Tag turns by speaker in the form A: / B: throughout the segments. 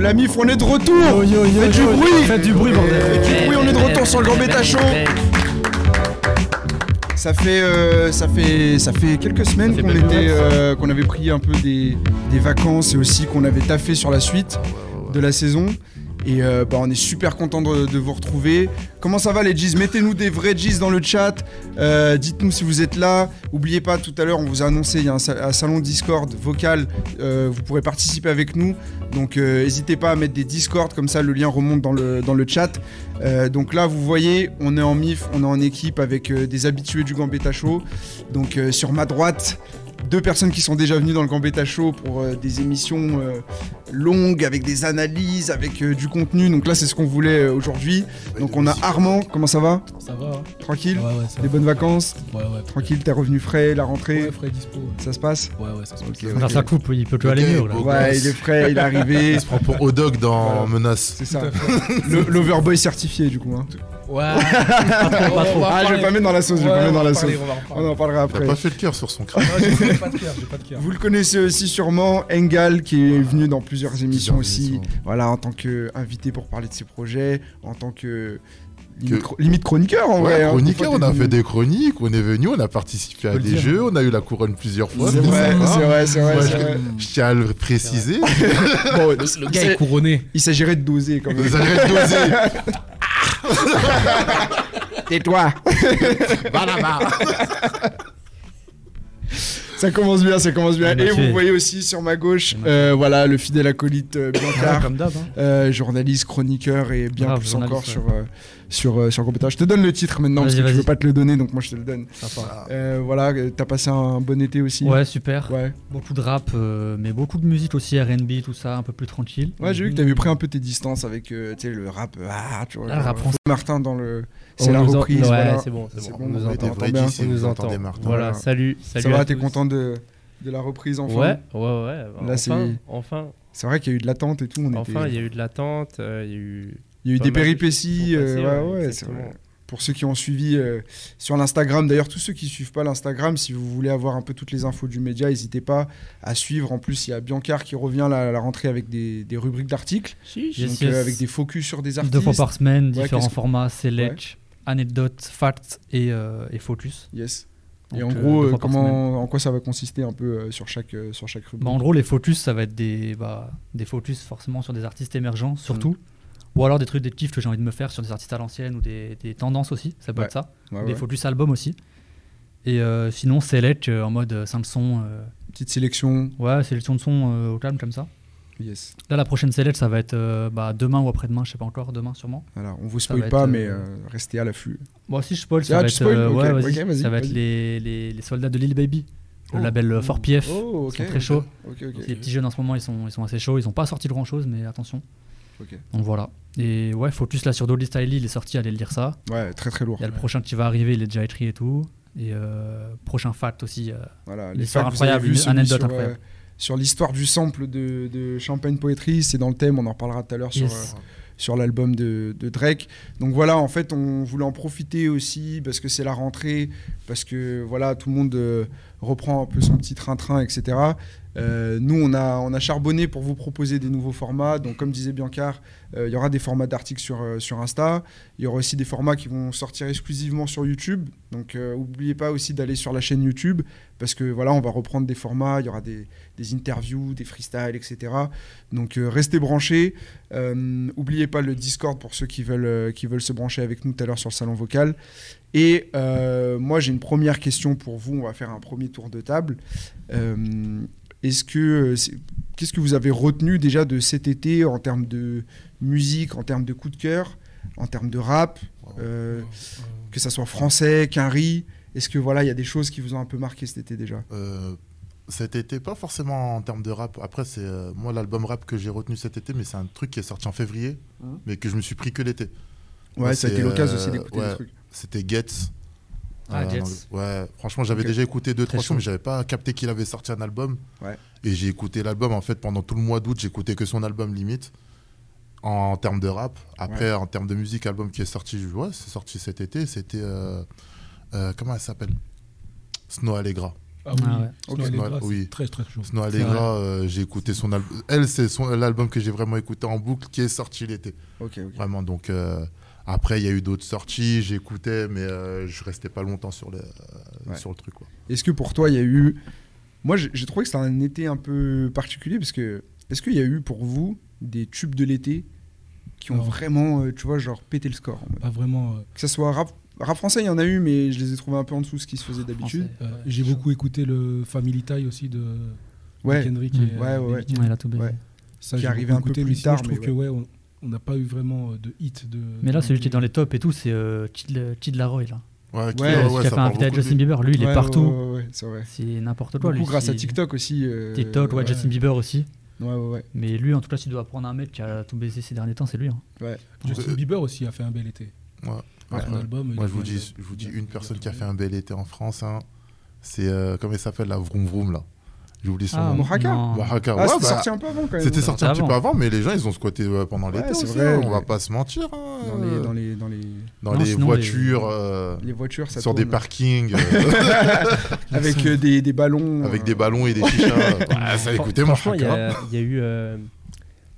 A: la MIF, on est de retour
B: Yo, yo, yo,
A: Faites du
B: yo.
A: bruit
B: Faites du bruit, bordel
A: Faites du bruit, on est de retour sur le Grand Beta Show Ça fait, euh, ça fait, ça fait quelques semaines
C: Ça fait
A: qu'on
C: quelques
A: était,
C: mois, ça.
A: euh, qu'on avait pris un peu des, des vacances et aussi qu'on avait taffé sur la suite de la saison. Et euh, bah, on est super content de, de vous retrouver. Comment ça va les G's Mettez-nous des vrais G's dans le chat. Euh, Dites-nous si vous êtes là. Oubliez pas, tout à l'heure, on vous a annoncé, il y a un, sa- un salon Discord vocal. Euh, vous pourrez participer avec nous. Donc euh, n'hésitez pas à mettre des Discord, comme ça le lien remonte dans le, dans le chat. Euh, donc là, vous voyez, on est en MIF, on est en équipe avec euh, des habitués du Gambetta Show. Donc euh, sur ma droite, deux personnes qui sont déjà venues dans le Gambetta Show pour euh, des émissions euh, longues, avec des analyses, avec euh, du contenu. Donc là, c'est ce qu'on voulait euh, aujourd'hui. Donc on a Armand, comment ça va
B: Ça va, hein
A: Tranquille
B: Ouais, ouais, ça
A: Des
B: va.
A: bonnes vacances
B: Ouais, ouais.
A: Tranquille, t'es revenu frais, la rentrée
B: Ouais, frais dispo. ouais.
A: Ça se passe
B: Ouais, ouais, ça se
A: Ok,
B: passe.
A: ok.
C: Grâce à la coupe, il peut que aller mieux là.
D: Ouais.
A: Ouais, il est frais, il est arrivé.
D: prend pour Odog dans
A: Voilà.
D: Menace.
A: C'est ça. Le- L'overboy certifié, du coup. hein.
B: Ouais. pas trop.
A: Ah, je vais pas mettre dans la sauce, je vais pas mettre dans la sauce. On en parlera
D: Il a
A: après.
D: pas fait le cœur sur son crâne.
B: J'ai pas de cœur, j'ai pas de cœur.
A: Vous le connaissez aussi sûrement, Engal, qui est venu dans plusieurs émissions aussi.
D: émissions.
A: Voilà, en tant qu'invité pour parler de ses projets, en tant que limite,
D: Que-
A: chro- limite chroniqueur en
D: Ouais,
A: vrai. hein.
D: chroniqueur,
A: Des
D: on
A: fois,
D: a
A: t'es
D: fait
A: venu-
D: des chroniques, on est venu, on a participé à
B: Faut le
D: des
B: dire.
D: jeux, on a eu la couronne plusieurs fois.
A: C'est
D: c'était
A: vrai,
D: sympa.
A: c'est vrai, c'est vrai.
D: Moi,
A: c'est vrai.
D: je, je tiens à le préciser.
A: Bon,
B: Le gars est
A: c'est-
B: couronné.
A: il s'agirait de doser quand même.
D: Vous arrêtez de doser.
A: Tais-toi
D: Va là-bas.
A: Ça commence bien, ça commence bien.
C: Bien
A: Et vous
C: fait.
A: voyez aussi sur ma gauche, euh, voilà, le fidèle acolyte euh, Biancar.
C: Comme d'hab. hein.
A: euh, journaliste, chroniqueur et bien
C: Grave,
A: plus
C: journaliste,
A: encore
C: ouais.
A: sur, euh, sur, euh, sur Compétence. Je te donne le titre maintenant parce
C: Vas-y,
A: que je
C: vas-y.
A: veux pas te le donner, donc moi je te le donne.
C: Sympa.
A: Euh, voilà, euh, t'as passé un bon été aussi
C: Ouais, super.
A: Ouais,
C: Beaucoup de rap, euh, mais beaucoup de musique aussi, RB, tout ça, un peu plus tranquille.
A: Ouais, j'ai vu que t'avais pris un peu tes distances avec euh, tu sais, le rap. euh, Ah, tu vois,
C: Ah, le rap
A: euh,
C: français.
A: Martin dans le. C'est
E: On
A: la
E: nous en-
A: reprise.
E: Ouais,
A: voilà.
E: c'est bon,
A: C'est
E: c'est bon.
A: bon,
E: on nous
A: on
D: Mettez
E: entend.
A: t'entend
D: vrai
A: bien,
D: G si
E: on
D: vous
E: nous
D: entendez
E: entend.
D: Martin.
E: Voilà,
C: Voilà, salut. salut
A: Ça
C: à
A: va, t'es
C: tous.
A: content de, de la reprise enfin
E: Ouais, ouais, ouais.
A: Là, c'est-
E: enfin, enfin,
A: C'est vrai qu'il y a eu de l'attente et tout. On
E: enfin, il
A: était...
E: y a eu de l'attente, euh, il y a eu.
A: Il y a eu
E: pas
A: des
E: mal de choses
A: péripéties.
E: qui sont
A: euh,
E: passées,
A: ouais, ouais, c'est
E: exactement.
A: vrai. pour ceux qui ont suivi euh, sur l'Instagram. D'ailleurs, tous ceux qui suivent pas l'Instagram, si vous voulez avoir un peu toutes les infos du média, n'hésitez pas à suivre. En plus, il y a Biancar qui revient là, à la rentrée avec des, des rubriques d'articles,
E: Chiche.
C: Yes,
A: donc,
C: yes.
A: euh, avec des focus sur des artistes.
C: Deux fois par semaine,
A: Ouais,
C: différents
A: qu'est-ce que-
C: formats, select, anecdotes, facts et, euh, et focus.
A: Yes.
C: Donc,
A: et en
C: euh,
A: gros,
C: deux
A: euh,
C: fois par semaine.
A: comment, en quoi ça va consister un peu euh, sur chaque euh, sur chaque rubrique
C: Bah, en gros, les focus, ça va être des, bah, des focus forcément sur des artistes émergents, surtout.
A: Mm.
C: Ou alors des trucs, des kiffs que j'ai envie de me faire sur des artistes à l'ancienne ou des, des tendances aussi, ça peut
A: Ouais.
C: être ça.
A: Bah Ouais,
C: Des
A: ouais.
C: focus albums aussi. Et euh, sinon, select euh, en mode euh, Samson, euh,
A: Petite sélection.
C: ouais, sélection de son euh, au calme comme ça.
A: Yes.
C: Là, la prochaine select, ça va être euh, bah, demain ou après-demain, je sais pas encore, demain sûrement.
A: Voilà, on vous
C: Ça
A: spoil
C: va
A: pas,
C: être,
A: mais
C: euh,
A: euh, restez à l'affût.
C: Bon, si je spoil,
A: Ah,
C: ça va
A: tu
C: être,
A: spoil,
C: euh,
A: ok,
C: ouais, vas-y,
A: ok, vas-y,
C: ça va être
A: vas-y.
C: les, les, les soldats de Lil Baby, le
A: Oh.
C: label euh, 4PF.
A: Oh,
C: Ils sont très chauds.
A: Ok, ok.
C: Les petits jeunes en ce moment, ils sont, ils sont assez chauds. Ils n'ont pas sorti grand chose, mais attention.
A: Ok.
C: Donc voilà. Et ouais, Focus là sur Dolly Style, il est sorti, allez le lire ça.
A: Ouais, très très lourd.
C: Il y a le prochain qui va arriver, il est déjà écrit et tout. Et euh, prochain fact aussi. euh,
A: Voilà,
C: L'histoire
A: faits que vous avez
C: incroyable,
A: vus,
C: une
A: celui
C: anecdote
A: sur,
C: incroyable.
A: euh, sur l'histoire du sample de, de Champagne Poetry, c'est dans le thème, on en reparlera tout à l'heure sur,
C: Yes.
A: euh, sur l'album de, de Drake. Donc voilà, en fait, on voulait en profiter aussi parce que c'est la rentrée, parce que voilà, tout le monde euh, reprend un peu son petit train-train, etc. Euh, nous, on a, on a charbonné pour vous proposer des nouveaux formats. Donc, comme disait Biancar, euh, il y aura des formats d'articles sur, euh, sur Insta. Il y aura aussi des formats qui vont sortir exclusivement sur YouTube. Donc, euh, n'oubliez pas aussi d'aller sur la chaîne YouTube parce que voilà, on va reprendre des formats. Il y aura des, des interviews, des freestyles, etc. Donc, euh, restez branchés. Euh, oubliez pas le Discord pour ceux qui veulent, euh, qui veulent se brancher avec nous tout à l'heure sur le salon vocal. Et euh, moi, j'ai une première question pour vous. On va faire un premier tour de table. Euh, Est-ce que euh, c'est- qu'est-ce que vous avez retenu déjà de cet été en termes de musique, en termes de coup de cœur, en termes de rap, euh, que ça soit français, Quinry Est-ce que voilà, il y a des choses qui vous ont un peu marqué cet été déjà
D: Euh, cet été, pas forcément en termes de rap. Après, c'est euh, moi l'album rap que j'ai retenu cet été, mais c'est un truc qui est sorti en février,
A: Mhm.
D: mais que je me suis pris que l'été.
A: Ouais,
D: Ouais,
A: ça a
D: c'est,
A: été l'occasion
D: euh,
A: aussi d'écouter
D: ouais.
A: des trucs.
D: C'était Getz.
C: Ah,
D: Euh,
C: Getz.
D: dans le- Ouais, franchement, j'avais
A: Ok.
D: déjà écouté deux,
C: Très
D: trois
C: chaud.
D: sons, mais j'avais pas capté qu'il avait sorti un album.
A: Ouais.
D: Et j'ai écouté l'album, en fait, pendant tout le mois d'août, j'écoutais que son album limite, en, termes de rap. Après, en termes de musique, album qui est sorti, ouais, c'est sorti cet été, c'était. euh, euh, comment elle s'appelle Snow Allegra.
B: Ah oui.
C: Ah ouais.
B: Snow
A: Ok.
B: Allegra, c'est
D: Oui.
B: Très, très chaud.
D: Snow Allegra, euh, j'ai écouté son album. Elle, c'est son- l'album que j'ai vraiment écouté en boucle qui est sorti l'été.
A: Ok, ok.
D: Vraiment, donc euh, après, il y a eu d'autres sorties, j'écoutais, mais euh, je restais pas longtemps sur le, euh,
A: Ouais.
D: sur le truc. Quoi.
A: Est-ce que pour toi, il y a eu. Moi, j'ai j'ai trouvé que c'était un été un peu particulier parce que. Est-ce qu'il y a eu pour vous des tubes de l'été qui ont
B: Non.
A: vraiment, euh, tu vois, genre pété le score en mode
B: Pas vraiment. euh,
A: Que ça soit rap. Rap français, il y en a eu, mais je les ai trouvés un peu en dessous de ce qui se faisait d'habitude.
C: Français.
B: euh,
C: Ouais,
B: J'ai
C: chaud.
B: beaucoup écouté le Family Tie aussi de de
A: Ouais,
B: Kendrick.
C: Mmh.
B: et,
A: Ouais,
B: euh,
A: ouais, ouais.
B: David Guetta.
C: Ouais, il a tout baisé.
A: Ouais.
B: Ça,
A: Qui
B: j'ai
A: arrivait
B: beaucoup
A: un peu
B: écouté,
A: plus
B: mais sinon,
A: tard,
B: Je
A: mais
B: trouve que ouais, on on n'a pas eu vraiment euh, de hit de.
C: Mais là, celui qui est dans les tops et tout, c'est euh, Kid La- Kid Laroi, là.
D: Ouais, qui-
A: Ouais,
D: ouais,
C: qui
D: ouais,
C: a
D: ça
C: fait
D: parle
C: invité à
D: beaucoup de
C: Justin
D: lui.
C: Bieber. Lui, il
A: Ouais,
C: est partout.
A: Ouais, ouais, ouais, c'est vrai.
C: C'est n'importe quoi.
A: Beaucoup
C: lui,
A: grâce à
C: c'est-
A: TikTok aussi. euh,
C: TikTok, ouais,
A: ouais,
C: Justin Bieber aussi.
A: ouais, ouais.
C: Mais lui, en tout cas, s'il doit prendre un mec qui a tout baisé ces derniers temps, c'est lui. hein.
B: Justin Bieber aussi a fait un bel été.
D: Ouais.
B: Son album.
D: Moi,
B: il
D: je vous
B: a-
D: dis, je vous dis
B: il a-
D: une
B: il a
D: personne qui a
B: tourné.
D: fait un bel été en France, hein, c'est euh, comment il s'appelle la Vroom Vroom là. J'oublie son nom.
A: Ah, Mohaka
C: non.
D: Oaxaca.
A: Ah,
D: Ouais,
A: c'était
D: bah,
A: sorti un peu avant quand même.
D: c'était sorti un petit
C: Ah, avant.
D: peu avant, mais les gens ils ont squatté euh, pendant
A: Ouais,
D: l'été.
A: c'est
D: aussi,
A: vrai,
D: hein, On va
A: mais-
D: pas se mentir. hein,
A: Dans les, dans les, dans les,
D: dans
C: Non,
D: les
C: sinon,
D: voitures,
C: les-
D: euh,
A: les voitures, ça
D: sur des
A: tourne.
D: parkings, euh,
A: Avec euh, des, des ballons.
D: avec
A: euh,
D: des ballons et des chichas. Ouais, ça
E: Fran-
D: écoutez, moi,
E: franchement, il y, a il y a eu. euh,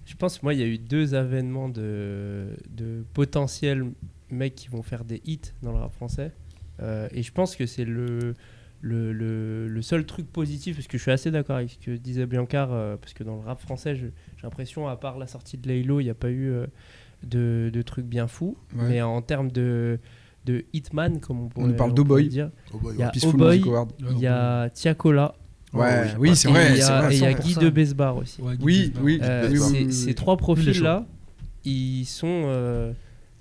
E: je pense, moi, il y a eu deux avènements de, de potentiels mecs qui vont faire des hits dans le rap français. Euh, et je pense que c'est le, le, le, le seul truc positif, parce que je suis assez d'accord avec ce que disait Biancar, euh, parce que dans le rap français, je- j'ai l'impression, à part la sortie de Laylo, il n'y a pas eu euh, de, de trucs bien fous.
A: Ouais.
E: Mais en termes de, de hitman, comme on pourrait
A: parle
E: on pourrait
A: d'O-Boy.
E: dire,
D: Oh, bah,
E: il y a
A: Peaceful
E: Oboy,
A: Music Award.
B: Ouais,
E: il y a Tiakola.
A: Ouais,
D: Ouais,
A: Oh oui, c'est
E: et
A: vrai.
E: il y
A: c'est
E: a,
A: vrai,
E: et il y a
A: 100%.
E: Guy de Besbar aussi.
B: ouais, Guy
A: Oui,
B: Besbar.
A: oui.
E: Euh,
A: oui, oui,
E: ces-
A: oui, oui.
E: Ces trois profils-là, ils sont, euh,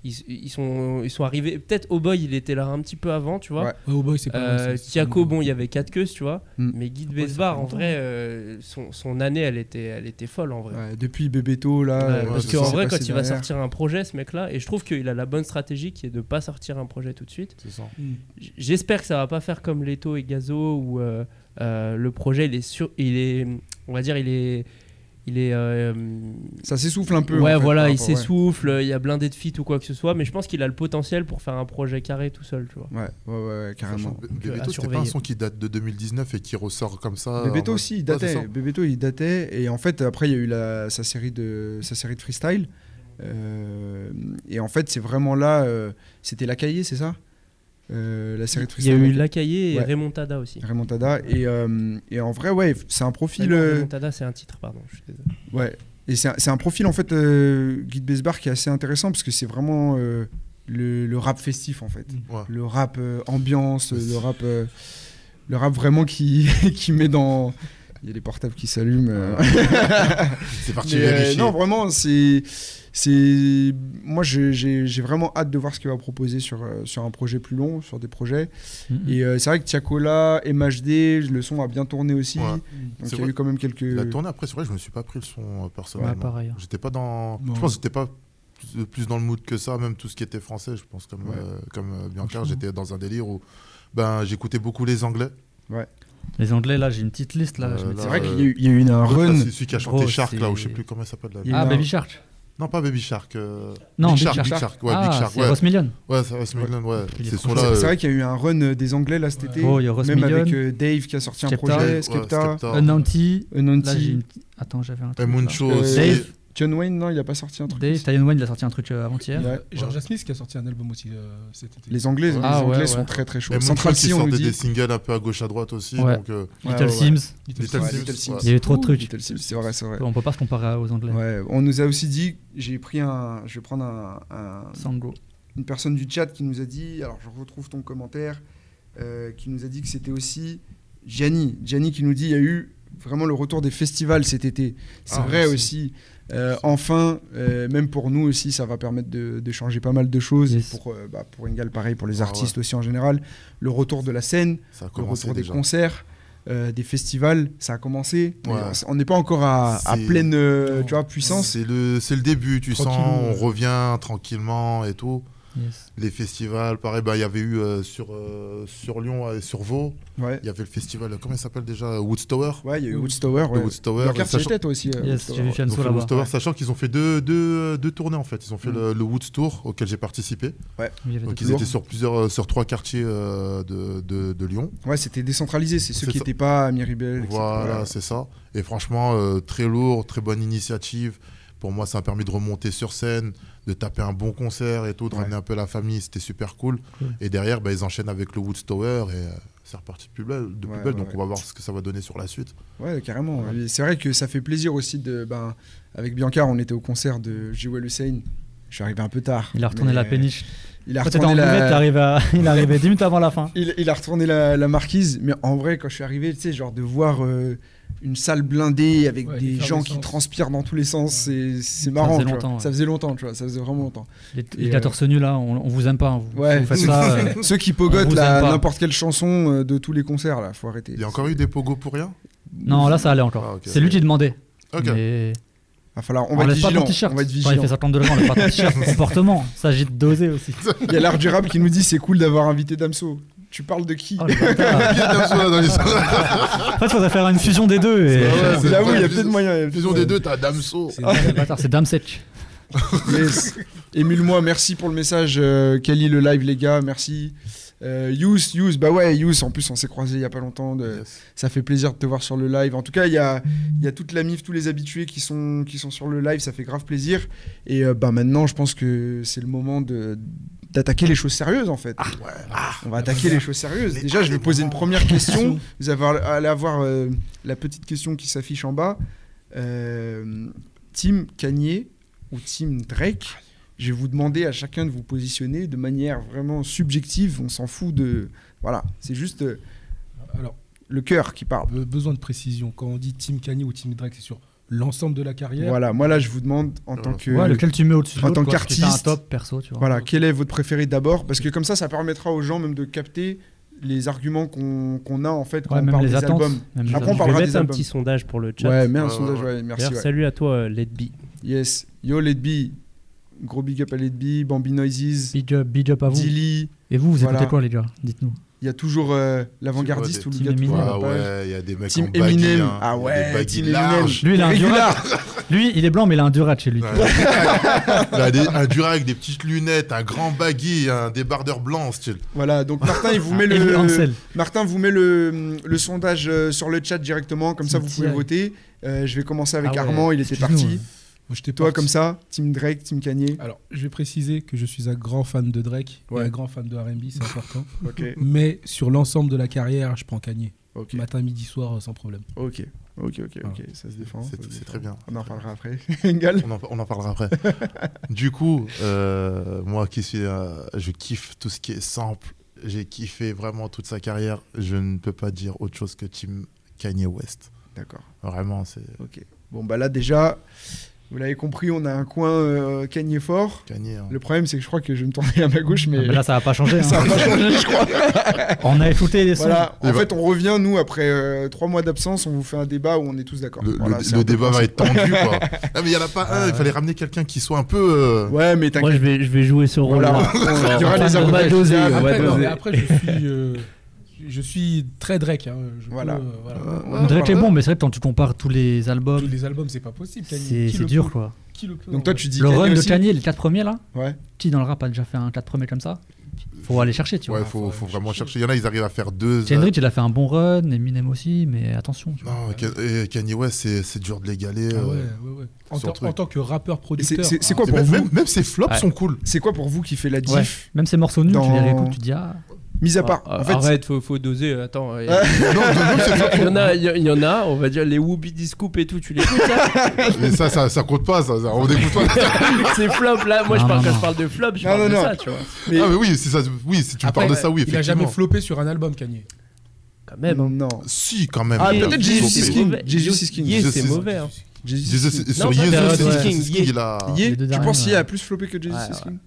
E: ils, ils sont, ils sont arrivés. Peut-être au boy, il était là un petit peu avant, tu vois.
A: Ouais.
B: Ouais, Oh Boy, c'est pas
E: Euh,
B: mal, c'est- c'est
E: Thiago,
B: pas
E: bon,
B: mal.
E: il y avait quatre queues, tu vois.
A: Mm.
E: Mais Guy de
C: Après, ça
E: Besbar,
C: fait
E: en
C: longtemps.
E: vrai, euh, son, son année, elle était, elle était folle, en vrai.
A: Ouais, depuis Bébéto, là.
E: Ouais,
A: euh,
E: parce
A: ce
D: ouais,
A: qui
E: qu'en
A: s'est
E: vrai, quand
A: passé
E: il va
A: derrière.
E: sortir un projet, ce mec-là, et je trouve qu'il a la bonne stratégie qui est de pas sortir un projet tout de suite.
D: C'est ça.
A: Hmm.
B: Mm.
E: J- J'espère que ça va pas faire comme Leto et Gazo où euh, euh, le projet il est sur, il est, on va dire il est, il est. euh,
A: Ça s'essouffle un peu.
E: ouais
A: en fait,
E: voilà,
A: par
E: il
A: rapport- ouais.
E: s'essouffle, il y a blindé de feat ou quoi que ce soit, mais je pense qu'il a le potentiel pour faire un projet carré tout seul, tu vois.
A: Ouais, ouais, ouais, ouais,
D: Sachant
A: carrément.
D: que
E: euh, à
D: Bébéto, c'était pas un
E: surveiller.
D: son qui date de 2019 et qui ressort comme
E: Ah,
D: ça. euh,
A: Bébéto
D: en mode-
A: aussi, il
D: Ouais, c'est
A: datait.
D: ça.
A: Bébéto, il datait. Et en fait, après, il y a eu la, sa, série de, sa série de freestyle. Euh, et en fait, c'est vraiment là. euh, C'était La Caillée, c'est ça Euh, La série de
E: Il y a
A: freestyle.
E: eu Lacaillé et
A: Ouais.
E: Remontada aussi.
A: Remontada. Et, euh, et en vrai, ouais, c'est un
E: Ah
A: profil.
E: non,
A: euh,
E: Remontada c'est un titre, pardon. je suis désolé.
A: Ouais. Et c'est un, c'est un profil, en fait, euh, Guy de Besbar, qui est assez intéressant parce que c'est vraiment euh, le, le rap festif, en fait.
D: Ouais.
A: Le rap euh, ambiance, euh, le rap, euh, le rap vraiment qui, qui met dans. Il y a les portables qui s'allument. euh.
D: C'est parti
A: Mais, euh,
D: vérifier.
A: non, vraiment, c'est. c'est- Moi, j'ai- j'ai j'ai vraiment hâte de voir ce qu'il va proposer sur, euh, sur un projet plus long, sur des projets.
C: Mhm.
A: Et euh, c'est vrai que Tiakola, MHD, le son a bien tourné aussi.
D: Ouais.
A: Donc,
D: C'est
A: il y a
D: vrai.
A: eu quand même quelques.
D: La tournée après, c'est vrai, je me suis pas pris le son euh,
C: Ouais,
D: personnellement.
C: pareil. hein.
D: J'étais pas dans.
B: Non.
D: Je pense que j'étais pas plus- plus dans le mood que ça, même tout ce qui était français, je pense, comme,
A: Ouais.
D: euh, comme euh, Bianca, j'étais dans un délire où ben, j'écoutais beaucoup les anglais.
A: Ah,
C: Les Anglais, là, j'ai une petite liste. là. je
D: Euh,
C: m'étais-
A: C'est
D: là,
A: vrai
D: euh,
A: qu'il y a eu- il y, a eu une- un
D: Ah,
A: run.
D: c'est celui qui a chanté
C: Gros,
D: Shark, là,
C: c'est-
D: ou je sais plus comment ça s'appelle. Là.
A: Il y a eu
C: Ah,
A: un-
C: Baby Shark.
D: Non, pas Baby Shark. euh,
C: Non,
D: Big
C: Big
D: Shark,
C: Shark.
D: Big Shark, ouais,
C: ah,
D: Big Shark,
C: c'est
D: ouais.
C: Ross Million.
D: Ouais, ça reste Midland, ouais.
C: Il est
D: Ces
C: français.
D: sons-là.
A: C'est
D: euh,
A: vrai qu'il y a eu un run euh, des Anglais là cet
B: Ouais.
A: été.
C: Oh, il y a Ross
A: même
C: Million,
A: avec euh, Dave qui a sorti un
C: Skepta.
A: projet,
D: ouais,
A: Skepta, Euh,
D: Skepta.
C: Unanti. Là, j'ai
A: Unanti,
C: une... Attends, j'avais un
D: Et
C: truc. là.
D: Muncho
A: Euh,
D: aussi.
C: Dave.
A: John Wayne, non, il a pas sorti un truc.
C: Dave, Taïwan Wayne, il a sorti un truc euh,
B: Il
C: avant-hier.
B: y a
A: Ouais.
B: Georgia Smith qui a sorti un album aussi euh, cet été.
A: Les Anglais,
C: Ah,
A: les Anglais
C: ouais,
A: sont
C: ouais.
A: très très
D: Et
A: chauds.
D: Muncho
A: Central
D: qui
A: C, on nous
D: sortait des
A: dit.
D: singles un peu à gauche à droite aussi.
C: Ouais.
D: Donc, euh,
A: Ouais,
C: Little
A: ouais, ouais.
C: Sims.
B: Little
D: Little
B: Sims.
D: Sims,
A: Little Sims.
D: ouais.
C: Il y a eu trop de trucs.
A: Little Sims, c'est vrai, c'est vrai.
C: On peut pas se comparer aux Anglais.
A: Ouais, on nous a aussi dit, j'ai pris un, je vais prendre un- un,
C: Sango.
A: une personne du chat qui nous a dit, alors je retrouve ton commentaire, euh, qui nous a dit que c'était aussi Gianni. Gianni qui nous dit il y a eu vraiment le retour des festivals cet été. C'est
D: Ah,
A: vrai
D: merci.
A: aussi. Euh, enfin, euh, même pour nous aussi, ça va permettre de, de changer pas mal de choses.
C: Yes.
A: Et Pour, euh, bah, pour Ingal, pareil, pour les
D: Ah,
A: artistes aussi en général. Le retour de la scène,
D: ça a
A: le
D: commencé
A: retour
D: déjà.
A: des concerts. euh, des festivals, ça a commencé. mais
D: Ouais.
A: On n'est pas encore à, à
D: C'est-
A: pleine euh,
B: Non.
A: tu vois, puissance.
D: C'est le, c'est le début, tu sens,
B: Tranquillou.
D: on revient tranquillement et tout.
C: Yes.
D: Les festivals, pareil, bah, il y avait eu euh, sur, euh, sur Lyon et sur Vaud,
A: Ouais.
D: il y avait le festival, comment il s'appelle déjà Woodstower
A: Ouais, il y a eu Woodstower.
D: Mmh. Le
A: Ouais.
D: Woodstower,
A: Leur carte,
D: sachant-
A: c'était toi aussi. euh,
C: Yes,
A: Woodstower.
C: j'ai vu
D: Ils ont
C: Fianso
D: fait le
C: là-bas.
D: Woodstower, sachant qu'ils ont fait deux, deux, deux tournées en fait. Ils ont fait
A: Mm.
D: le, le Woods Tour auquel j'ai participé.
C: Il y avait
D: Donc
C: d'autres
D: ils
A: Tour.
D: étaient sur plusieurs, euh, sur trois quartiers euh, de, de, de Lyon.
A: Ouais, c'était décentralisé. C'est ceux
D: C'est
A: qui
D: ça.
A: n'étaient pas à Miribel. etc.
D: Voilà,
A: Ouais.
D: c'est ça. Et franchement, euh, très lourd, très bonne initiative. Pour moi, ça a permis de remonter sur scène, de taper un bon concert et tout, de
A: Ouais.
D: ramener un peu la famille. C'était super cool.
C: Cool.
D: Et derrière, bah, ils enchaînent avec le Woodstower et euh, c'est reparti de plus belle. De plus
A: Ouais,
D: belle
A: ouais,
D: donc
A: ouais.
D: on va voir ce que ça va donner sur la suite.
A: Ouais, carrément. Et C'est vrai que ça fait plaisir aussi de. Ben, avec Bianca, on était au concert de Jewel Hussein. Je suis arrivé un peu tard.
C: Il a retourné
A: mais-
C: la péniche.
A: Il a
C: Quand t'étais en
A: retourné
C: buvette,
A: la.
C: t'arrives à- il est arrivé 10 minutes avant la fin.
A: Il, il a retourné la, la marquise, mais en vrai, quand je suis arrivé, tu sais, genre de voir euh, une salle blindée avec
B: Ouais,
A: des gens qui
B: l'effervescence.
A: transpirent dans tous les sens, c'est- c'est
C: Ça
A: marrant.
C: faisait
A: tu vois.
C: longtemps, ouais.
A: Ça faisait longtemps, tu vois, ça faisait vraiment longtemps.
C: Les,
A: Et,
C: les gars
A: euh,
C: torse nu là, on, on vous aime pas. hein, vous,
A: Ouais,
C: vous faites ça. euh,
A: ceux qui
C: on
A: pogotent
C: vous
A: la-
C: aime pas.
A: n'importe quelle chanson euh, de tous les concerts, là, faut arrêter.
D: Il y a encore eu des pogos pour rien
C: Non, là ça allait encore.
D: Ah, ok.
C: C'est lui qui demandait.
D: Ok.
C: Mais
A: Va falloir, on,
C: on,
A: va être
C: laisse pas
A: vigilant.
C: ton t-shirt.
A: On va être
C: Quand il
A: vigilant.
C: fait 50 degrés, on laisse pas ton t-shirt. Comportement, ça agit de doser aussi.
A: Il y a l'art durable qui nous dit c'est cool d'avoir invité Damso. Tu parles de qui
C: Oh, le bâtard.
D: Bien sûr, là, dans les-
C: en fait, faudrait faire une fusion des deux.
D: Ouais,
C: Et...
D: ouais, c'est
A: J'avoue,
D: vrai,
A: il y a
D: la
A: peut-être moyen. il y a
D: La
A: peut-être
D: fusion des
A: moyen.
D: deux, t'as Damso.
A: Oh.
B: C'est-
C: Ah, le bâtard, c'est Dame Sech.
A: Yes. Émule-moi, merci pour le message. euh, Kelly, le live, les gars, merci. Euh, Yous, Yous, bah ouais, Yous, en plus, on s'est croisés il y a pas longtemps. de-
D: Yes.
A: Ça fait plaisir de te voir sur le live. En tout cas, il y a, il y a toute la MIF, tous les habitués qui sont, qui sont sur le live, ça fait grave plaisir. Et euh, bah, maintenant, je pense que c'est le moment de d'attaquer les choses sérieuses en fait. Ah, on va attaquer les choses sérieuses.
D: Les-
A: Déjà, je vais
D: les
A: poser une
D: moments.
A: première question. Vous avez- allez avoir euh, la petite question qui s'affiche en bas. Euh, team Kanye ou Team Drake Je vais vous demander à chacun de vous positionner de manière vraiment subjective. On s'en fout de... Voilà, c'est juste euh,
B: Alors,
A: le cœur qui parle.
B: euh, be- besoin de précision. Quand on dit Team Kanye ou Team Drake, c'est sur l'ensemble de la carrière.
A: Voilà, moi là je vous demande en
D: Euh,
A: tant que.
C: Ouais, lequel tu mets au-dessus de
A: Euh, En
C: l'autre,
A: tant
C: quoi, parce que t'as
A: qu'artiste.
C: un top perso, tu vois.
A: Voilà, quel est votre préféré d'abord Parce que comme ça, ça permettra aux gens même de capter les arguments qu'on qu'on a en fait quand
C: Ouais,
A: on
C: même
A: parle
C: les
A: des
C: attentes.
A: albums.
C: même les
A: Après, on
C: attentes.
E: Je vais
A: parlera
E: mettre
A: des
E: un
A: albums.
E: petit sondage pour le chat.
A: Ouais, mets un
D: Ouais,
A: sondage,
D: ouais,
A: ouais, merci.
E: D'ailleurs,
A: ouais.
E: salut à toi, euh, Let Be.
A: Yes, yo Letby, gros big up à Letby, Bambi Noises,
C: Big up, big up à vous.
A: Dilly.
C: Et vous, vous
A: Voilà.
C: écoutez quoi, les gars Dites-nous.
A: Il y a toujours euh, l'avant-gardiste ou le
D: Team
C: Team
A: gars de
C: Eminem.
A: la
D: Ah
A: page.
D: ouais, il y a des mecs
A: Team
D: en baggy,
A: Eminem.
D: hein.
A: Ah
D: Il y a des
A: ouais,
D: baggy
A: Team Eminem.
D: larges.
C: Lui, il a un
A: Regular.
C: Lui, il est blanc, mais il a un Durac chez lui. Ah, tu vois.
D: Il a des- un durag, des petites lunettes, un grand baggy, un débardeur blanc, style.
A: Voilà, donc Martin, il vous met
C: Ah, Emile
A: le.
C: Hansel.
A: Martin vous met le, le sondage euh, sur le chat directement, comme ça vous
C: Petit
A: pouvez
C: eye.
A: voter. Euh, je vais commencer avec
C: Ah ouais,
A: Armand, il était
C: excuse-nous,
A: parti.
C: hein.
B: Moi, j'étais
A: Toi,
B: parti-
A: comme ça, Team Drake, Team Kanye.
B: Alors, je vais préciser que je suis un grand fan de Drake
A: Ouais.
B: et un grand fan de RB, c'est important.
A: Ok,
B: Mais sur l'ensemble de la carrière, je prends Kanye.
A: ok,
B: Matin, midi, soir, euh, sans problème.
A: ok, ok, ok, ok,
C: Ah.
A: ça se défend. ça se
D: C'est c'est
A: défend.
D: très bien.
A: On en reparlera après. Engal
D: On en, on en parlera après. du coup, euh, moi qui suis. euh, je kiffe tout ce qui est simple. J'ai kiffé vraiment toute sa carrière. Je ne peux pas dire autre chose que Team Kanye West.
A: D'accord,
D: Vraiment, c'est
A: ok. Bon, bah là, déjà, vous l'avez compris, on a un coin euh, Kanye fort.
D: Kanye. hein.
A: Le problème, c'est que je crois que je vais me tourner à ma gauche, mais.
C: Ah, mais là, ça va pas changer. hein.
A: ça va pas changer, je crois.
C: On a écouté les sons.
A: Voilà. En
D: Et bah-
A: fait, on revient, nous, après euh, trois mois d'absence, on vous fait un débat où on est tous d'accord.
D: Le, le-
A: Voilà,
D: le
A: c'est un peu
D: débat
A: le
D: va
A: principe.
D: être tendu, quoi. Ah, mais il n'y en a pas un. Il fallait ramener quelqu'un qui soit un peu. euh,
A: Ouais, mais
E: Moi,
A: t'inquiète.
E: je vais, je vais jouer ce rôle-là.
A: Voilà, on- il y aura des
E: On va
A: avantages.
E: doser, on va
B: Après,
E: doser.
B: non, mais après, je suis, euh, je suis très Drake. hein, je peux,
A: Voilà.
B: euh, voilà.
A: On en
C: Drake est
A: reparlera.
C: bon, mais c'est vrai que quand tu compares tous les
B: Tous
C: albums,
B: les albums, c'est pas possible. Kanye.
C: c'est
B: Qui
C: c'est
B: le
C: dur,
B: peut-
C: quoi.
B: Qui le peut en
A: Donc toi
B: vrai
A: tu dis
C: Le
A: Kanye
C: run de
A: aussi
C: Kanye, les 4 premiers, là
A: Ouais.
C: Qui dans le rap a déjà fait un 4 premiers comme ça Faut aller chercher, tu vois.
D: ouais, faut,
B: faut
D: faut
B: aller
D: vraiment
B: chercher.
D: chercher. Il y en a, ils arrivent à faire deux. euh,
C: Kendrick, il a fait un bon run, Eminem aussi, mais attention. tu vois.
D: Non, Ken- et Kanye West, c'est c'est dur de les galer.
B: Ah ouais,
D: euh.
B: ouais, ouais. En,
D: sur
B: tant-
D: truc.
B: en tant que rappeur
A: C'est-
B: producteur.
A: C'est c'est
B: ah,
A: quoi pour
D: Même,
A: vous
D: même- même ses flops
C: Ouais.
D: sont cool.
A: C'est quoi pour vous qui fait la diff
C: Ouais. Même ses morceaux nus, tu
A: Dans-
C: les réécoutes, tu te dis ah.
A: Mis à part.
E: Ah,
A: en fait,
E: Arrête, faut, faut doser. euh, Attends, euh,
D: Non, non, c'est-
E: il y en a, il y- il y en a, on va dire les Whoopi Discoup et tout. Tu les écoutes hein. ça
D: Mais ça, ça, ça compte pas, ça. ça- on écoute pas.
E: C'est flop là. Moi, je
C: Non, non,
E: parle, quand
C: non.
E: je parle de flop, je
A: Non,
E: parle
A: non,
E: de
A: non.
E: ça, tu vois.
A: Mais-
D: Ah, mais oui, si, ça, oui, si tu
B: après,
D: parles de ça, oui,
B: Il a
D: effectivement.
B: jamais floppé sur un album, Kanye.
E: Quand même. hein.
A: Non.
D: Si, quand même.
A: Ah,
E: Et-
A: peut-être Jesus
E: c'est
A: is King.
E: mauvais.
A: Jesus
E: Yes,
A: is King.
E: yes,
D: Jesus
E: c'est
D: is-
E: mauvais. hein.
A: Jesus
D: Jesus,
A: is
D: sur
E: pas
D: Yezus,
E: Période,
D: c'est
E: ouais.
D: Jesus King, il a.
A: King. Yeah,
C: Les deux
A: tu
C: derniers,
A: penses qu'il y a
C: ouais.
A: plus floppé que Jesus
E: Ouais,
A: is King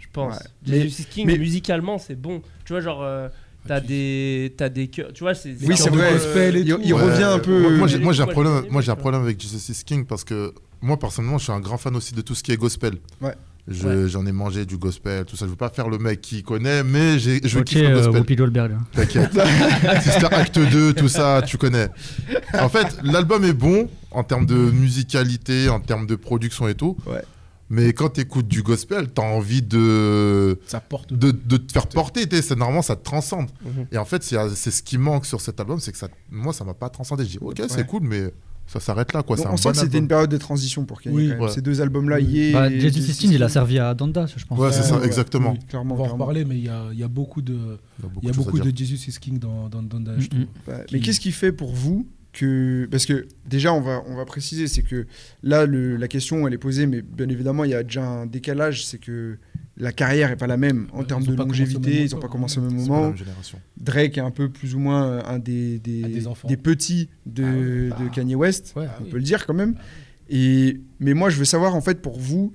E: Je pense.
A: Ouais.
E: Mais,
A: Mais-
E: Jesus King,
A: mais-
E: musicalement, c'est bon. Tu vois, genre, euh, t'as des, t'as des cœurs. Tu vois, c'est.
A: Oui, c'est
E: un peu,
A: vrai.
B: gospel et
A: Il,
B: tout.
A: il
D: Ouais.
A: revient un peu. euh,
D: Moi, j'ai- moi, j'ai un
E: Ouais,
D: problème.
E: j'ai-
D: Moi, j'ai un problème avec Jesus is King parce que moi, personnellement, je suis un grand fan aussi de tout ce qui est gospel.
A: Ouais.
D: Je-
E: Ouais.
D: J'en ai mangé du gospel, tout ça. Je veux pas faire le mec qui connaît, mais j'ai- je
C: ok,
D: kiffe le
C: euh,
D: gospel.
C: Whoopi Goldberg.
D: T'inquiète. Sister Act 2, tout ça, tu connais. En fait, l'album est bon en termes de musicalité, en termes de production et tout.
A: Ouais.
D: Mais quand t'écoutes du gospel, t'as envie de,
B: Ça porte.
D: de, de te faire porter. t'es- C'est normalement, ça te transcende.
E: Mhm.
D: Et en fait, c'est c'est ce qui manque sur cet album, c'est que ça, moi, ça m'a pas transcendé. Je dis, ok, c'est
A: Ouais.
D: cool, mais ça s'arrête là, quoi.
A: Donc,
D: C'est un
A: on sent
D: bon
A: que c'était une
D: album.
A: période de transition pour Kanye.
B: Oui,
A: quand même.
D: ouais.
A: Ces deux albums-là,
B: Oui.
A: Ye
C: Bah,
A: et
C: Jay Sixteen, il a
A: 16,
C: servi à Donda, je pense.
D: Ouais, c'est
B: Ouais,
D: ça,
B: ouais.
D: exactement.
B: Oui.
A: Clairement,
B: On va en
A: clairement.
B: reparler, mais il y a, il y a beaucoup de,
D: Il y a beaucoup,
B: il y a
D: de choses à
B: beaucoup
D: dire.
B: de Jesus is King dans, dans, dans Donda,
C: Mm,
B: je
C: mm.
B: trouve.
A: Ouais,
B: qui-
A: Mais qu'est-ce qui fait pour vous que. Parce que déjà, on va, on va préciser, c'est que là, le- la question, elle est posée, mais bien évidemment, il y a déjà un décalage, c'est que la carrière n'est pas la même en
B: Ils
A: termes
B: ont
A: de
B: pas commencé au même
A: longévité, ils
B: moment,
A: n'ont
B: quoi.
A: pas commencé au même
D: C'est pas la
A: moment.
D: même génération.
A: Drake est un peu plus ou moins euh, un des, des,
B: Ah, des enfants.
A: petits de,
B: Ah Bah ouais,
A: de
B: bah.
A: Kanye West,
B: Ouais,
A: on peut le dire quand même. Et, mais moi, je veux savoir, en fait, pour vous,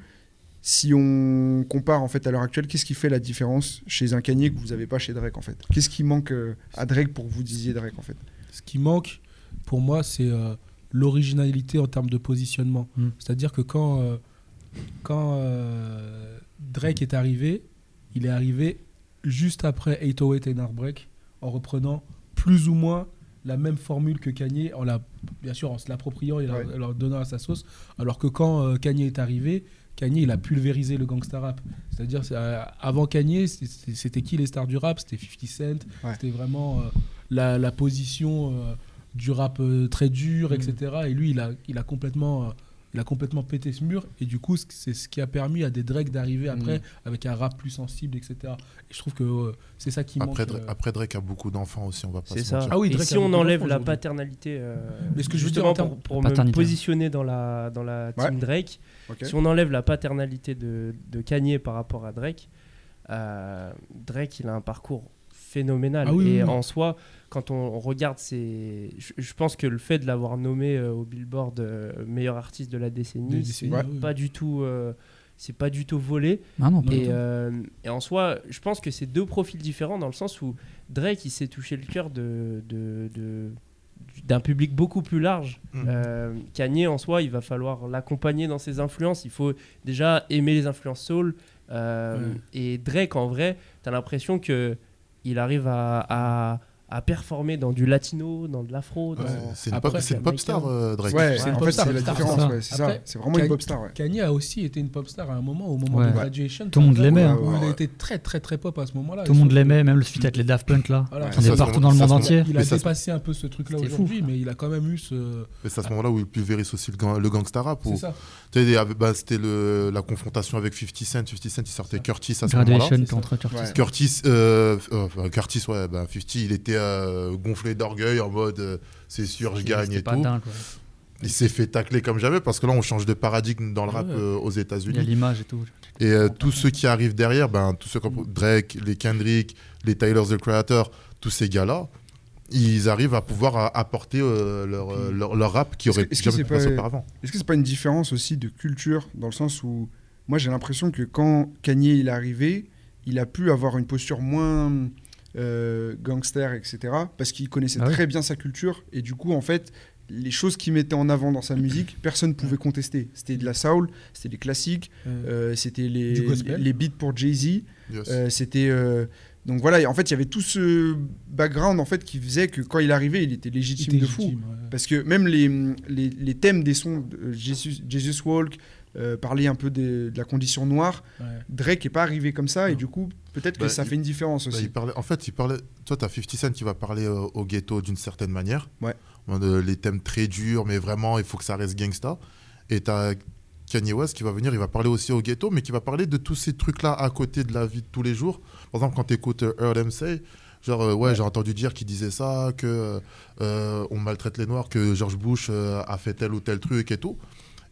A: si on compare en fait à l'heure actuelle, qu'est-ce qui fait la différence chez un Kanye que vous n'avez pas chez Drake en fait Qu'est-ce qui manque euh, à Drake pour que vous disiez Drake en fait
B: Ce qui manque, pour moi, c'est euh, l'originalité en termes de positionnement.
C: Mm.
B: C'est-à-dire que quand, euh, quand euh, Drake est arrivé, il est arrivé juste après 808 et Heartbreak, en reprenant plus ou moins la même formule que Kanye, en la, bien sûr en se l'appropriant et la-
A: Ouais.
B: en leur donnant à sa sauce. Alors que quand euh, Kanye est arrivé, Kanye, il a pulvérisé le gangsta rap. C'est-à-dire, c'est, euh, avant Kanye, c'est- c'est- c'était qui les stars du rap C'était 50 Cent,
A: Ouais.
B: c'était vraiment euh, la, la position euh, du rap euh, très dur,
C: Mm.
B: etc. Et lui, il a, il, a complètement, euh, il a complètement pété ce mur. Et du coup, c- c'est ce qui a permis à des Drake d'arriver
C: Mm.
B: après avec un rap plus sensible, etc. Et je trouve que euh, c'est ça qui
D: Après,
B: manque.
D: Dra-
B: euh.
D: après, Drake a beaucoup d'enfants aussi, on va pas
E: C'est
D: se
E: ça.
D: mentir.
B: Ah oui,
E: et
B: Drake
E: si
B: a
E: on
B: beaucoup
E: enlève
B: d'enfants
E: la
B: aujourd'hui. hein.
E: paternalité, euh,
B: Mais ce que je veux dire
E: justement
B: en termes-
E: pour, pour me
C: Paternité.
E: positionner dans la, dans la team Drake,
A: Ok.
E: si on enlève la paternalité de, de Kanye par rapport à Drake, euh, Drake il a un parcours phénoménal.
B: Ah oui,
E: et
B: oui, oui.
E: en soi, quand on, on regarde ses. Je, je pense que le fait de l'avoir nommé euh, au Billboard euh, meilleur artiste de la
B: Des
E: décennie, c'est
B: décennies,
A: ouais,
B: ah oui.
E: pas du tout. euh, c'est pas du tout volé.
C: Ah non,
B: Non,
E: Et,
B: non.
E: euh, et en soi, je pense que c'est deux profils différents dans le sens où Drake, il s'est touché le cœur de, de- de- d'un public beaucoup plus large.
D: Mhm.
E: Euh, Kanye, en soi, il va falloir l'accompagner dans ses influences. Il faut déjà aimer les influences soul. Euh,
B: Ouais.
E: Et Drake, en vrai, t'as l'impression que il arrive à, à- à performer dans du latino, dans de l'afro.
D: Ouais,
E: dans-
D: C'est une
B: Ah, Après,
D: pop- c'est une
E: c'est
D: pop star,
E: américain.
D: euh, Drake.
A: Ouais,
B: C'est une
A: en
B: pop
A: fait,
B: star,
A: c'est la
B: une star,
A: différence,
B: star.
A: ouais, c'est
B: Après,
A: ça. C'est vraiment une
B: Kanye-
A: pop star, ouais.
B: Kanye a aussi été une pop star à un moment, au moment
C: Ouais.
B: de
C: Ouais.
B: Graduation.
C: Tout le monde
B: par
C: l'aimait,
B: exemple,
A: hein.
B: où Il
A: Ouais.
B: a été très, très, très pop à ce moment-là.
C: Tout le monde l'aimait, même le feat avec les Daft Punk là.
B: Voilà.
A: Ouais.
C: On
D: Ça,
C: est
D: ça,
C: partout
D: ça,
C: dans le
D: ça,
C: monde
D: ça,
C: entier.
B: Il
D: Mais
B: a
D: ça,
B: dépassé un peu ce truc-là
C: C'était fou.
B: aujourd'hui, mais il a quand même eu ce. euh,
D: Mais c'est à ce moment-là où il pulvérise aussi le, gang- le gangsta rap.
B: C'est
D: Ou...
B: ça.
D: Tu sais, il y avait- bah, C'était le- la confrontation avec 50 Cent. 50 Cent, il sortait
B: Ça.
D: Curtis à ce moment-là.
C: Graduation
B: c'est ça.
C: contre Curtis.
A: Ouais.
D: Curtis, euh, euh, enfin, Curtis, ouais, bah, 50, il était euh, gonflé d'orgueil en mode euh, c'est sûr, je
C: C'est-
D: gagne
C: c'était
D: et
C: pas
D: tout.
C: dingue, ouais.
D: Il s'est fait tacler comme jamais parce que là, on change de paradigme dans le rap
B: Ouais.
D: euh, aux
C: Il y a
D: États-Unis.
C: l'image et tout.
D: Et euh, tous ceux qui arrivent derrière, ben, tous ceux
A: Mm.
D: comme Drake, les Kendrick, les Tyler the Creator, tous ces gars-là, ils arrivent à pouvoir euh, apporter euh, leur, euh, leur, leur rap
A: Mm.
D: qui
A: Est-ce
D: aurait
A: que- est-ce que
D: jamais
A: c'est
D: pu passer
A: pas-
D: auparavant.
A: Est-ce que c'est pas une différence aussi de culture dans le sens où moi j'ai l'impression que quand Kanye il est arrivé, il a pu avoir une posture moins euh, gangster, etc. Parce qu'il connaissait
C: Ah oui.
A: très bien sa culture et du coup en fait les choses qu'il mettait en avant dans sa musique, personne ne pouvait contester. C'était de la soul, c'était des classiques, euh, c'était les,
B: Du gospel.
A: les beats pour Jay-Z.
D: Yes.
A: Euh, c'était euh, donc voilà, et en fait, il y avait tout ce background en fait qui faisait que quand il arrivait, il était légitime de fou. Parce que même les, les, les thèmes des sons de Jesus, Jesus Walk, euh, parler un peu de, de la condition noire, Drake est pas arrivé comme ça et
B: Non.
A: du coup, peut-être
D: Bah,
A: que ça
D: il-
A: fait une différence
D: Bah,
A: aussi.
D: il parlait- en fait, il parlait. Toi, t'as 50 Cent qui va parler euh, au ghetto d'une certaine manière.
A: Ouais.
D: En mode, euh, les thèmes très durs, mais vraiment, il faut que ça reste gangsta. Et t'as Kanye West qui va venir, il va parler aussi au ghetto, mais qui va parler de tous ces trucs-là à côté de la vie de tous les jours. Par exemple, quand t'écoutes euh, Earl M. Say, genre, euh, ouais, j'ai entendu dire qu'il disait ça, que euh, on maltraite les Noirs, que George Bush euh, a fait tel ou tel truc et tout.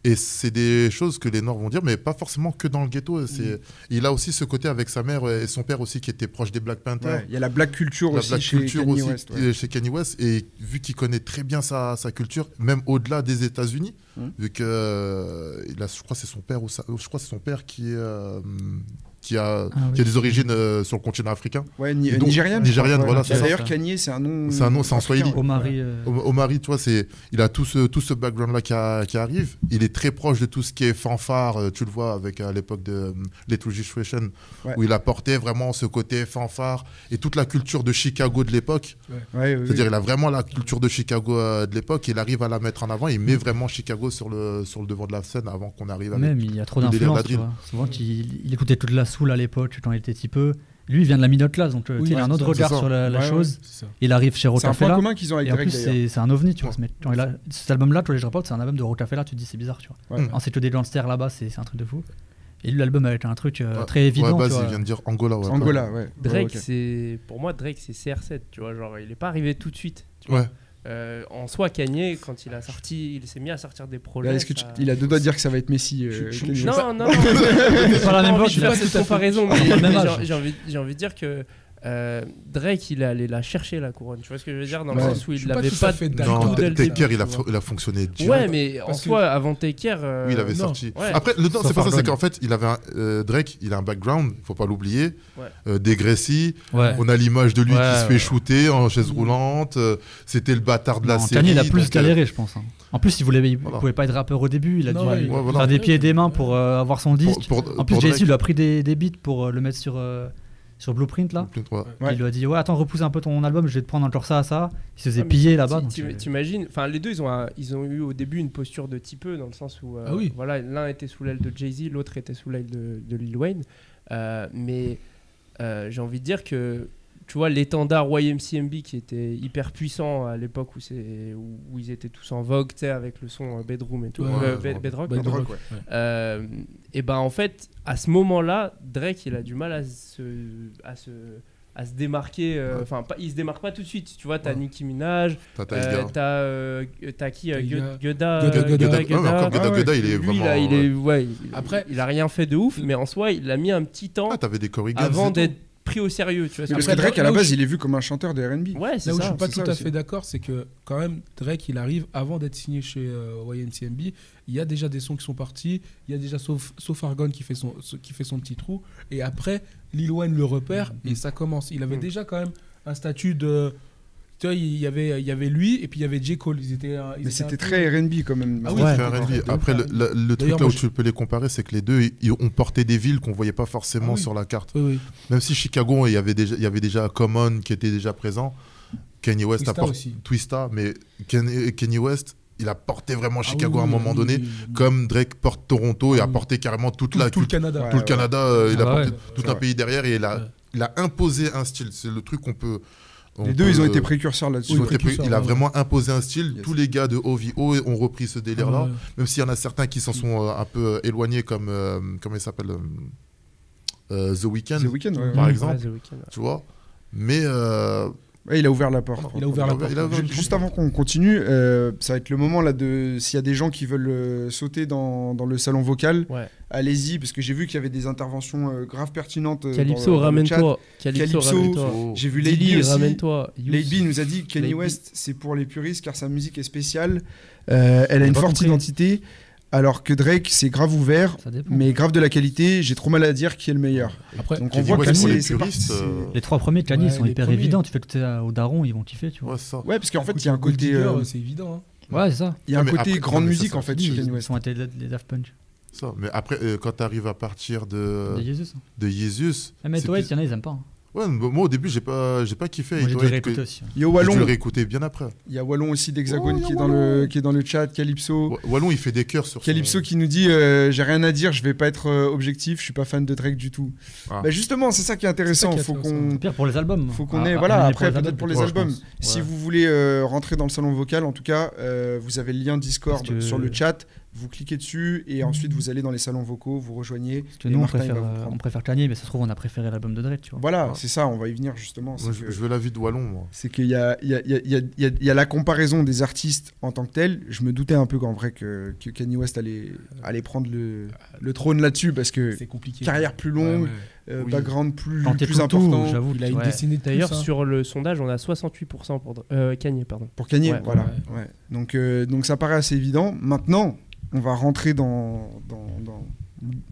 D: Et c'est des choses que les Noirs vont dire, mais pas forcément que dans le ghetto. C'est,
A: Mm.
D: il a aussi ce côté avec sa mère euh, et son père aussi qui était proche des Black
A: Ouais, Il
D: Panthers.
A: y a la black culture
D: La
A: aussi
D: black
A: chez
D: culture
A: Kanye
D: aussi
A: West. ouais.
D: euh, chez Kanye West. Et vu qu'il connaît très bien sa, sa culture, même au-delà des États-Unis,
A: Mhm.
D: vu que euh, il a- je crois que c'est son père ou sa- je crois que c'est son père qui est euh, qui a,
C: Ah
D: qui a
C: oui.
D: des origines euh, sur le continent africain.
A: Ouais, ni-
D: Et donc,
C: Ah
A: nigériane. je
D: nigériane,
A: crois,
D: voilà,
A: Bah,
C: c'est ça.
A: D'ailleurs, Kanye, c'est un nom.
D: C'est un nom, c'est en
A: africain.
D: Swahili.
C: Omari. euh,
D: Om- Omari, tu vois, c'est, il a tout ce, tout ce background-là qui, a- qui arrive. Il est très proche de tout ce qui est fanfare. euh, Tu le vois avec à l'époque de euh, Little Registration,
A: Ouais.
D: où il apportait vraiment ce côté fanfare et toute la culture de Chicago de l'époque.
A: Ouais, oui, oui.
D: C'est-à-dire, il a vraiment la culture de Chicago euh, de l'époque. Il arrive à la mettre en avant. Il met vraiment Chicago sur le, sur le devant de la scène avant qu'on arrive à
C: Même, il y a trop
D: le délire
C: d'influence.
D: de la
C: tu vois. Souvent, il, il écoutait toute la soul à l'époque quand il était petit peu. Lui, il vient de la middle class, donc euh,
B: Oui,
C: tu sais, il a
B: ouais,
C: un
B: c'est
C: autre
D: ça,
C: regard
D: c'est ça.
C: sur la, la
A: Ouais, ouais.
C: chose.
B: C'est ça.
C: Il arrive chez
A: C'est un point
C: Rocafella.
A: commun qu'ils ont avec
C: Et en
A: Drake
C: plus,
A: d'ailleurs.
C: c'est c'est un ovni, tu vois.
D: Ouais.
C: ce mec. Quand il a- cet album-là, tu vois, les rapports, c'est un album de Rocafella, tu te dis c'est bizarre, tu vois.
A: Ouais.
C: Alors, c'est que des gangsters là-bas, c'est c'est un truc de fou. Et lui, l'album avec un truc euh,
D: Ouais.
C: très évident.
D: Ouais,
C: tu
D: base,
C: vois.
D: il vient de dire Angola. ouais,
A: Angola, ouais. Ouais,
E: Drake,
A: Ah, ok.
E: c'est pour moi Drake c'est CR7, tu vois, genre il est pas arrivé tout de suite. tu
D: Ouais.
E: vois. Euh, en soi, Kanye quand il a sorti, il s'est mis à sortir des projets.
A: Là, Bah, est-ce que tu-
E: ça-
A: il a deux doigts de dire que ça va être Messi euh,
B: Je- je-
A: Kanye
B: je-
A: West.
E: Non, non, non. J'ai
C: Pas la même
E: envie
C: voix,
E: de
C: tu
E: faire
B: l'as
E: cette
B: tout à fait.
C: Ils
E: comparaison,
C: ont
E: mais
C: le même
E: mais
C: âge.
E: j'ai- j'ai envie, j'ai envie de dire que euh, Drake, il est allé la chercher la couronne. Tu vois ce que je veux dire dans le
A: Ouais.
E: sens où
B: Je
E: il
B: suis pas
E: l'avait
B: tout à
E: pas.
B: fait
E: tout
D: Voilà. Non,
B: d'accord.
E: dès le
D: Take
E: début,
D: Care, il a,
E: tu vois.
D: il a fonctionné direct.
E: Ouais, mais en
B: Parce que-
E: soi, avant Take Care, euh,
D: Oui, il avait
B: non.
D: sorti.
E: Ouais.
D: Après, le, non,
C: Sauf
D: c'est pas ça, c'est
C: Argonne.
D: qu'en fait, il avait un- euh, Drake, il a un background, faut pas l'oublier,
E: Ouais.
D: euh, dégressif.
C: Ouais.
D: On a l'image de lui
C: Ouais,
D: qui se
C: ouais.
D: fait shooter en
E: Mmh.
D: chaise roulante. euh, C'était le bâtard de la
C: Non,
D: série.
C: Kanye, il a plus
D: donc, euh,
C: galéré, je pense. hein. En plus, il voulait, il
D: Voilà.
C: pouvait pas être rappeur au début. Il a
B: Non,
C: dû
B: ouais,
C: faire
B: il a-
D: Ouais, voilà.
C: des pieds et des mains pour euh, avoir son
D: pour-
C: disque.
D: pour-
C: en
D: pour
C: plus, Jay-Z
D: Drake.
C: lui a pris des, des beats pour euh, le mettre sur, euh, sur Blueprint là.
D: Ouais.
A: Ouais.
C: Il lui a dit ouais attends repousse un peu ton album je vais te prendre encore ça ça il se faisait
E: Ah, mais
C: piller là-bas
E: Ti-
C: donc,
E: ti-
C: euh,
E: T'imagines Enfin, les deux, ils ont, un- ils ont eu au début une posture de typeux dans le sens où euh,
B: Ah oui.
E: voilà, l'un était sous l'aile de Jay-Z, l'autre était sous l'aile de, de Lil Wayne. Euh, mais euh, j'ai envie de dire que tu vois l'étendard YMCMB qui était hyper puissant à l'époque où, c'est- où, où ils étaient tous en vogue, tu sais, avec le son euh, Bedroom et tout,
B: Ouais,
E: Euh,
D: ouais,
E: Bed- Bedrock.
B: Bah,
E: pardon.
B: Rock, ouais.
E: Euh, et ben en fait, à ce moment-là, Drake, il a du mal à se, à se, à se démarquer. euh, Enfin, pas- il se démarque pas tout de suite. Tu vois, t'as
D: Ouais.
E: Nicki Minaj,
D: T'as Tyga.
E: euh, t'as euh, t'as qui euh,
B: Tyga.
E: Gu- Guetta,
B: Guetta,
E: euh,
B: Guetta.
E: Guetta,
D: Ouais, mais encore
E: Guetta.
D: Guetta,
A: Ah ouais.
D: Guetta, il est
E: Lui,
D: vraiment. euh,
E: là, il est, ouais, il-
B: Après-
E: il a rien fait de ouf, mais en soi, il a mis un petit temps
D: Ah, t'avais des Corrigan.
E: avant d'être pris au sérieux. Tu vois,
A: Mais parce
E: ce
A: que
B: Après,
A: Drake, à
B: là
A: la
B: où
A: base,
B: je-
A: il est vu comme un chanteur de RB.
E: je- Ouais, c'est
B: Là où je
E: ça.
B: suis pas
A: c'est
B: tout
A: ça
B: à
A: aussi.
B: fait d'accord, c'est que quand même Drake, il arrive avant d'être signé chez euh, YNCMB. Il y a déjà des sons qui sont partis. Il y a déjà sauf, sauf Argonne qui fait son ce- qui fait son petit trou. Et après, Lil Wayne le repère et ça commence. Il avait
E: Mhm.
B: déjà quand même un statut de tu vois, il y avait il y avait lui et puis il y avait J Cole. Ils étaient euh,
A: Mais
B: ils étaient un
A: c'était
B: peu-
A: très RB quand même.
B: Ah
D: C'est
B: oui,
D: très
B: ouais.
D: R&B.
B: Ouais.
D: Après, le, le- le truc
B: D'ailleurs,
D: là
B: moi,
D: où
B: je-
D: tu peux les comparer, c'est que les deux, ils, ils ont porté des villes qu'on voyait pas forcément
B: Ah oui.
D: sur la carte.
B: Oui, oui.
D: Même si Chicago, il y avait déjà, il y avait déjà Common qui était déjà présent. Kanye West
B: Twista
D: a porté
B: aussi.
D: Twista, mais Kanye, Kanye West, il a porté vraiment Chicago
B: Ah oui,
D: à un
B: oui,
D: moment
B: oui,
D: donné,
B: oui, oui.
D: comme Drake porte Toronto et
B: Ah
D: a
B: oui.
D: porté carrément toute
B: tout,
D: la
B: tout le
D: culture-
B: Canada.
A: Ouais.
D: tout le Canada, euh, il
C: Ah
D: a
C: bah
D: porté
C: ouais.
D: tout
A: C'est
D: un
A: vrai.
D: pays derrière et il a,
B: Ouais.
D: il a imposé un style. C'est le truc qu'on peut. on
A: Les deux, ils ont
D: peut-
A: été précurseurs
D: ils
A: là-dessus.
D: ont
B: Oui,
D: été pré-
B: précurseurs,
D: il a
B: ouais.
D: vraiment imposé un style.
A: Yes.
D: Tous les gars de OVO ont repris ce
B: Ah,
D: délire-là.
B: ouais.
D: Même s'il y en a certains qui s'en
A: Mm.
D: sont euh, un peu euh, éloignés, comme euh, comment il s'appelle euh, euh, The Weeknd,
A: The Weeknd, ouais,
D: par
A: ouais.
D: exemple.
E: Ouais, The Weeknd, ouais.
D: tu vois. Mais euh,
A: Ouais, il a ouvert la porte.
B: Il a ouvert la porte.
D: il a ouvert-
A: Ju- Juste avant qu'on continue, euh, ça va être le moment là de s'il y a des gens qui veulent euh, sauter dans, dans le salon vocal,
E: Ouais.
A: allez-y parce que j'ai vu qu'il y avait des interventions euh, graves pertinentes. euh, dans le- dans
E: Calypso,
A: le chat.
E: ramène-toi. Calypso,
A: Calypso,
E: ramène-toi.
A: J'ai vu Lady
E: Lily,
A: aussi.
E: ramène-toi. Youssou.
A: Lady nous a dit Kanye
E: Lady.
A: West, c'est pour les puristes car sa musique est spéciale. Euh, elle a une
C: pas
A: forte
C: compris.
A: identité, alors que Drake, c'est grave ouvert,
C: ça dépend.
A: mais grave de la qualité. J'ai trop mal à dire qui est le meilleur.
B: Après,
A: Donc on
D: Kanye
A: voit
D: West,
A: que
D: pour
A: c'est
D: les
A: c'est parti.
D: puristes,
A: c'est-
D: euh,
C: les trois premiers Kanye
B: Ouais,
C: sont
B: les
C: hyper
B: premiers.
C: évidents tu fais écouter à- aux darons ils vont kiffer tu vois
D: ouais, ça.
A: Ouais, parce qu'en fait, il y a un
B: Gold
A: côté,
B: Digger,
A: euh,
B: c'est évident. hein.
C: ouais, c'est ça
A: il y a un
D: Ouais, mais
A: côté
D: après-
A: grande
D: euh, non, mais ça,
A: musique
D: ça
A: en fait
C: Ils-
A: chez Kanye
C: ils
A: West.
C: sont été les les Daft Punk
D: ça. Mais après, euh, quand tu arrives à partir
A: euh,
C: des
D: de,
C: Jesus
D: de Jesus.
C: Ah, mais
D: c'est
C: toi
D: plus-
C: il y en a ils aiment pas hein.
D: Ouais, mais moi au début, j'ai pas, j'ai pas kiffé.
C: moi
D: Et
C: j'ai
D: toi,
C: dû
D: j'ai-
C: réécouter aussi hein.
A: Il y a
D: j'ai dû le
A: Wallon,
D: réécouter bien après.
A: il y a Wallon aussi d'Hexagone
D: Oh,
A: qui
D: il
A: est
D: y a
A: dans le qui est dans le chat. Calypso,
D: Wa- Wallon, il fait des cœurs sur son-
A: Calypso qui nous dit euh, j'ai rien à dire, je vais pas être euh, objectif, je suis pas fan de Drake du tout.
D: Ah.
A: Bah justement, c'est ça qui est intéressant.
B: C'est ça qui est
A: faut
B: intéressant.
A: qu'on
C: pire pour les albums
A: faut qu'on
C: Ah,
A: ait
C: ah,
A: voilà
C: mais
A: après peut-être pour les
D: ouais,
C: plutôt, je
A: albums.
C: pense.
A: Si
C: Ouais.
A: vous voulez euh, rentrer dans le salon vocal, en tout cas, euh, vous avez le lien Discord
C: Parce que-
A: sur le chat. Vous cliquez dessus et ensuite vous allez dans les salons vocaux, vous rejoignez.
C: Parce que
A: et
C: nous on
A: Martin, il
C: préfère
A: va vous
C: euh,
A: prendre.
C: on préfère Kanye mais ça se trouve on a préféré l'album de Drake tu vois
A: Voilà,
D: Ouais.
A: c'est ça. On va y venir justement.
D: Moi,
A: c'est
D: je,
A: que-
D: je veux la vie de Wallon, moi.
A: c'est qu'il y a, il y, a, il y a- il y a- il y a- il y a la comparaison des artistes en tant que tels. Je me doutais un peu qu'en vrai que, que Kanye West allait, allait prendre le, le trône là-dessus parce que
B: C'est compliqué.
A: carrière plus
B: Ouais,
A: longue,
B: ouais.
A: euh,
D: Oui.
A: background plus,
C: quand t'es
A: plus
C: tout le tout
A: important
C: j'avoue
B: Il a
C: tu-
B: une
C: ouais.
B: décennie de plus,
E: D'ailleurs,
B: hein.
E: sur le sondage, on a 68% pour Dr- euh, Kanye, pardon.
A: pour Kanye.
E: Ouais,
A: voilà.
B: ouais.
A: Ouais. Donc, euh, donc ça paraît assez évident. Maintenant, on va rentrer dans, dans, dans-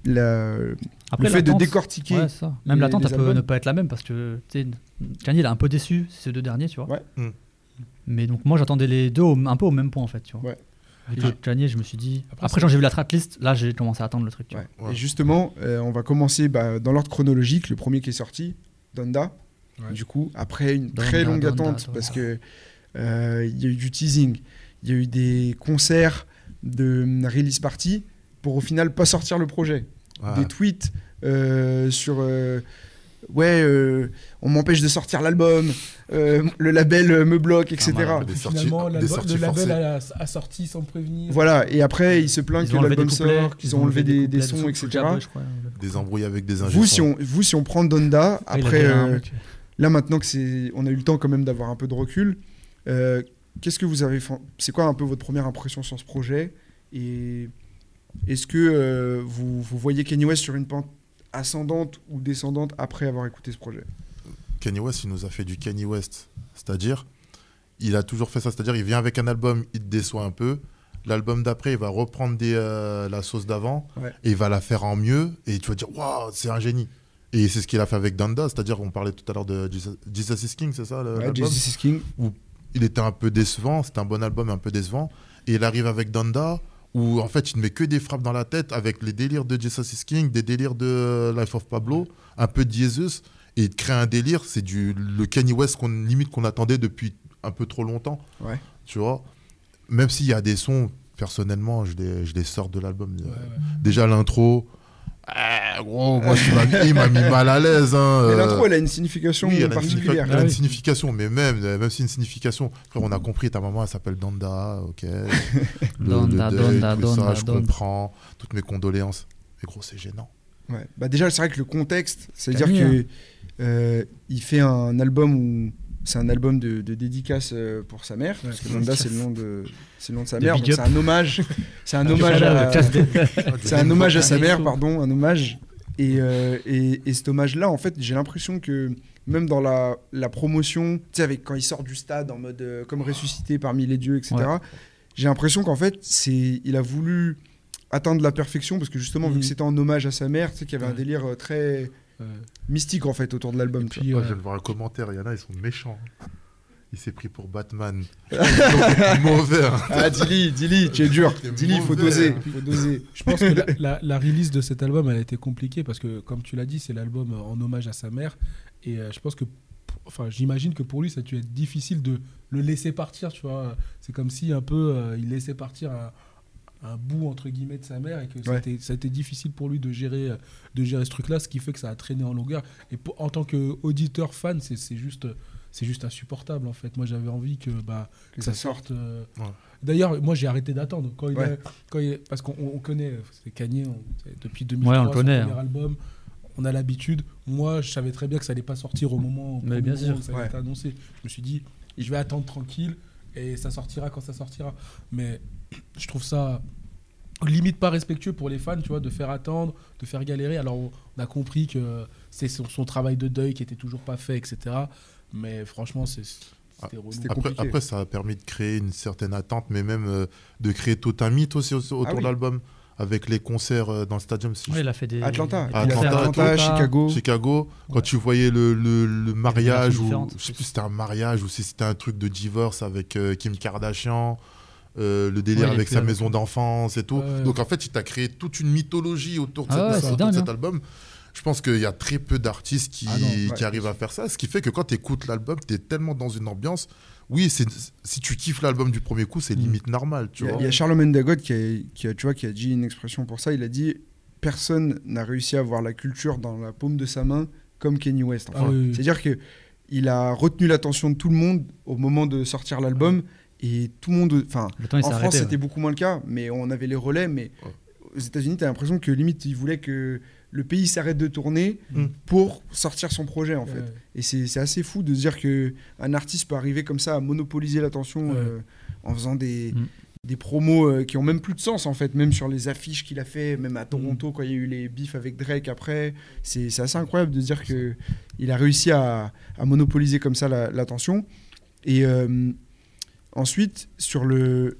A: la- le
C: Après,
A: fait de
C: l'attente-
A: décortiquer.
C: ouais, ça. Même
A: les-
C: l'attente,
A: les
C: elle peut
A: albums.
C: ne pas être la même parce que tu sais, Kanye, il a un peu déçu ces deux derniers, tu vois.
A: Ouais.
D: Mm.
C: Mais donc, moi, j'attendais les deux au- un peu au même point, en fait, tu vois.
A: Ouais.
C: Vu que Kanye, je me suis dit.
B: Après,
C: Après, quand j'ai vu la tracklist, là, j'ai commencé à attendre le truc, tu
A: Ouais.
C: vois.
D: Ouais.
A: Et justement, euh, on va commencer bah, dans l'ordre chronologique. Le premier qui est sorti, Donda.
B: Ouais.
A: Du coup, après une
C: Donda,
A: très longue
C: Donda,
A: attente,
C: Donda.
A: parce que euh, il y a eu du teasing, il y a eu des concerts de hum, release party pour au final pas sortir le projet.
D: Ouais.
A: Des tweets euh, sur euh, ouais, euh, on m'empêche de sortir l'album, euh, le label euh, me bloque, etc.
C: malade.
D: Des
B: Puis
D: sorties-
B: finalement, la-
D: des
B: le
D: sorties
B: label
D: forcées.
B: a, a sorti sans prévenir.
A: Voilà, et après, ils se plaignent
C: Ils
A: que
C: ont enlevé des
A: l'album
C: couplets,
A: sort, qu'ils
C: ils
A: ont enlevé des, des
C: couplets de
A: sons,
C: Soulja
A: etc.
C: Boy, je crois.
D: Des embrouilles avec des ingénieurs.
A: Vous si, on, vous, si on prend Donda,
C: Ah, il a
A: après,
C: fait un
A: euh,
C: mec.
A: là maintenant que c'est, on a eu le temps quand même d'avoir un peu de recul, euh, qu'est-ce que vous avez, fa- c'est quoi un peu votre première impression sur ce projet et est-ce que euh, vous, vous voyez Kanye West sur une pente ascendante ou descendante après avoir écouté ce projet
D: Kanye West, il nous a fait du Kanye West. C'est-à-dire, il a toujours fait ça. C'est-à-dire, il vient avec un album, il te déçoit un peu. L'album d'après, il va reprendre des, euh, la sauce d'avant
A: Ouais.
D: et il va la faire en mieux. Et tu vas dire, waouh, c'est un génie. Et c'est ce qu'il a fait avec Danda. C'est-à-dire, on parlait tout à l'heure de Jesus, Jesus is King, c'est ça le-
A: Ouais,
D: Euh, l'album
A: Jesus is King.
D: il était un peu décevant, c'était un bon album un peu décevant. Et il arrive avec Donda, où en fait il ne met que des frappes dans la tête avec les délires de Jesus is King, des délires de Life of Pablo, un peu de Jesus, et il crée un délire, c'est du le Kanye West qu'on limite qu'on attendait depuis un peu trop longtemps.
A: Ouais.
D: Tu vois Même s'il y a des sons, personnellement, je les, je les sors de l'album.
B: Ouais, ouais.
D: Déjà l'intro. ah, gros, moi, tu m'as mis- il m'a mis mal à l'aise. hein,
A: Mais
D: euh.
A: l'intro, elle a une signification
D: Oui, elle a, une, signifi-
A: particulière.
D: elle a une
C: Ah oui.
D: signification, mais même, euh, même si une signification. Frère, on a compris, ta maman, elle s'appelle Danda, ok. Le- le
C: Donda,
D: deuil,
C: Donda,
D: tout
C: Donda,
D: ça, je
C: Donda.
D: comprends. Toutes mes condoléances. Mais gros, c'est gênant.
A: Ouais. Bah déjà, c'est vrai que le contexte, c'est-à-dire
C: Kanye,
A: que euh, il fait un album où c'est un album de, de dédicace euh, pour sa mère, parce que Donda, c'est le nom de, c'est le nom de sa
C: De
A: mère.
C: big
A: donc C'est
C: up.
A: un hommage, c'est un
C: Ah,
A: hommage
C: le
A: à,
C: casse des-
A: c'est un hommage à sa
C: Ah,
A: mère,
C: chaud.
A: pardon, un hommage. Et, euh, et, et cet hommage-là, en fait, j'ai l'impression que même dans la, la promotion, tu sais, avec quand il sort du stade en mode euh, comme ressuscité parmi les dieux, etc.
C: Ouais.
A: J'ai l'impression qu'en fait, c'est, il a voulu atteindre la perfection parce que justement, vu
B: Mhm.
A: que c'était en hommage à sa mère, tu sais, qu'il y avait un
B: Ouais.
A: délire euh, très
B: Euh,
A: mystique en fait autour de l'album. tu vois.
B: puis,
D: Moi,
B: euh,
D: je viens de voir un commentaire, il y en a, ils sont méchants. Il s'est pris pour Batman. Ils sont mauvais. hein.
A: Ah, Dilly, Dilly, tu es dur.
D: T'es
A: Dilly, faut
D: mauvais. hein.
A: doser, faut doser.
B: je pense que la, la- la release de cet album, elle a été compliquée parce que, comme tu l'as dit, c'est l'album euh, en hommage à sa mère. Et euh, je pense que, p- enfin, j'imagine que pour lui, ça a dû être difficile de le laisser partir, tu vois. C'est comme si un peu euh, il laissait partir un, un bout, entre guillemets, de sa mère et que
A: Ouais.
B: c'était- ça a été difficile pour lui de gérer, euh, de gérer ce truc-là, ce qui fait que ça a traîné en longueur. Et pour- en tant qu'auditeur fan, c'est c'est juste. C'est juste insupportable en fait. Moi j'avais envie que bah, que ça sorte. euh,
D: Ouais.
B: D'ailleurs, moi j'ai arrêté d'attendre quand il
A: Ouais.
B: a- quand il est- parce qu'on on- on connaît, euh, c'est Kanye on- c'est depuis 2003,
C: Ouais, on le
B: son
C: connaît,
B: premier
C: hein.
B: album, on a l'habitude. Moi, je savais très bien que ça allait pas sortir au moment, au
C: Mais
B: premier
C: bien
B: moment
C: sûr.
B: où ça allait
A: Ouais.
B: être annoncé. Je me suis dit, je vais attendre tranquille et ça sortira quand ça sortira. Mais je trouve ça limite pas respectueux pour les fans, tu vois, de faire attendre, de faire galérer. Alors on on a compris que c'est son, son travail de deuil qui était toujours pas fait, etc. Mais franchement, c'est c'était relou.
A: Ah, c'était
D: Après,
A: compliqué.
D: après, ça a permis de créer une certaine attente, mais même euh, de créer tout un mythe aussi, aussi autour
A: Ah oui.
D: de l'album, avec les concerts euh, dans le stadium. Si
C: Ouais,
D: je
C: il a fait des.
A: Atlanta,
C: des
A: il a fait
C: concerts à
A: Atlanta, Chicago.
D: Chicago, quand tu voyais le, le- le mariage,
C: versions
D: ou
C: différentes,
D: je sais
C: plus.
D: plus si c'était un mariage ou si c'était un truc de divorce avec euh, Kim Kardashian, euh, le
C: Ouais,
D: délire
C: il est
D: avec
C: plus
D: sa
C: avec
D: maison d'enfance et tout.
B: Ouais.
D: Donc en fait, il t'a créé toute une mythologie autour de,
C: Ah
D: cette-
C: ouais,
D: autour
C: c'est
D: de
C: dingue,
D: cet
C: hein.
D: album. Je pense qu'il y a très peu d'artistes qui,
B: Ah non, ouais.
D: qui arrivent à faire ça, ce qui fait que quand tu écoutes l'album, tu es tellement dans une ambiance. Oui, c'est- si tu kiffes l'album du premier coup, c'est
C: Mm.
D: limite normal, tu
A: Il y, a-
D: vois.
A: il y a Charlemagne Dagod qui a, qui, a, tu vois, qui a dit une expression pour ça. Il a dit Personne n'a réussi à avoir la culture dans la paume de sa main comme Kenny West. Enfin,
B: Ah oui, oui.
A: C'est-à-dire que il a retenu l'attention de tout le monde au moment de sortir l'album. Et tout le monde. Enfin,
C: Le temps, il
A: en
C: s'est
A: France,
C: arrêté. ouais.
A: c'était beaucoup moins le cas, mais on avait les relais. Mais
D: Ouais.
A: aux États-Unis, tu as l'impression que limite, il voulait que le pays s'arrête de tourner
D: Mm.
A: pour sortir son projet, en fait.
B: Ouais.
A: Et c'est c'est assez fou de se dire qu'un artiste peut arriver comme ça à monopoliser l'attention
B: Ouais.
A: euh, en faisant des,
C: Mm.
A: des promos euh, qui ont même plus de sens en fait, même sur les affiches qu'il a fait, même à Toronto quand il y a eu les bifs avec Drake après. C'est c'est assez incroyable de se dire qu'il a réussi à, à monopoliser comme ça la- l'attention. Et euh, ensuite, sur le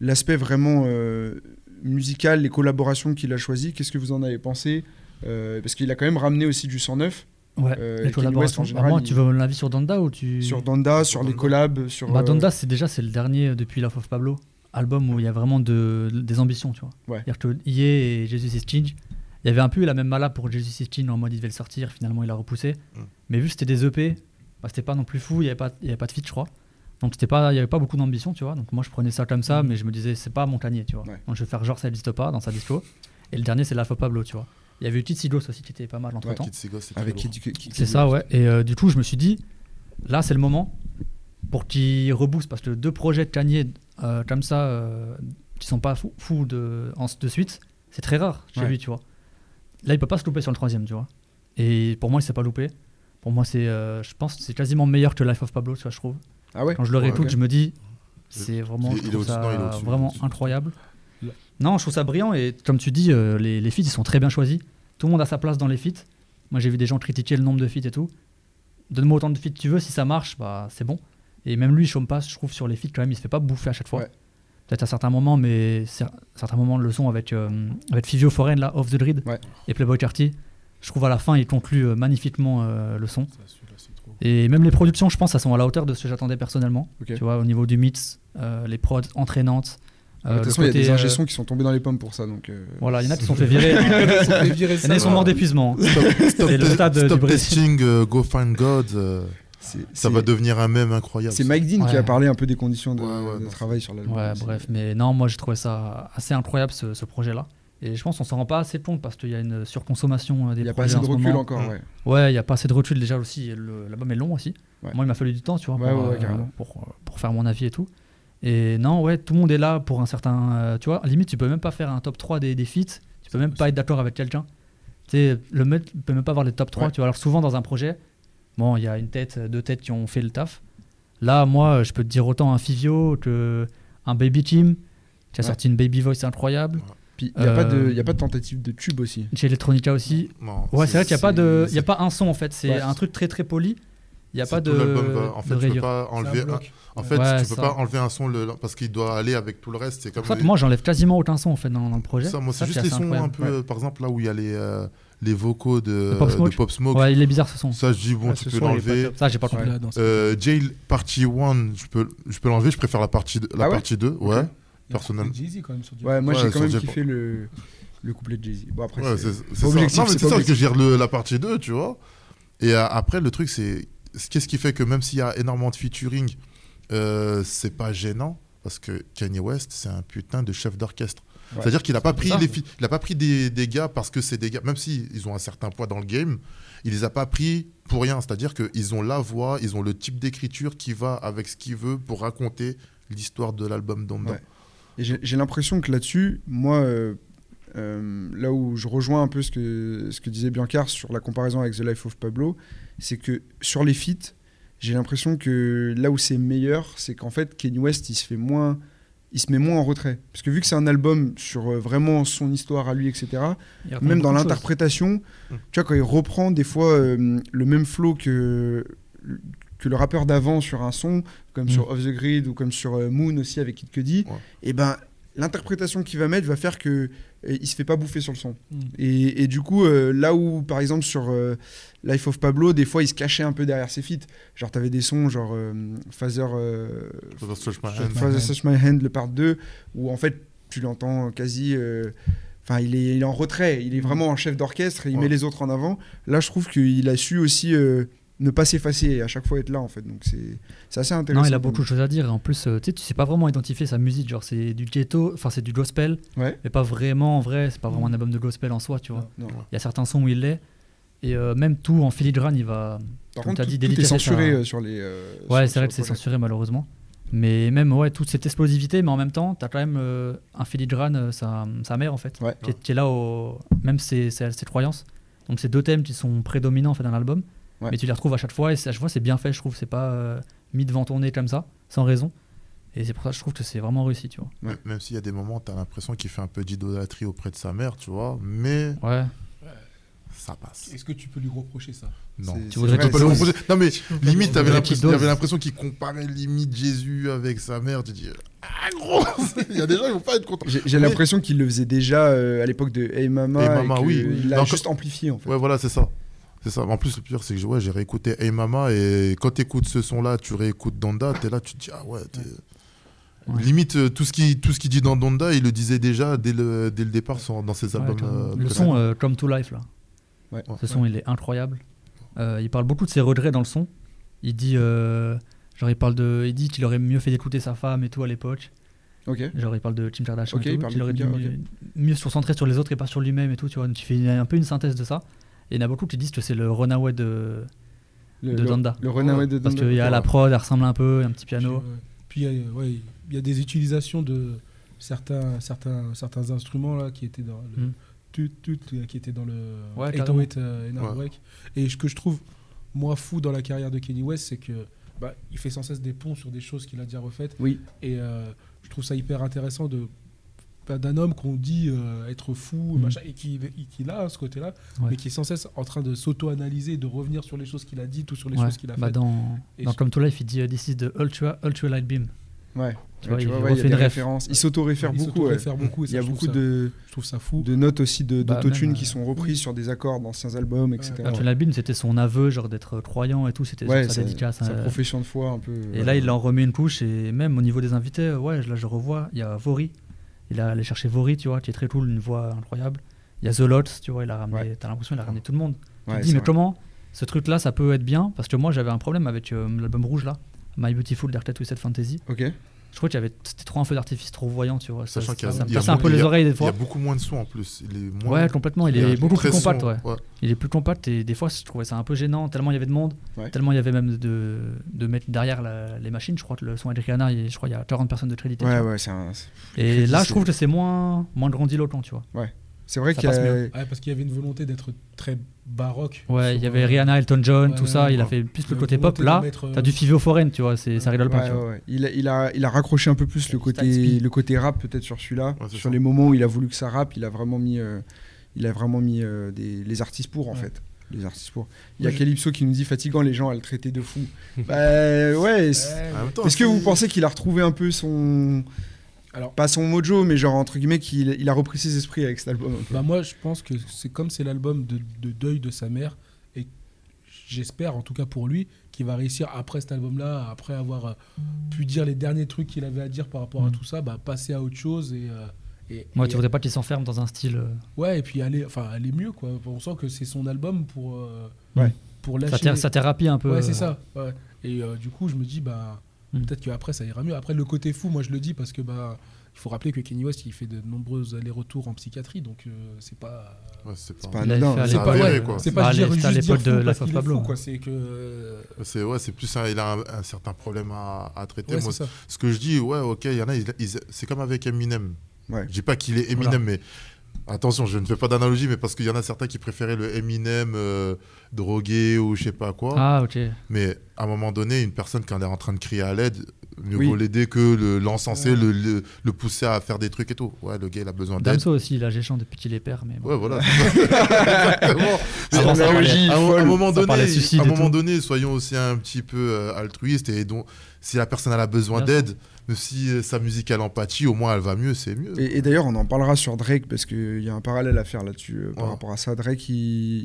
A: l'aspect vraiment euh, musicales, les collaborations qu'il a choisies, qu'est-ce que vous en avez pensé Euh, Parce qu'il a quand même ramené aussi du 109
C: Ouais,
A: Euh, Kanye
C: les
A: West,
C: collaborations.
A: en
C: Bah,
A: général,
C: moi,
A: il-
C: tu veux mon avis sur Donda ou tu.
A: sur Danda, sur les
D: Donda.
A: collabs, sur.
C: Bah,
A: euh,
C: Donda, c'est déjà c'est le dernier euh, depuis Life of Pablo, album où il y a vraiment de, des ambitions, tu vois.
A: Ouais.
C: C'est-à-dire que Ye et Jesus is King, il y avait un peu eu la même mala pour Jesus is King en mode il devait le sortir, finalement il l'a repoussé.
D: Mm.
C: Mais vu que c'était des EP, bah, c'était pas non plus fou, il y avait pas il y avait pas de feat, je crois. Donc c'était pas il y avait pas beaucoup d'ambition, tu vois. Donc moi je prenais ça comme ça, mais je me disais c'est pas mon canier, tu vois.
A: Mm. Ouais.
C: Donc je vais faire genre ça existe pas dans sa disco. Et le dernier c'est Life of Pablo, tu vois. Il y avait eu Titi Ghost aussi qui était pas mal entre temps.
D: Kid Sego, c'est
A: Avec
D: très
A: Kid- Kid-
C: C'est ça, ouais. Et euh, du coup, je me suis dit, là, c'est le moment pour qu'il rebooste. Parce que deux projets de Kanye, euh, comme ça, euh, qui sont pas fous fous de, en- de suite, c'est très rare chez
A: Ouais.
C: lui, tu vois. Là, il peut pas se louper sur le troisième, tu vois. Et pour moi, il s'est pas loupé. Pour moi, c'est, euh, je pense, que c'est quasiment meilleur que Life of Pablo, tu vois, je trouve.
A: Ah ouais
C: Quand je le
D: Ouais,
C: réécoute,
A: ok.
C: je me dis, c'est vraiment,
D: il est-
C: je
D: il est
C: trouve
D: au-dessus-
C: ça
D: non, il est au-dessus, il est
C: vraiment
D: au-dessus.
C: incroyable.
B: Là.
C: Non, je trouve ça brillant et comme tu dis, euh, les, les feats, ils sont très bien choisis. Tout le monde a sa place dans les feats. Moi, j'ai vu des gens critiquer le nombre de feats et tout. Donne-moi autant de feats que tu veux, si ça marche, bah c'est bon. Et même lui, il chôme pas, je trouve, sur les feats quand même, il se fait pas bouffer à chaque fois.
A: Ouais.
C: Peut-être à certains moments, mais cer- certains moments de leçon avec, euh, avec Fivio Foreign, là, Off the Grid,
A: Ouais.
C: et Playboy Carty. Je trouve à la fin, il conclut euh, magnifiquement euh, le son.
B: Ça, celui-là, c'est trop.
C: Et même les productions, je pense, elles sont à la hauteur de ce que j'attendais personnellement.
A: Ok.
C: Tu vois, au niveau du mix, euh, les prods entraînantes.
A: Ah,
C: euh,
A: De toute
C: le
A: façon, il y a
C: côté,
A: des
C: euh,
A: ingessons qui sont tombés dans les pommes pour ça. Donc, euh,
C: Voilà, il y en a qui se sont fait virer. hein.
B: Ils sont fait virer
C: Il y en a
B: ça.
C: qui sont morts d'épuisement.
D: lourd. Stop,
C: C'est le
D: te-
C: stade, euh,
D: stop
C: du Brésil.
D: testing, euh, Go Find God, euh,
A: c'est-
D: ça
A: c'est-
D: va devenir un mème incroyable.
A: C'est Mike Dean qui a
C: Ouais.
A: parlé un peu des conditions de,
D: Ouais, ouais,
A: de
D: non,
A: travail sur l'album.
C: Ouais,
A: aussi.
C: bref. Mais non, moi, j'ai trouvé ça assez incroyable, ce, ce projet-là. Et je pense qu'on s'en rend pas assez compte parce qu'il y a une surconsommation euh, des
A: Il n'y a pas
C: projets
A: assez
C: en
A: de
C: ce
A: recul
C: moment.
A: encore.
D: Mm.
A: ouais.
C: Ouais, il n'y a pas assez de recul déjà aussi. et le- L'album est long aussi.
A: Ouais.
C: Moi, il m'a fallu du temps, tu vois,
A: Ouais,
C: pour,
A: ouais, ouais,
C: euh,
A: carrément.
C: pour, euh, pour faire mon avis et tout. Et non, ouais, tout le monde est là pour un certain. euh, tu vois, à la limite, tu peux même pas faire un top 3 des, des feats. Tu peux même pas être d'accord avec quelqu'un. Tu sais, le mec peut même pas avoir les top 3.
A: Ouais.
C: Tu vois, alors souvent dans un projet, bon, il y a une tête, euh, deux têtes qui ont fait le taf. Là, moi, euh, je peux te dire autant un Fivio que un Baby Team qui a
A: Ouais.
C: sorti une Baby Voice incroyable.
A: Puis il n'y a, pas de-
C: Euh,
A: il y a pas de tentative de tube aussi.
C: Chez Electronica aussi,
D: Non,
C: Ouais, c'est vrai qu'il n'y a, pas de- il y a
D: c'est-
C: pas un son en fait, c'est
A: Ouais.
C: un truc très très poli. Il n'y a
D: c'est
C: pas
D: tout
C: de.
D: l'album, bah, En fait,
C: de
D: tu peux
C: rayures.
D: pas
B: C'est un
D: enlever. un-
B: bloc.
D: En fait,
C: Ouais,
D: tu peux
C: ça.
D: pas enlever un son le- parce qu'il doit aller avec tout le reste. C'est comme
C: En fait,
D: les-
C: moi j'enlève quasiment aucun son en fait dans, dans le projet.
D: ça, moi, c'est
C: Ça,
D: juste
C: c'est
D: les
C: assez
D: sons un
C: incroyable.
D: peu, euh, par exemple, là où il y a les euh, les vocaux de
C: De Pop Smoke.
D: de Pop Smoke.
C: Ouais, il est bizarre ce son.
D: Ça, je dis bon,
E: Ah,
D: tu
E: ce
D: peux
E: son, il est pas
D: l'enlever.
E: top.
C: Ça, j'ai pas compris.
B: Là, dans ce-
D: Euh, Jail partie 1, je peux, je peux l'enlever, je préfère la partie, de- la
A: Ah ouais
D: partie 2, ouais.
A: Ok.
B: Il y a un
D: personnel.
B: truc de Jeezy, quand même, sur du-
A: Ouais, moi
D: Ouais,
A: j'ai quand
D: sur
A: même
D: Jay
A: kiffé le, le couplet de Jay-Z. Bon, après,
D: Ouais,
A: c'est-
D: c'est c'est ça.
A: objectif,
D: Non, mais
A: c'est
D: c'est
A: pas
D: ça que
A: objectif.
D: gère le, la partie 2, tu vois. Et euh, après, le truc, c'est c'est- qu'est-ce qui fait que même s'il y a énormément de featuring, euh, c'est pas gênant parce que Kanye West, c'est un putain de chef d'orchestre.
A: Ouais.
D: C'est-à-dire qu'il n'a pas, pris
C: ça.
D: les fi- il a pas pris des, des gars parce que c'est des gars, même s'ils ont un certain poids dans le game, il les a pas pris pour rien. C'est-à-dire qu'ils ont la voix, ils ont le type d'écriture qui va avec ce qu'il veut pour raconter l'histoire de l'album Donda.
A: Ouais. Et J'ai j'ai l'impression que là-dessus, moi, euh, euh, là où je rejoins un peu ce que, ce que disait Biancar sur la comparaison avec The Life of Pablo, c'est que sur les feats, j'ai l'impression que là où c'est meilleur, c'est qu'en fait, Kanye West, il se fait moins. Il se met moins en retrait. Parce que vu que c'est un album sur euh, vraiment son histoire à lui, etc.,
C: Il raconte
A: même dans
C: beaucoup de Hum.
A: l'interprétation,
D: Mm.
A: tu vois, quand il reprend des fois euh, le même flow que, que le rappeur d'avant sur un son, comme
C: Mm.
A: sur Off the Grid ou comme sur euh, Moon aussi avec Kid Cudi,
D: Ouais.
A: et ben l'interprétation qu'il va mettre va faire que euh, il se fait pas bouffer sur le son.
C: Hum.
B: Mm.
A: Et, et du coup, euh, là où par exemple sur euh, Life of Pablo, des fois il se cachait un peu derrière ses feats. Genre t'avais des sons genre euh, Father, euh,
D: Faut pas se toucher ma
A: Father
D: hand.
B: hand.
A: Touch My Hand, le part 2, où en fait tu l'entends quasi. euh, Enfin, il est, il est en retrait, il est
C: Mm.
A: vraiment en chef d'orchestre et il
D: Ouais.
A: met les autres en avant. Là, je trouve qu'il a su aussi euh, ne pas s'effacer et à chaque fois être là, en fait. Donc, c'est c'est assez
C: choses.
A: intéressant.
C: Non, il a beaucoup de choses à dire. Et en plus, euh, tu sais, tu sais pas vraiment identifier sa musique. Genre, c'est du ghetto, enfin, c'est du gospel.
A: Ouais.
C: Mais pas vraiment en vrai. C'est pas vraiment un album de gospel en soi, tu vois.
A: Non.
C: Il y a certains sons où il l'est. Et euh, même tout en filigrane, il va.
A: Par
C: Comme
A: contre,
C: t'as dit,
A: tout, tout est
C: délicaté, ça-
A: censuré euh, sur les. euh,
C: Ouais,
A: sur-
C: c'est vrai
A: sur
C: que c'est
A: le projet.
C: censuré malheureusement. Mais même, ouais, toute cette explosivité, mais en même temps, t'as quand même euh, un filigrane, euh, sa, sa mère en fait,
A: Ouais.
C: qui, est, qui est là, au, même ses, ses, ses croyances. Donc c'est deux thèmes qui sont prédominants en fait, dans l'album,
A: Ouais.
C: mais tu les retrouves à chaque fois, et c'est- à chaque fois c'est bien fait, je trouve, c'est pas euh, mis devant ton nez comme ça, sans raison. Et c'est pour ça que je trouve que c'est vraiment réussi, tu vois.
A: Ouais.
D: M- Même s'il y a des moments, tu as l'impression qu'il fait un peu d'idolâtrie auprès de sa mère, tu vois, mais
C: Ouais,
D: ça passe.
B: Est-ce que tu peux lui reprocher ça
D: Non.
A: C'est-
D: Tu
A: c'est
C: voudrais
D: peux
A: vrai,
D: pas
C: qu'il
D: le
A: c'est-
D: reprocher. Non, mais limite,
B: pas
D: t'avais
C: lui
D: l'impression-
C: dose.
D: il y avait l'impression qu'il comparait limite Jésus avec sa mère. Tu dis, ah, gros Il y a des gens qui vont pas être contents.
A: J'ai j'ai
D: Mais-
A: l'impression qu'il le faisait déjà euh, à l'époque de Hey Mama.
D: Hey
A: et
D: Mama,
A: que
D: oui.
A: Il
D: Mais
A: l'a
D: encore-
A: juste amplifié en fait.
D: Ouais, voilà, c'est ça. C'est ça. Mais En plus, le pire, c'est que ouais, j'ai réécouté Hey Mama et quand t'écoutes ce son-là, tu réécoutes Donda, t'es là, tu te dis, ah ouais, t'es-
C: Ouais.
D: Limite, euh, tout ce qui tout ce qui dit dans Donda, il le disait déjà dès le, dès le départ sur- dans ses albums.
C: clairement.
D: euh,
C: le
D: précédents.
C: son euh, Come to Life, là.
A: Ouais.
C: Ce son, il est incroyable. Euh, il parle beaucoup de ses regrets dans le son. Il dit, euh, genre, il parle de, il dit qu'il aurait mieux fait d'écouter sa femme et tout à l'époque.
A: Ok.
C: Genre, il parle de Kim Kardashian.
A: Ok,
C: et
A: il
C: tout,
A: parle
C: qu'il
A: de
C: aurait dû
A: Kim
C: mieux, mieux se concentrer sur les autres et pas sur lui-même et tout. Tu vois, donc tu fais une- un peu une synthèse de ça. Et il y en a beaucoup qui disent que c'est le Runaway de,
A: Le,
C: De
A: le-
C: Donda.
A: Le Runaway Ah de
C: parce
A: Donda.
C: qu'il y a la prod, elle ressemble un peu, un petit piano.
B: Puis, euh, puis, euh, ouais, il y a des utilisations de certains, certains, certains instruments là, qui étaient dans le.
C: Mm.
B: tut, tut, euh, qui étaient dans le.
C: Ouais,
B: 808, euh, and
D: Ouais.
B: Heartbreak. Et ce que je trouve, moi, fou dans la carrière de Kenny West, c'est que bah, il fait sans cesse des ponts sur des choses qu'il a déjà refaites.
A: Oui.
B: Et euh, je trouve ça hyper intéressant de. bah, d'un homme qu'on dit euh, être fou
C: Mm.
B: machin, et qui, et qui a ce côté-là,
C: Ouais.
B: mais qui est sans cesse en train de s'auto-analyser, de revenir sur les choses qu'il a dites ou sur les
C: Ouais.
B: choses qu'il a
C: Bah,
B: faites.
C: dans,
B: Et
C: dans
B: je-
C: Come to Life, il dit euh, This is the ultra, ultra light beam.
A: Ouais.
C: Tu
A: Ouais,
C: vois,
A: tu
C: il
A: vois, ouais, il y
C: refait
A: a des
C: une ref.
A: références. Il s'auto-réfère
B: Il
A: beaucoup. ouais.
B: s'auto-réfère beaucoup, et
A: Il
B: ça,
A: y a
B: je trouve
A: beaucoup
B: ça-
A: de,
B: Je trouve ça fou.
A: de notes aussi de-
C: Bah,
A: d'autotune
C: même,
A: qui
C: euh,
A: sont reprises sur des accords d'anciens albums, etc.
B: Ouais.
C: Ultra light beam, c'était son aveu, genre d'être croyant et tout. C'était
A: Ouais,
C: genre sa
A: ça-
C: dédicace.
A: Sa
C: euh,
A: profession de foi un peu. euh,
C: Et là, il en remet une couche. Et même au niveau des invités, euh, ouais, je- là, je revois. Il y a Vori. Il a allé chercher Vori, tu vois, qui est très cool, une voix incroyable. Il y a The Lots, tu vois, il a ramené. T'as l'impression qu'il a ramené tout le monde.
A: Ouais,
C: tu te
A: c'est
C: dis, mais
A: vrai.
C: comment ce truc-là, ça peut être bien Parce que moi, j'avais un problème avec euh, l'album rouge, là, My Beautiful Dark Twisted Fantasy.
A: Ok.
C: Je trouvais qu'il y avait. C'était trop un feu d'artifice, trop voyant, tu vois. Ça,
D: Sachant
C: ça,
D: qu'il y a-
C: ça me
D: il y a
C: cassait un peu
D: beaucoup-
C: les oreilles des
D: Il y
C: fois.
D: a beaucoup moins de sons en plus. Il est moins-
C: Ouais, complètement. Il
D: y a
C: est beaucoup
D: très
C: plus compact,
D: son,
C: ouais. Il est plus compact et des fois je trouvais ça un peu gênant tellement il y avait de monde,
A: Ouais.
C: tellement il y avait même de, de mettre derrière la- les machines. Je crois que le son Adricana, il- je crois qu'il y a 40 personnes de crédité.
A: Ouais, ouais, c'est un-
C: et
A: crédits,
C: là je
A: c'est-
C: trouve que c'est moins, moins grandiloquent, tu vois.
A: c'est vrai
C: Ça
A: qu'il y a.
C: passe
B: Ouais, parce qu'il y avait une volonté d'être très baroque.
C: Ouais,
B: sur,
C: il y avait
B: euh,
C: Rihanna, Elton John, tout
B: ouais,
C: ça, il a
D: ouais.
C: fait plus
B: une
C: le côté
B: volonté
C: pop.
B: de
C: Là,
B: mettre, euh,
C: t'as du Fivio Foreign, tu vois, c'est, ça rigole pas.
A: Ouais,
C: tu vois.
A: ouais, ouais. Il, a, il, a, il a raccroché un peu plus le
C: Style speed.
A: côté, le côté rap peut-être sur celui-là.
D: Ouais, c'est
A: sur
D: ça.
A: les moments où il a voulu que ça rappe, il a vraiment mis, euh, il a vraiment mis euh, des, les artistes pour en
B: Ouais.
A: fait. Les artistes pour. Il y a
B: je-
A: Calypso qui nous dit fatigant, les gens à le traiter de fou. bah ouais. c'est-
B: ouais,
D: En même temps,
A: Est-ce que
D: si-
A: vous pensez qu'il a retrouvé un peu son. Alors,
B: Alors-
A: pas son mojo, mais genre entre guillemets qu'il il a repris ses esprits avec cet album.
B: Bah moi, je pense que c'est comme c'est l'album de, de deuil de sa mère, et j'espère, en tout cas pour lui, qu'il va réussir après cet album-là, après avoir euh, pu dire les derniers trucs qu'il avait à dire par rapport à
C: Mm.
B: tout ça, bah passer à autre chose et. euh, et-
C: Moi,
B: et-
C: tu voudrais pas qu'il s'enferme dans un style. euh,
B: ouais, et puis aller, enfin, aller mieux, quoi. On sent que c'est son album pour. euh,
A: Ouais.
B: Pour
C: sa,
B: lâcher.
C: thé- sa thérapie un peu.
B: Ouais,
C: euh,
B: c'est ça. ouais. Et euh, du coup, je me dis, bah,
C: Mm.
B: peut-être qu'après, ça ira mieux. Après, le côté fou, moi, je le dis parce que, bah, il faut rappeler que Kenny West, il fait de nombreux allers-retours en psychiatrie, donc euh, c'est pas.
D: Ouais, c'est
A: Ah, C'est
D: pas-
A: pas
C: Il l'avait
A: anodin.
C: fait à
D: c'est
C: l'époque,
D: pas avéré,
C: ouais.
D: quoi.
B: C'est
C: Bah,
B: pas dire
C: les- c'était
B: juste
C: à
B: dire
C: l'époque
B: fou
C: de
B: parce
C: Life
B: qu'il
C: of
B: est
C: Pablo. hein.
B: fou, quoi. C'est que. euh,
D: C'est ouais, c'est plus un, il a un, un certain problème à, à traiter.
B: ouais,
D: Moi,
B: c'est ça.
D: ce que je dis, ouais, ok, il y en a, ils- ils- c'est comme avec Eminem.
A: Ouais.
D: Je dis pas qu'il est Eminem,
C: Voilà.
D: mais attention, je ne fais pas d'analogie, mais parce qu'il y en a certains qui préféraient le Eminem euh, drogué ou je sais pas quoi.
C: Ah, ok.
D: Mais à un moment donné, une personne quand elle est en train de crier à l'aide, mieux
A: Oui.
D: vaut l'aider que le- l'encenser,
B: Ouais.
D: le, le, le pousser à faire des trucs et tout. Ouais, le gars, il a besoin d'aide.
C: Damso aussi, il a géchant depuis qu'il est père. Mais bon.
D: Ouais, voilà. Exactement.
C: Avant
D: Genre,
C: Ah ça,
D: à un-
C: parlait-
D: à un,
A: folle.
D: moment
C: Ça parlait
D: donné,
C: suicide
D: à un
C: et
D: moment
C: tout.
D: donné, soyons aussi un petit peu euh, altruistes et donc si la personne elle a besoin
C: Bien sûr.
D: d'aide, même si euh, sa musique elle empathie, au moins elle va mieux, c'est mieux.
A: Et, et d'ailleurs, on en parlera sur Drake parce qu'il y a un parallèle à faire là-dessus euh, par
D: Ouais.
A: rapport à ça. Drake, il,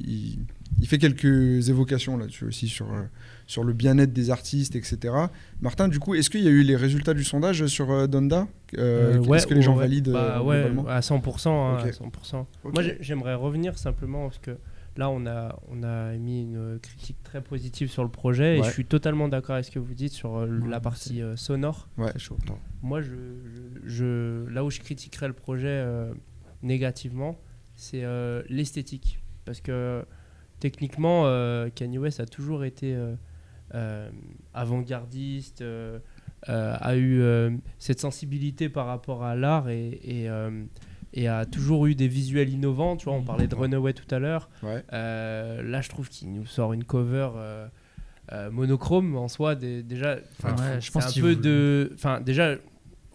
A: il- il fait quelques évocations là-dessus aussi sur, euh, sur le bien-être des artistes, etc. Martin, du coup, est-ce qu'il y a eu les résultats du sondage sur euh, Donda Euh,
E: Euh, ouais,
A: Est-ce que les gens
E: ouais,
A: valident
E: bah
A: euh,
E: ouais,
A: globalement
E: à 100%, hein,
A: Ok.
E: à 100%.
A: Ok.
E: Moi, j'ai- j'aimerais revenir simplement parce que là, on a, on a émis une critique très positive sur le projet et
A: Ouais.
E: je suis totalement d'accord avec ce que vous dites sur euh,
C: Ouais,
E: la partie euh, sonore.
A: Ouais.
C: Très chaud.
E: Moi, je, je- je- là où je critiquerais le projet euh, négativement, c'est euh, l'esthétique. Parce que techniquement, euh, Kanye West a toujours été euh, euh, avant-gardiste, euh, euh, a eu euh, cette sensibilité par rapport à l'art et, et, euh, et a toujours eu des visuels innovants. Tu vois, on parlait de Runaway tout à l'heure.
A: Ouais.
E: Euh, là, je trouve qu'il nous sort une cover euh, euh, monochrome en soi. dé- déjà, enfin,
C: Ouais, je
E: c'est
C: pense
E: un
C: qu'il
E: peu
C: vous-
E: de, enfin, déjà,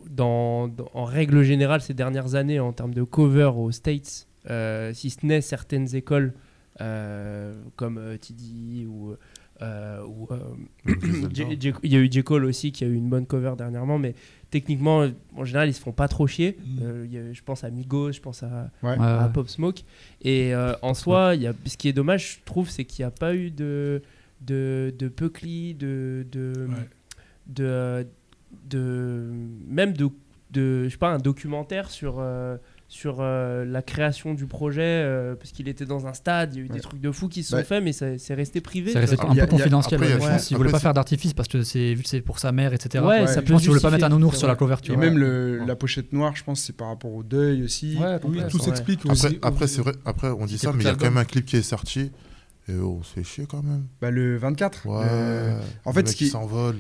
E: dans, dans- en règle générale, ces dernières années, en termes de cover aux States, euh, si ce n'est certaines écoles euh, comme euh, TDI ou euh, ou, euh,
D: Griselda.
E: J- J- il y a eu J. Cole aussi qui a eu une bonne cover dernièrement, mais techniquement, euh, en général, ils se font pas trop chier.
B: Mm.
E: Euh, il y a- je pense à Migos, je pense à,
A: Ouais.
C: Ah Ouais,
E: à
C: ouais.
E: Pop Smoke. Et euh, en soi, il y a, ce qui est dommage, je trouve, c'est qu'il n'y a pas eu de, de, de Puckley, de, de,
B: Ouais.
E: de, de- même de, de je sais pas, un documentaire sur, euh, sur euh, la création du projet, euh, parce qu'il était dans un stade, il y a eu
A: Ouais.
E: des trucs de fous qui se sont
A: Bah,
E: faits, mais ça- c'est resté privé.
C: C'est resté
E: tu vois.
A: Ah,
C: un
A: y a-
C: peu
A: y a-
C: confidentiel.
D: après,
C: ouais,
A: y a-
C: je
A: ouais,
C: pense. Ils voulaient
D: après,
C: pas
D: c'est-
C: faire d'artifice parce que c'est vu que c'est pour sa mère, etc.
E: Ouais,
A: Ouais,
E: ça
A: je
C: Je
E: peut
C: pense qu'ils voulaient pas
E: justifier,
C: mettre un nounours
E: c'est
C: sur la
E: vrai.
C: couverture. tu
A: Et
C: vois.
A: même le-
D: Ouais.
A: la pochette noire, je pense, c'est par rapport au deuil aussi.
C: Ouais,
B: Oui,
C: complètement.
B: tout
E: ouais.
B: s'explique
D: Après,
B: aussi.
D: après,
C: euh,
D: c'est vrai, après, on dit
C: Si
D: ça, mais il y a
C: t'écoutes
D: quand même un clip qui est sorti. Et on s'est chier quand même.
A: Bah, le 24.
D: Ouais.
A: le- Euh, en fait,
D: le
A: ce
D: mec
A: qui-
D: qui s'envole.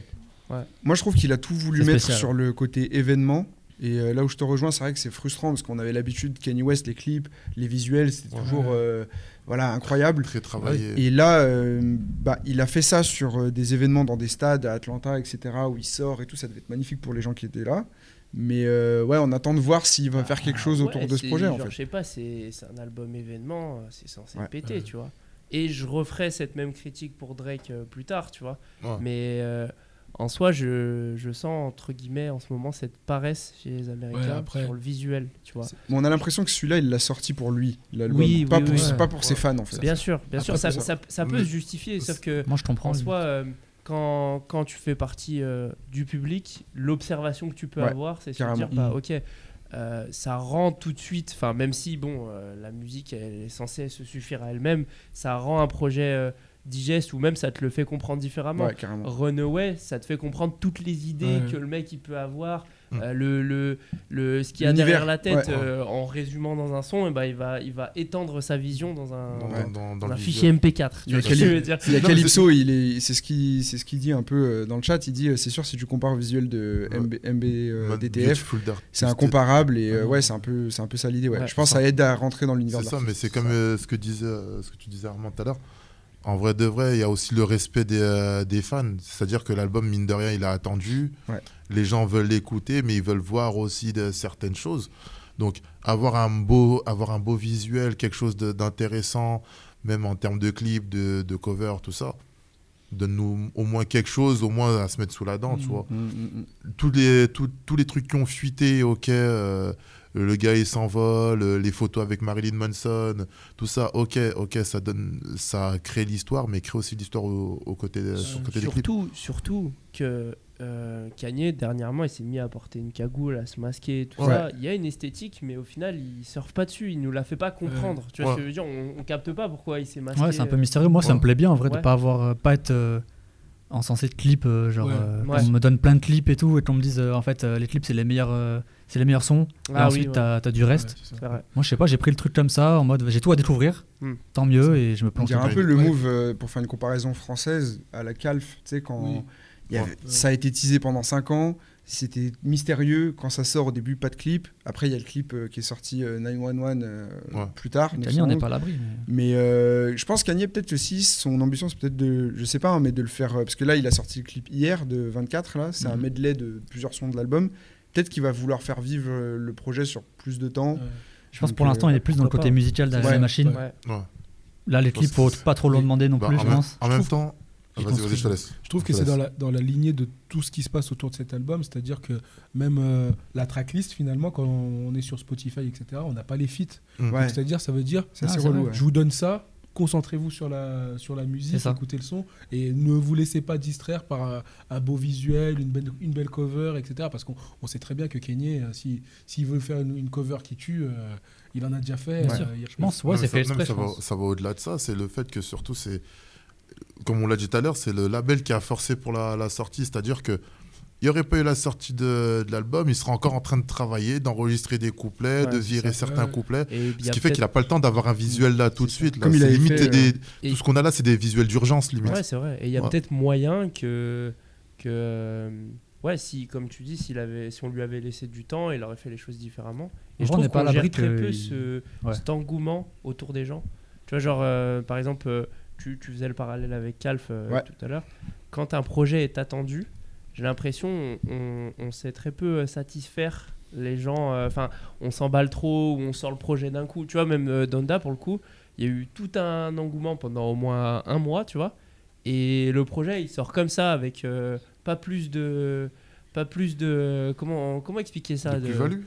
A: Moi, je trouve qu'il a tout voulu
C: C'est
A: mettre
C: spécial.
A: sur le côté événement. Et euh, là où je te rejoins, c'est vrai que c'est frustrant parce qu'on avait l'habitude, Kanye West, les clips, les visuels, c'était
D: Ouais.
A: toujours euh, voilà, incroyable.
D: Très travaillé.
A: Et là, euh, bah, il a fait ça sur euh, des événements dans des stades à Atlanta, etc., où il sort et tout. Ça devait être magnifique pour les gens qui étaient là. Mais euh, ouais, on attend de voir s'il va faire quelque chose
E: Ouais,
A: autour de ce
E: c'est-
A: projet, en
E: genre, Je
A: fait.
E: sais pas, c'est c'est un album événement, euh, c'est censé
A: Ouais.
E: péter,
B: Ouais.
E: tu vois. Et je referai cette même critique pour Drake euh, plus tard, tu vois.
D: Ouais.
E: Mais euh, en soi, je, je sens, entre guillemets, en ce moment, cette paresse chez les Américains
B: Ouais, après.
E: sur le visuel, tu vois.
A: Mais on a l'impression que celui-là, il l'a sorti pour lui, l'album.
E: Oui,
A: pas
E: oui,
A: pour,
E: oui.
A: c'est pas pour ses fans, en fait.
E: Bien sûr, bien sûr, ça,
B: Après, faut
E: ça- ça peut
D: Mais-
E: se justifier, sauf que,
C: Moi, je comprends.
E: en
C: lui.
E: soi, euh, quand, quand tu fais partie euh, du public, l'observation que tu peux
A: Ouais,
E: avoir, c'est se dire,
A: carrément.
E: bah,
B: Mhm.
E: ok, euh, ça rend tout de suite, enfin, même si, bon, euh, la musique, elle est censée se suffire à elle-même, ça rend un projet euh, digeste ou même ça te le fait comprendre différemment.
A: Ouais, carrément.
E: Runaway, ça te fait comprendre toutes les idées
B: Ouais.
E: que le mec il peut avoir,
D: Mm.
E: euh, le, le, le, ce qu'il y a
A: L'univers,
E: derrière la tête
A: ouais.
E: euh, en résumant dans un son, et bah, il, va, il va étendre sa vision dans
D: Dans,
E: un, dans-
A: Ouais.
D: dans- dans- dans
E: dans un
D: le
E: fichier
D: visuel.
E: MP4. Tu vois
A: Mais
E: ce que je
A: quel-
E: veux dire
A: Il y a
D: Non, mais
A: Calypso, il est, c'est ce qui, c'est ce qu'il dit un peu euh, dans le chat. Il dit, euh, c'est sûr si tu compares au visuel de
D: Ouais.
A: MB, MB, euh,
D: Mode
A: DTF,
D: Beautiful Dark
A: c'est
D: Twisted.
A: incomparable et euh,
D: Ah non.
A: ouais, c'est un peu, c'est un peu ça l'idée. Ouais.
E: Ouais,
A: je pense
D: c'est
A: que ça aide à rentrer dans l'univers.
D: C'est
A: de
D: ça, mais
A: l'artiste.
D: c'est comme euh, ce, que disait, euh, ce que tu disais Armand tout à l'heure. En vrai de vrai, il y a aussi le respect des, euh, des fans. C'est-à-dire que l'album, mine de rien, il a attendu.
A: Ouais.
D: Les gens veulent l'écouter, mais ils veulent voir aussi de, certaines choses. Donc, avoir un beau, avoir un beau visuel, quelque chose de- d'intéressant, même en termes de clips, de, de cover, tout ça, donne-nous au moins quelque chose, au moins à se mettre sous la dent, tu
B: Mhm.
D: vois
A: Mm, mm, mm.
D: tous les, tous- tous les trucs qui ont fuité, ok, euh, le gars il s'envole, euh, les photos avec Marilyn Manson, tout ça, ok, ok, ça donne, ça crée l'histoire, mais crée aussi l'histoire au, au côté, Euh, sur le côté des clips.
E: surtout, surtout que euh, Kanye, dernièrement, il s'est mis à porter une cagoule, à se masquer, et tout
A: Ouais.
E: ça. Il y a une esthétique, mais au final, il surfe pas dessus, il nous la fait pas comprendre. Tu vois
D: Ouais.
E: ce que je veux dire on, on capte pas pourquoi il s'est masqué.
C: Ouais, c'est un peu mystérieux. Moi, ça me plaît bien en vrai de
E: Ouais.
C: pas avoir, euh, pas être euh, encensé de clips. euh, genre,
B: Ouais.
C: euh,
E: Ouais.
C: on me donne plein de clips et tout, et qu'on me dise euh, en fait euh, les clips c'est les meilleurs, euh, c'est les meilleurs sons. et
E: Ah oui,
C: ensuite,
E: ouais.
C: t'as t'as du reste.
B: Ouais, c'est ça.
E: C'est vrai.
C: Moi, je sais pas, j'ai pris le truc comme ça en mode j'ai tout à découvrir.
E: Hmm.
C: Tant mieux, et je me
A: On
C: plonge.
A: dirait un
D: Ouais.
A: peu le move euh, pour faire une comparaison française à la Calf. Tu sais quand
B: Oui.
A: il y avait-
B: Ouais.
A: ça a été teasé pendant 5 ans, c'était mystérieux. Quand ça sort au début, pas de clip. Après, il y a le clip euh, qui est sorti euh, 911 euh,
D: Ouais.
A: plus tard.
C: dedans. Kanye, on
A: 911.
C: n'est pas à l'abri. mais-
A: Mais euh, je pense qu'Agnès, peut-être aussi, son ambition, c'est peut-être de, je sais pas, hein, mais de le faire. euh, Parce que là, il a sorti le clip hier de 24, là. C'est un
C: Mhm.
A: medley de plusieurs sons de l'album. Peut-être qu'il va vouloir faire vivre euh, le projet sur plus de temps.
B: Ouais.
C: Euh, Je pense
A: Donc,
C: pour l'instant,
A: euh,
C: il est plus dans le
E: pourquoi
C: côté
E: pas.
C: musical derrière
A: Ouais.
C: les machines.
E: Ouais.
C: Là, les
D: Je pense
C: clips, faut
D: que c'est-
C: pas trop l'en demander non
D: Bah,
C: plus,
D: en
C: je
D: même,
C: pense.
D: en même temps,
C: Je
D: vas-y,
C: pense
D: vas-y,
C: que-
D: je te laisse.
B: Je trouve
D: Je
B: que
D: te
B: c'est dans
D: laisse.
B: la, dans la lignée de tout ce qui se passe autour de cet album, c'est-à-dire que même euh, la tracklist, finalement, quand on est sur Spotify, etc., on n'a pas les feats.
D: Mm.
A: Ouais,
B: C'est-à-dire, ça veut dire,
A: ça
C: Ah,
A: c'est
C: c'est
A: relou.
C: vrai.
A: ouais.
B: je vous donne ça, concentrez-vous sur la, sur la
C: C'est
B: musique,
C: ça.
B: écoutez le son, et ne vous laissez pas distraire par euh, un, beau visuel, une belle, une belle cover, etc. Parce qu'on on sait très bien que Kanye, euh, si- s'il veut faire une, une cover qui tue, euh, il en a déjà fait.
C: Bien sûr.
B: euh, il-
C: Je pense,
D: Non,
C: ouais,
D: mais
C: c'est
D: ça-
C: fait
D: non, mais
C: exprès. je
D: ça, va,
C: pense.
D: ça va au-delà de ça, c'est le fait que surtout, c'est, comme on l'a dit tout à l'heure, c'est le label qui a forcé pour la, la sortie. C'est-à-dire que il n'y aurait pas eu la sortie de, de l'album, il serait encore en train de travailler, d'enregistrer des couplets,
E: Ouais,
D: de
E: c'est
D: virer
B: ça.
D: certains
B: Ouais.
D: couplets.
E: Et il y
D: Ce qui
E: a
D: fait qu'il
E: peut-être-
D: n'a pas le temps d'avoir un visuel là tout de
A: ça.
D: suite. là.
A: Comme il
D: C'est
A: avait
D: limite
A: fait,
D: des-
E: et-
D: tout ce qu'on a là, c'est des visuels d'urgence limite.
E: Ouais, c'est vrai. Et il y a
D: Ouais.
E: peut-être moyen que. que euh, ouais, si, comme tu dis, s'il avait, si on lui avait laissé du temps, il aurait fait les choses différemment. Et
C: En vrai, on
E: je trouve
C: n'est pas à
E: qu'on gère
C: l'abri
E: très
C: que
E: peu
C: il-
E: ce,
C: Ouais.
E: cet engouement autour des gens. Tu vois, genre, euh, par exemple, euh, tu, tu faisais le parallèle avec Calf euh,
A: Ouais.
E: tout à l'heure. Quand un projet est attendu, j'ai l'impression on, on sait très peu euh, satisfaire les gens. euh, Enfin, on s'emballe trop ou on sort le projet d'un coup. Tu vois, même euh, Donda, pour le coup, il y a eu tout un engouement pendant au moins un mois, tu vois. Et le projet, il sort comme ça, avec euh, pas plus de. Pas plus de. Comment, comment expliquer ça de-
D: plus-value.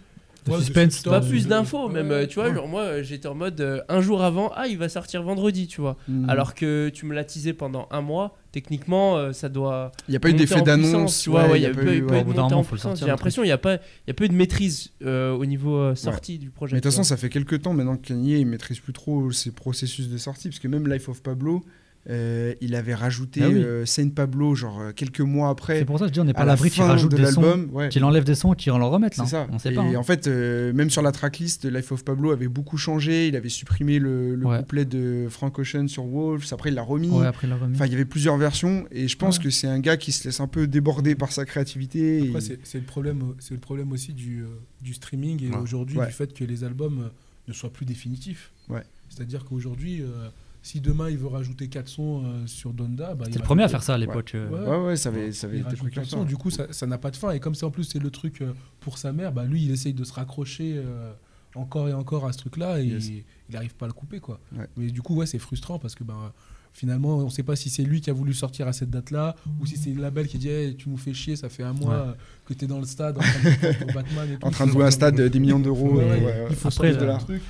C: Le
B: Ouais, de
C: suspense.
B: substance,
E: Pas
B: de-
E: plus
B: de-
E: d'infos, même,
B: Ouais.
E: euh, tu vois. Genre, moi, euh, j'étais en mode euh, un jour avant, ah, il va sortir vendredi, tu vois.
A: Mm.
E: Alors que tu me l'as teasé pendant un mois, techniquement, euh, ça doit.
A: il n'y a pas eu
E: monter
A: d'effet
E: en
A: d'annonce.
E: puissance, Tu vois, ouais,
A: y
E: il y a eu pas eu
A: ouais.
E: pas eu
C: Au
E: de
C: bout d'un
E: montée en
C: moment, faut le
E: puissance.
C: sortir,
E: J'ai
C: le
E: l'impression qu'il n'y a pas il y a pas eu de maîtrise euh, au niveau euh, sortie du projet.
A: Mais de toute
E: tu
A: façon, ça
E: vois.
A: fait quelques temps maintenant que Kanye il maîtrise plus trop euh, ses processus de sortie, parce que même Life of Pablo, euh, il avait rajouté
C: Ah oui.
A: euh, Saint Pablo genre euh, quelques mois après,
C: C'est pour ça que je dis, on n'est pas
A: à
C: à
A: la
C: l'abri qu'il
A: fin
C: rajoute
A: de
C: des sons,
A: l'album. Ouais.
C: qu'il enlève des sons et qu'il en remette. là.
A: C'est ça.
C: On sait
A: et
C: pas. hein.
A: en fait, euh, même sur la tracklist, Life of Pablo avait beaucoup changé. Il avait supprimé le, le
C: Ouais.
A: couplet de Frank Ocean sur Wolves. Après, il l'a remis.
C: Ouais, après, il l'a remis.
A: Enfin, il y avait plusieurs versions. Et je pense que c'est un gars qui se laisse un peu déborder par sa créativité. et-
B: Après, c'est c'est le problème, c'est le problème aussi du, euh, du streaming et
D: Ouais.
B: aujourd'hui
A: Ouais.
B: du fait que les albums euh, ne soient plus définitifs.
A: Ouais.
B: C'est-à-dire qu'aujourd'hui, euh, si demain il veut rajouter 4 sons euh, sur Donda, bah, il
C: C'était le
B: va-
C: premier à faire ça à l'époque. euh,
B: Ouais.
A: Ouais, ouais, ça avait, ça avait
B: il
A: été
B: rajoute
A: pris comme
B: quatre
A: ça.
B: sons. Du coup, ça ça n'a pas de fin. Et comme c'est en plus c'est le truc euh, pour sa mère, bah, lui il essaye de se raccrocher euh, encore et encore à ce truc-là et
A: Yes.
B: il- il n'arrive pas à le couper quoi.
A: Ouais.
B: Mais du coup, ouais, c'est frustrant parce que ben finalement, on ne sait pas si c'est lui qui a voulu sortir à cette date-là ou si c'est le label qui dit Eh, tu nous fais chier, ça fait un mois
C: Ouais.
B: euh, que tu es dans le stade en train de jouer contre Batman et tout.
A: En train de jouer à un stade euh, des millions d'euros.
B: Ouais,
A: euh,
B: ouais,
A: ouais, ouais.
B: Il faut
C: Après,
B: sortir de
C: là-
B: le truc.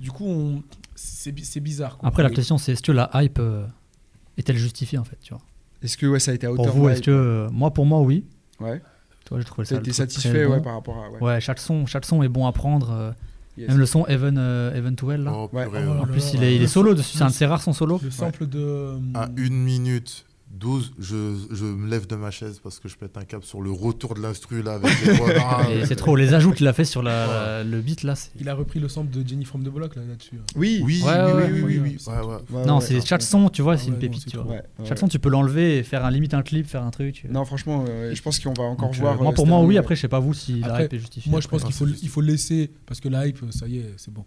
B: Du coup, on- c'est bi- c'est bizarre. Quoi.
C: Après, la
B: Et-
C: question, c'est est-ce que la hype euh, est-elle justifiée en fait tu vois
A: Est-ce que ouais, ça a été à
C: Pour
A: hauteur
C: vous,
A: ouais.
C: est-ce que. euh, moi, pour moi, oui.
A: Ouais.
C: Toi, j'ai trouvé ça.
A: T'as
C: le
A: été
C: truc très
A: satisfait
C: bon.
A: ouais, par rapport à. Ouais.
C: Ouais, chaque son, chaque son est bon à prendre. euh,
A: Yes.
C: Même le son Even, euh, Even to Well, là.
D: Oh,
A: Ouais.
D: purée,
B: Oh
D: ouais.
C: en
B: là
C: plus,
B: là.
C: il est, il est solo dessus. C'est
B: Le-
C: un de ses rares sons solo.
B: Le sample de. euh,
A: oh. Ah,
D: À 1 minute 12, je, je me lève de ma chaise parce que je pète un câble sur le retour de l'instru là avec les voix.
C: Et c'est trop. Les ajouts qu'il a fait sur la, la- le beat, là. c'est-
B: Il a repris le sample de Jenny from the Block là- là-dessus. hein.
A: Oui,
D: Oui,
C: Ouais,
D: oui,
C: ouais,
D: oui, oui,
B: ouais.
D: oui, oui. Ouais, ouais.
A: Ah Ouais,
C: non,
A: ouais,
C: c'est
A: ouais.
C: chaque son, tu vois,
B: Ah
C: c'est
B: ouais,
C: une
B: non,
C: pépite.
B: c'est
C: tu
B: trop.
C: vois.
A: Ouais, ouais,
C: Chaque son, tu peux l'enlever et faire un, limite un clip, faire un truc. euh.
A: Non, franchement, euh, je pense qu'on va encore
C: Donc, euh,
A: voir.
C: moi,
A: euh,
C: pour
A: cette
C: moi, oui.
A: année,
C: Après, je sais pas vous si
B: Après,
C: la hype est justifiée.
B: Moi, je pense
D: Ah,
B: qu'il
D: c'est
B: faut,
D: juste.
B: il faut laisser, parce que la hype, ça y est, c'est bon.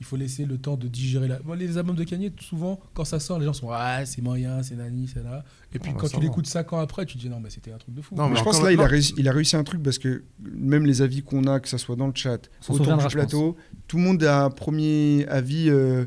B: Il faut laisser le temps de digérer la. Bon, les albums de Kanye, souvent, quand ça sort, les gens sont Ah, c'est moyen, c'est nani, c'est là. Et puis
D: Ah,
B: quand
D: ça
B: tu
D: va.
B: l'écoutes 5 ans après, tu te dis Non, mais c'était un truc de fou.
D: Non,
A: Mais je
D: encore
A: pense là, il a,
D: maintenant-
A: réussi, il a réussi un truc parce que même les avis qu'on a, que ça soit dans le chat,
C: s'en
A: autour
C: souviendra,
A: du
C: je pense.
A: plateau, tout le monde a un premier avis euh,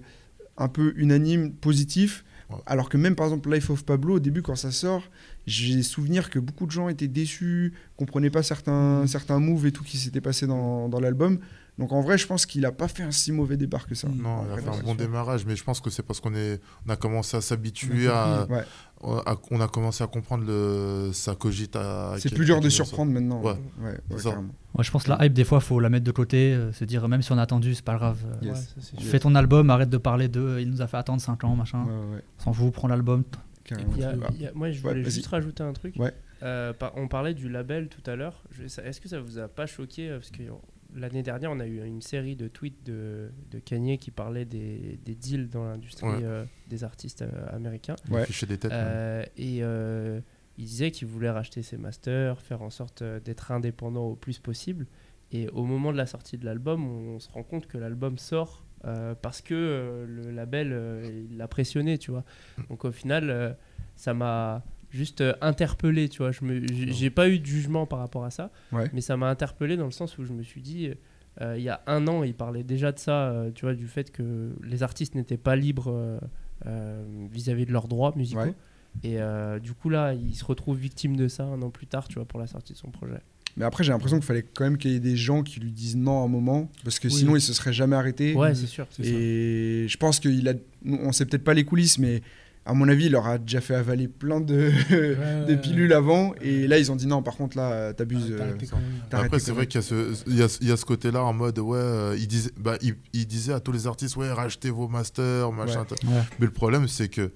A: un peu unanime, positif.
D: Ouais.
A: Alors que même par exemple Life of Pablo, au début quand ça sort, j'ai souvenir que beaucoup de gens étaient déçus, comprenaient pas
E: Mm.
A: certains, certains moves et tout qui s'était passé dans, dans l'album. Donc en vrai, je pense qu'il a pas fait un si mauvais départ que ça.
B: Mm.
D: Non, il a
A: Après,
D: fait un
A: c'est
D: bon
A: sûr.
D: démarrage, mais je pense que c'est parce qu'on est, on a commencé à s'habituer
B: On a
D: à,
A: compris, ouais.
D: on a- on a commencé à comprendre le, ça cogite à.
A: C'est plus dur de surprendre maintenant.
D: Ouais.
A: Ouais, ouais,
D: Ça.
A: carrément.
C: Moi, je pense la hype, des fois, faut la mettre de côté, euh, se dire même si on a attendu, c'est pas grave. euh,
A: Yes.
E: Ouais, ça, c'est sûr.
C: Fais ton album, arrête de parler de. euh, Il nous a fait attendre 5 ans, machin.
A: Ouais, ouais, ouais,
C: On s'en fout, prends l'album.
E: Et
A: carrément.
E: puis, il y a-
A: Ah,
E: il y a- moi, je
A: Ouais,
E: voulais
A: vas-y.
E: juste rajouter un truc.
A: Ouais.
E: Euh, par- on parlait du label tout à l'heure. Je- ça- Est-ce que ça vous a pas choqué euh, Parce que euh, l'année dernière, on a eu une série de tweets de, de Kanye qui parlait des, des deals dans l'industrie
D: Ouais.
E: euh, des artistes euh, américains.
A: Ouais.
D: Ficher des têtes. même.
E: Euh, et euh, il disait qu'il voulait racheter ses masters, faire en sorte euh, d'être indépendant au plus possible. Et au moment de la sortie de l'album, on, on se rend compte que l'album sort euh, parce que euh, le label euh, il l'a pressionné, tu vois. Donc au final, euh, ça m'a juste euh, interpellé, tu vois. Je me, j'ai j'ai pas eu de jugement par rapport à ça,
A: Ouais.
E: mais ça m'a interpellé dans le sens où je me suis dit. euh, il y a un an, il parlait déjà de ça, euh, tu vois, du fait que les artistes n'étaient pas libres euh, euh, vis-à-vis de leurs droits musicaux.
A: Ouais.
E: Et euh, du coup, là, il se retrouve victime de ça un an plus tard, tu vois, pour la sortie de son projet.
A: Mais après, j'ai l'impression qu'il fallait quand même qu'il y ait des gens qui lui disent non à un moment, parce que
B: Oui.
A: sinon, il se serait jamais arrêté.
E: Ouais, c'est sûr.
B: C'est ça.
A: et je pense qu'il a. nous, On sait peut-être pas les coulisses, mais à mon avis, il leur a déjà fait avaler plein de, de
B: Ouais, ouais,
A: pilules avant. Et là, ils ont dit non, par contre, là,
B: ouais,
A: t'abuses.
B: t'arrêtes
A: euh,
B: tes conneries, ouais.
A: T'arrêtes
D: Après,
A: les
D: c'est vrai qu'il y a ce, il y a- il y a ce côté-là en mode, ouais, euh, il disait, bah, il, il disait à tous les artistes, ouais, rachetez vos masters, machin. t-
C: Ouais.
D: Mais le problème, c'est que,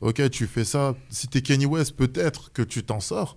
D: ok, tu fais ça, si t'es Kanye West, peut-être que tu t'en sors,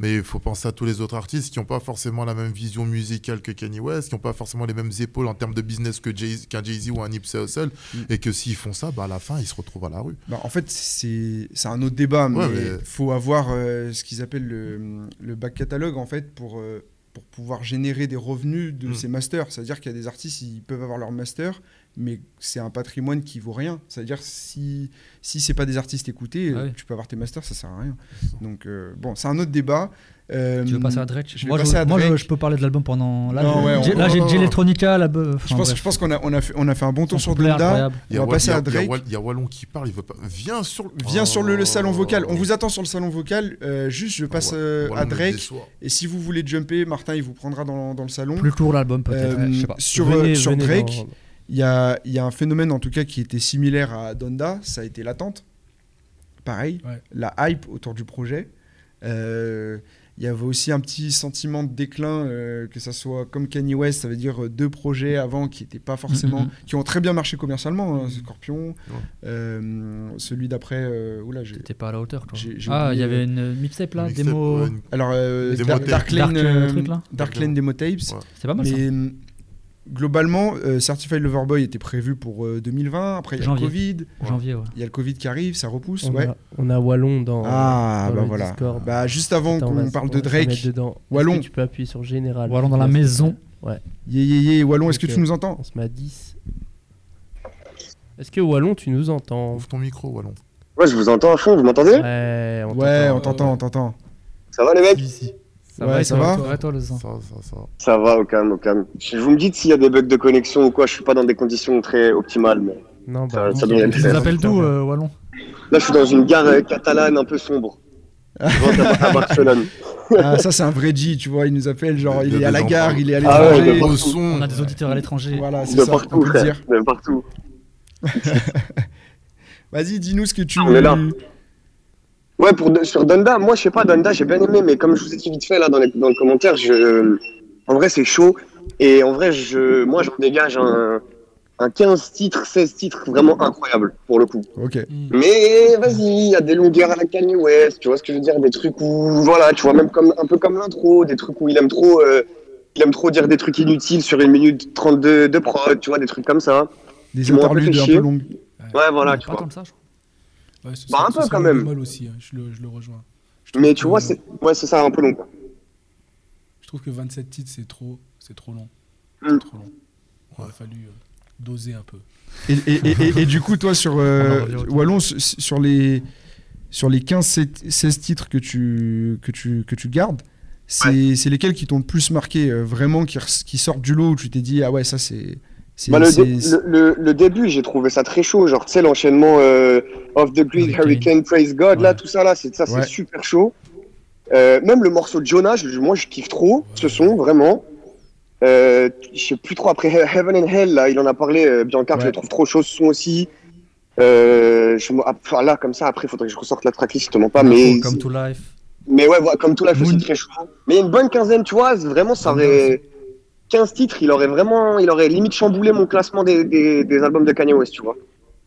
D: mais il faut penser à tous les autres artistes qui n'ont pas forcément la même vision musicale que Kanye West, qui n'ont pas forcément les mêmes épaules en termes de business que Jay- qu'un Jay-Z ou un Nipsey Hussle,
A: Mm.
D: et que s'ils font ça, bah, à la fin, ils se retrouvent à la rue.
A: Bah, en fait, c'est c'est un autre débat, mais
D: Ouais,
A: il
D: mais-
A: faut avoir euh, ce qu'ils appellent le, le back catalogue en fait pour, euh, pour pouvoir générer des revenus de
D: Mm.
A: ces masters. C'est-à-dire qu'il y a des artistes, ils peuvent avoir leur master, mais c'est un patrimoine qui vaut rien. C'est-à-dire si si c'est pas des artistes écoutés,
C: Ah
A: euh,
C: oui.
A: tu peux avoir tes masters, ça sert à rien. Donc euh, bon, c'est un autre débat. Euh,
C: Tu veux passer à Drake
A: je vais
C: Moi,
A: passer
C: je,
A: à
C: moi, je-
A: Drake.
C: je peux parler de l'album pendant. Là,
A: Non,
C: je-
A: ouais, on-
C: j'ai- là,
D: non,
C: j'ai
D: non,
C: j'ai
D: non.
C: les Tronica, la be- enfin,
A: je, pense,
C: bref.
A: je pense qu'on a, on a, fait, on a fait un bon tour sur
C: Complet,
A: Donda.
C: incroyable.
A: On va passer à Drake.
D: Il y a Wallon qui parle, il veut pas. Viens sur,
A: Viens sur le, le
D: Oh.
A: salon vocal. On vous
D: a
A: attend sur le salon vocal. Euh, juste, je passe euh, à Drake. Et si vous voulez jumper, Martin, il vous prendra dans, dans le salon.
C: Plus court l'album, peut-être.
A: Euh,
C: je sais pas.
A: Sur,
E: Venez-
A: euh, sur
E: venez
A: Drake,
E: dans-
A: il y a, il y a un phénomène en tout cas qui était similaire à Donda, ça a été l'attente. Pareil,
B: Ouais.
A: la hype autour du projet. Euh, il y avait aussi un petit sentiment de déclin, euh, que ça soit comme Kanye West, ça veut dire euh, deux projets avant qui n'étaient pas forcément,
C: Mhm.
A: qui ont très bien marché commercialement, hein, Scorpion,
D: Ouais.
A: euh, celui d'après, euh, oula, j'ai-
C: T'étais pas à la hauteur, quoi.
A: j'ai- j'ai
C: Ah, il
A: oublié,
C: y avait
A: euh,
C: une euh, mixtape là,
D: Mixtape,
C: démo.
D: ouais, une-
A: alors euh,
D: Démo
A: Dar-
D: tape.
A: Dark Lane,
C: Dark, euh, truc, là.
A: Dark Lane Demo Tapes,
D: Ouais.
C: C'est pas mal ça.
A: mais euh, globalement, euh, Certified Lover Boy était prévu pour euh, 2020. Après, il y a le
C: Janvier.
A: Covid.
C: Janvier, ouais.
A: Il y a le Covid qui arrive, ça repousse.
E: on,
A: ouais.
E: a, on a Wallon dans.
A: Ah,
E: dans
A: bah
E: le
A: voilà.
E: Discord.
A: Bah, juste avant
E: Attends, on
A: qu'on
E: va-
A: parle
E: on
A: de
E: va se
A: Drake.
E: mettre dedans. Est-ce
A: Wallon.
E: que Tu peux appuyer sur Général.
C: Ou alors dans la
E: Parce que
C: maison.
A: Yé, yé, yé, Wallon, est-ce que
E: Donc,
A: tu
E: euh,
A: nous entends
E: On se met à 10. Est-ce que Wallon, tu nous entends
D: Ouvre ton micro, Wallon.
F: Ouais, je vous entends à fond, vous m'entendez
E: Ouais, on
A: Ouais,
E: t'entend.
A: on t'entend, on t'entend.
F: Ça va les mecs
E: Ça
A: ouais,
E: va,
A: ça
E: et toi
A: va
C: Ouais, toi, le sang.
D: Ça, ça, ça.
F: Ça va, au calme, au calme. Je vous me dites s'il y a des bugs de connexion ou quoi, je suis pas dans des conditions très optimales. Mais...
E: Non,
F: Ça-
E: bah,
F: ça devrait
C: Tu nous appelles d'où, euh, Wallon
F: Là, je suis dans une gare euh, catalane un peu sombre. Je rentre à, à Barcelone.
A: Ah, ça, c'est un vrai G, tu vois. Il nous appelle, genre,
D: De-
A: il
D: de-
A: est à
D: de
A: la
D: gens-
A: gare, il est à
F: Ah ouais,
A: l'étranger.
F: de-
D: Au son.
C: On a des auditeurs à l'étranger.
A: Voilà, c'est
F: De
A: ça, on
F: partout,
A: peut le
F: frère.
A: dire.
F: De partout.
A: Vas-y, dis-nous ce que tu.
F: On est là. Ouais, pour, sur Donda, moi, je sais pas, Donda, j'ai bien aimé, mais comme je vous ai dit vite fait là dans, les- dans le commentaire, je... en vrai, c'est chaud. Et en vrai, je... moi, j'en dégage un... un 15 titres, 16 titres vraiment incroyables, pour le coup.
A: Ok.
B: Hmm.
F: Mais vas-y, il y a des longueurs à la Kanye West, tu vois ce que je veux dire, des trucs où, voilà, tu vois, même comme, un peu comme l'intro, des trucs où il aime trop, euh, il aime trop dire des trucs inutiles sur une minute 32 de prod, tu vois, des trucs comme ça.
A: Des
F: Tu m'as un peu
A: interludes
F: fait
A: un
F: chier.
A: peu longues.
F: Ouais, voilà,
C: Ouais,
F: tu
C: Pas
F: vois.
C: tant que ça, je crois.
B: Ouais, ce
F: Bah,
B: serait-
F: un
B: ce
F: peu,
B: serait
F: quand
B: le
F: même.
B: mal aussi, hein, je, le, je le rejoins. Je trouve
F: Mais tu
B: que-
F: vois, c'est, ouais, c'est ça, un peu long, quoi.
B: Je trouve que 27 titres, c'est trop, c'est trop long.
F: Mm.
B: C'est trop long. Il aurait fallu euh, doser un peu.
A: Et, et- et- et- et du coup, toi, sur euh,
C: On en revient au
A: Wallon, s- s- sur les, sur les 15, sept- 16 titres que tu, que tu, que tu gardes, c'est c'est lesquels qui t'ont le plus marqué, euh, vraiment, qui, res- qui sortent du lot, où tu t'es dit, ah ouais, ça, c'est. c'est-
F: Bah, le,
A: c'est-
F: dé-
A: c'est-
F: le, le- le début, j'ai trouvé ça très chaud, genre, tu sais, l'enchaînement euh, Off the Grid,
C: Hurricane.
F: Hurricane, Praise God,
C: Ouais.
F: là, tout ça, là, c'est, ça,
A: Ouais.
F: c'est super chaud. Euh, même le morceau de Jonah, je- moi, je kiffe trop ce son, vraiment. Euh, je sais plus trop, après He- Heaven and Hell, là, il en a parlé, euh, Bianca, je
A: Ouais.
F: le trouve trop chaud ce son aussi. Euh, je, me- ah, enfin, là, comme ça, après, faudrait que je ressorte la tracklist, je te mens pas, Ah, mais,
C: Comme To Life.
F: mais ouais, voilà, comme tout la
C: Moon.
F: aussi très chaud. Mais une bonne quinzaine, tu vois, c'est vraiment,
A: Ah,
F: ça aurait. 15 titres, il aurait vraiment, il aurait limite chamboulé mon classement des, des, des albums de Kanye West, tu vois.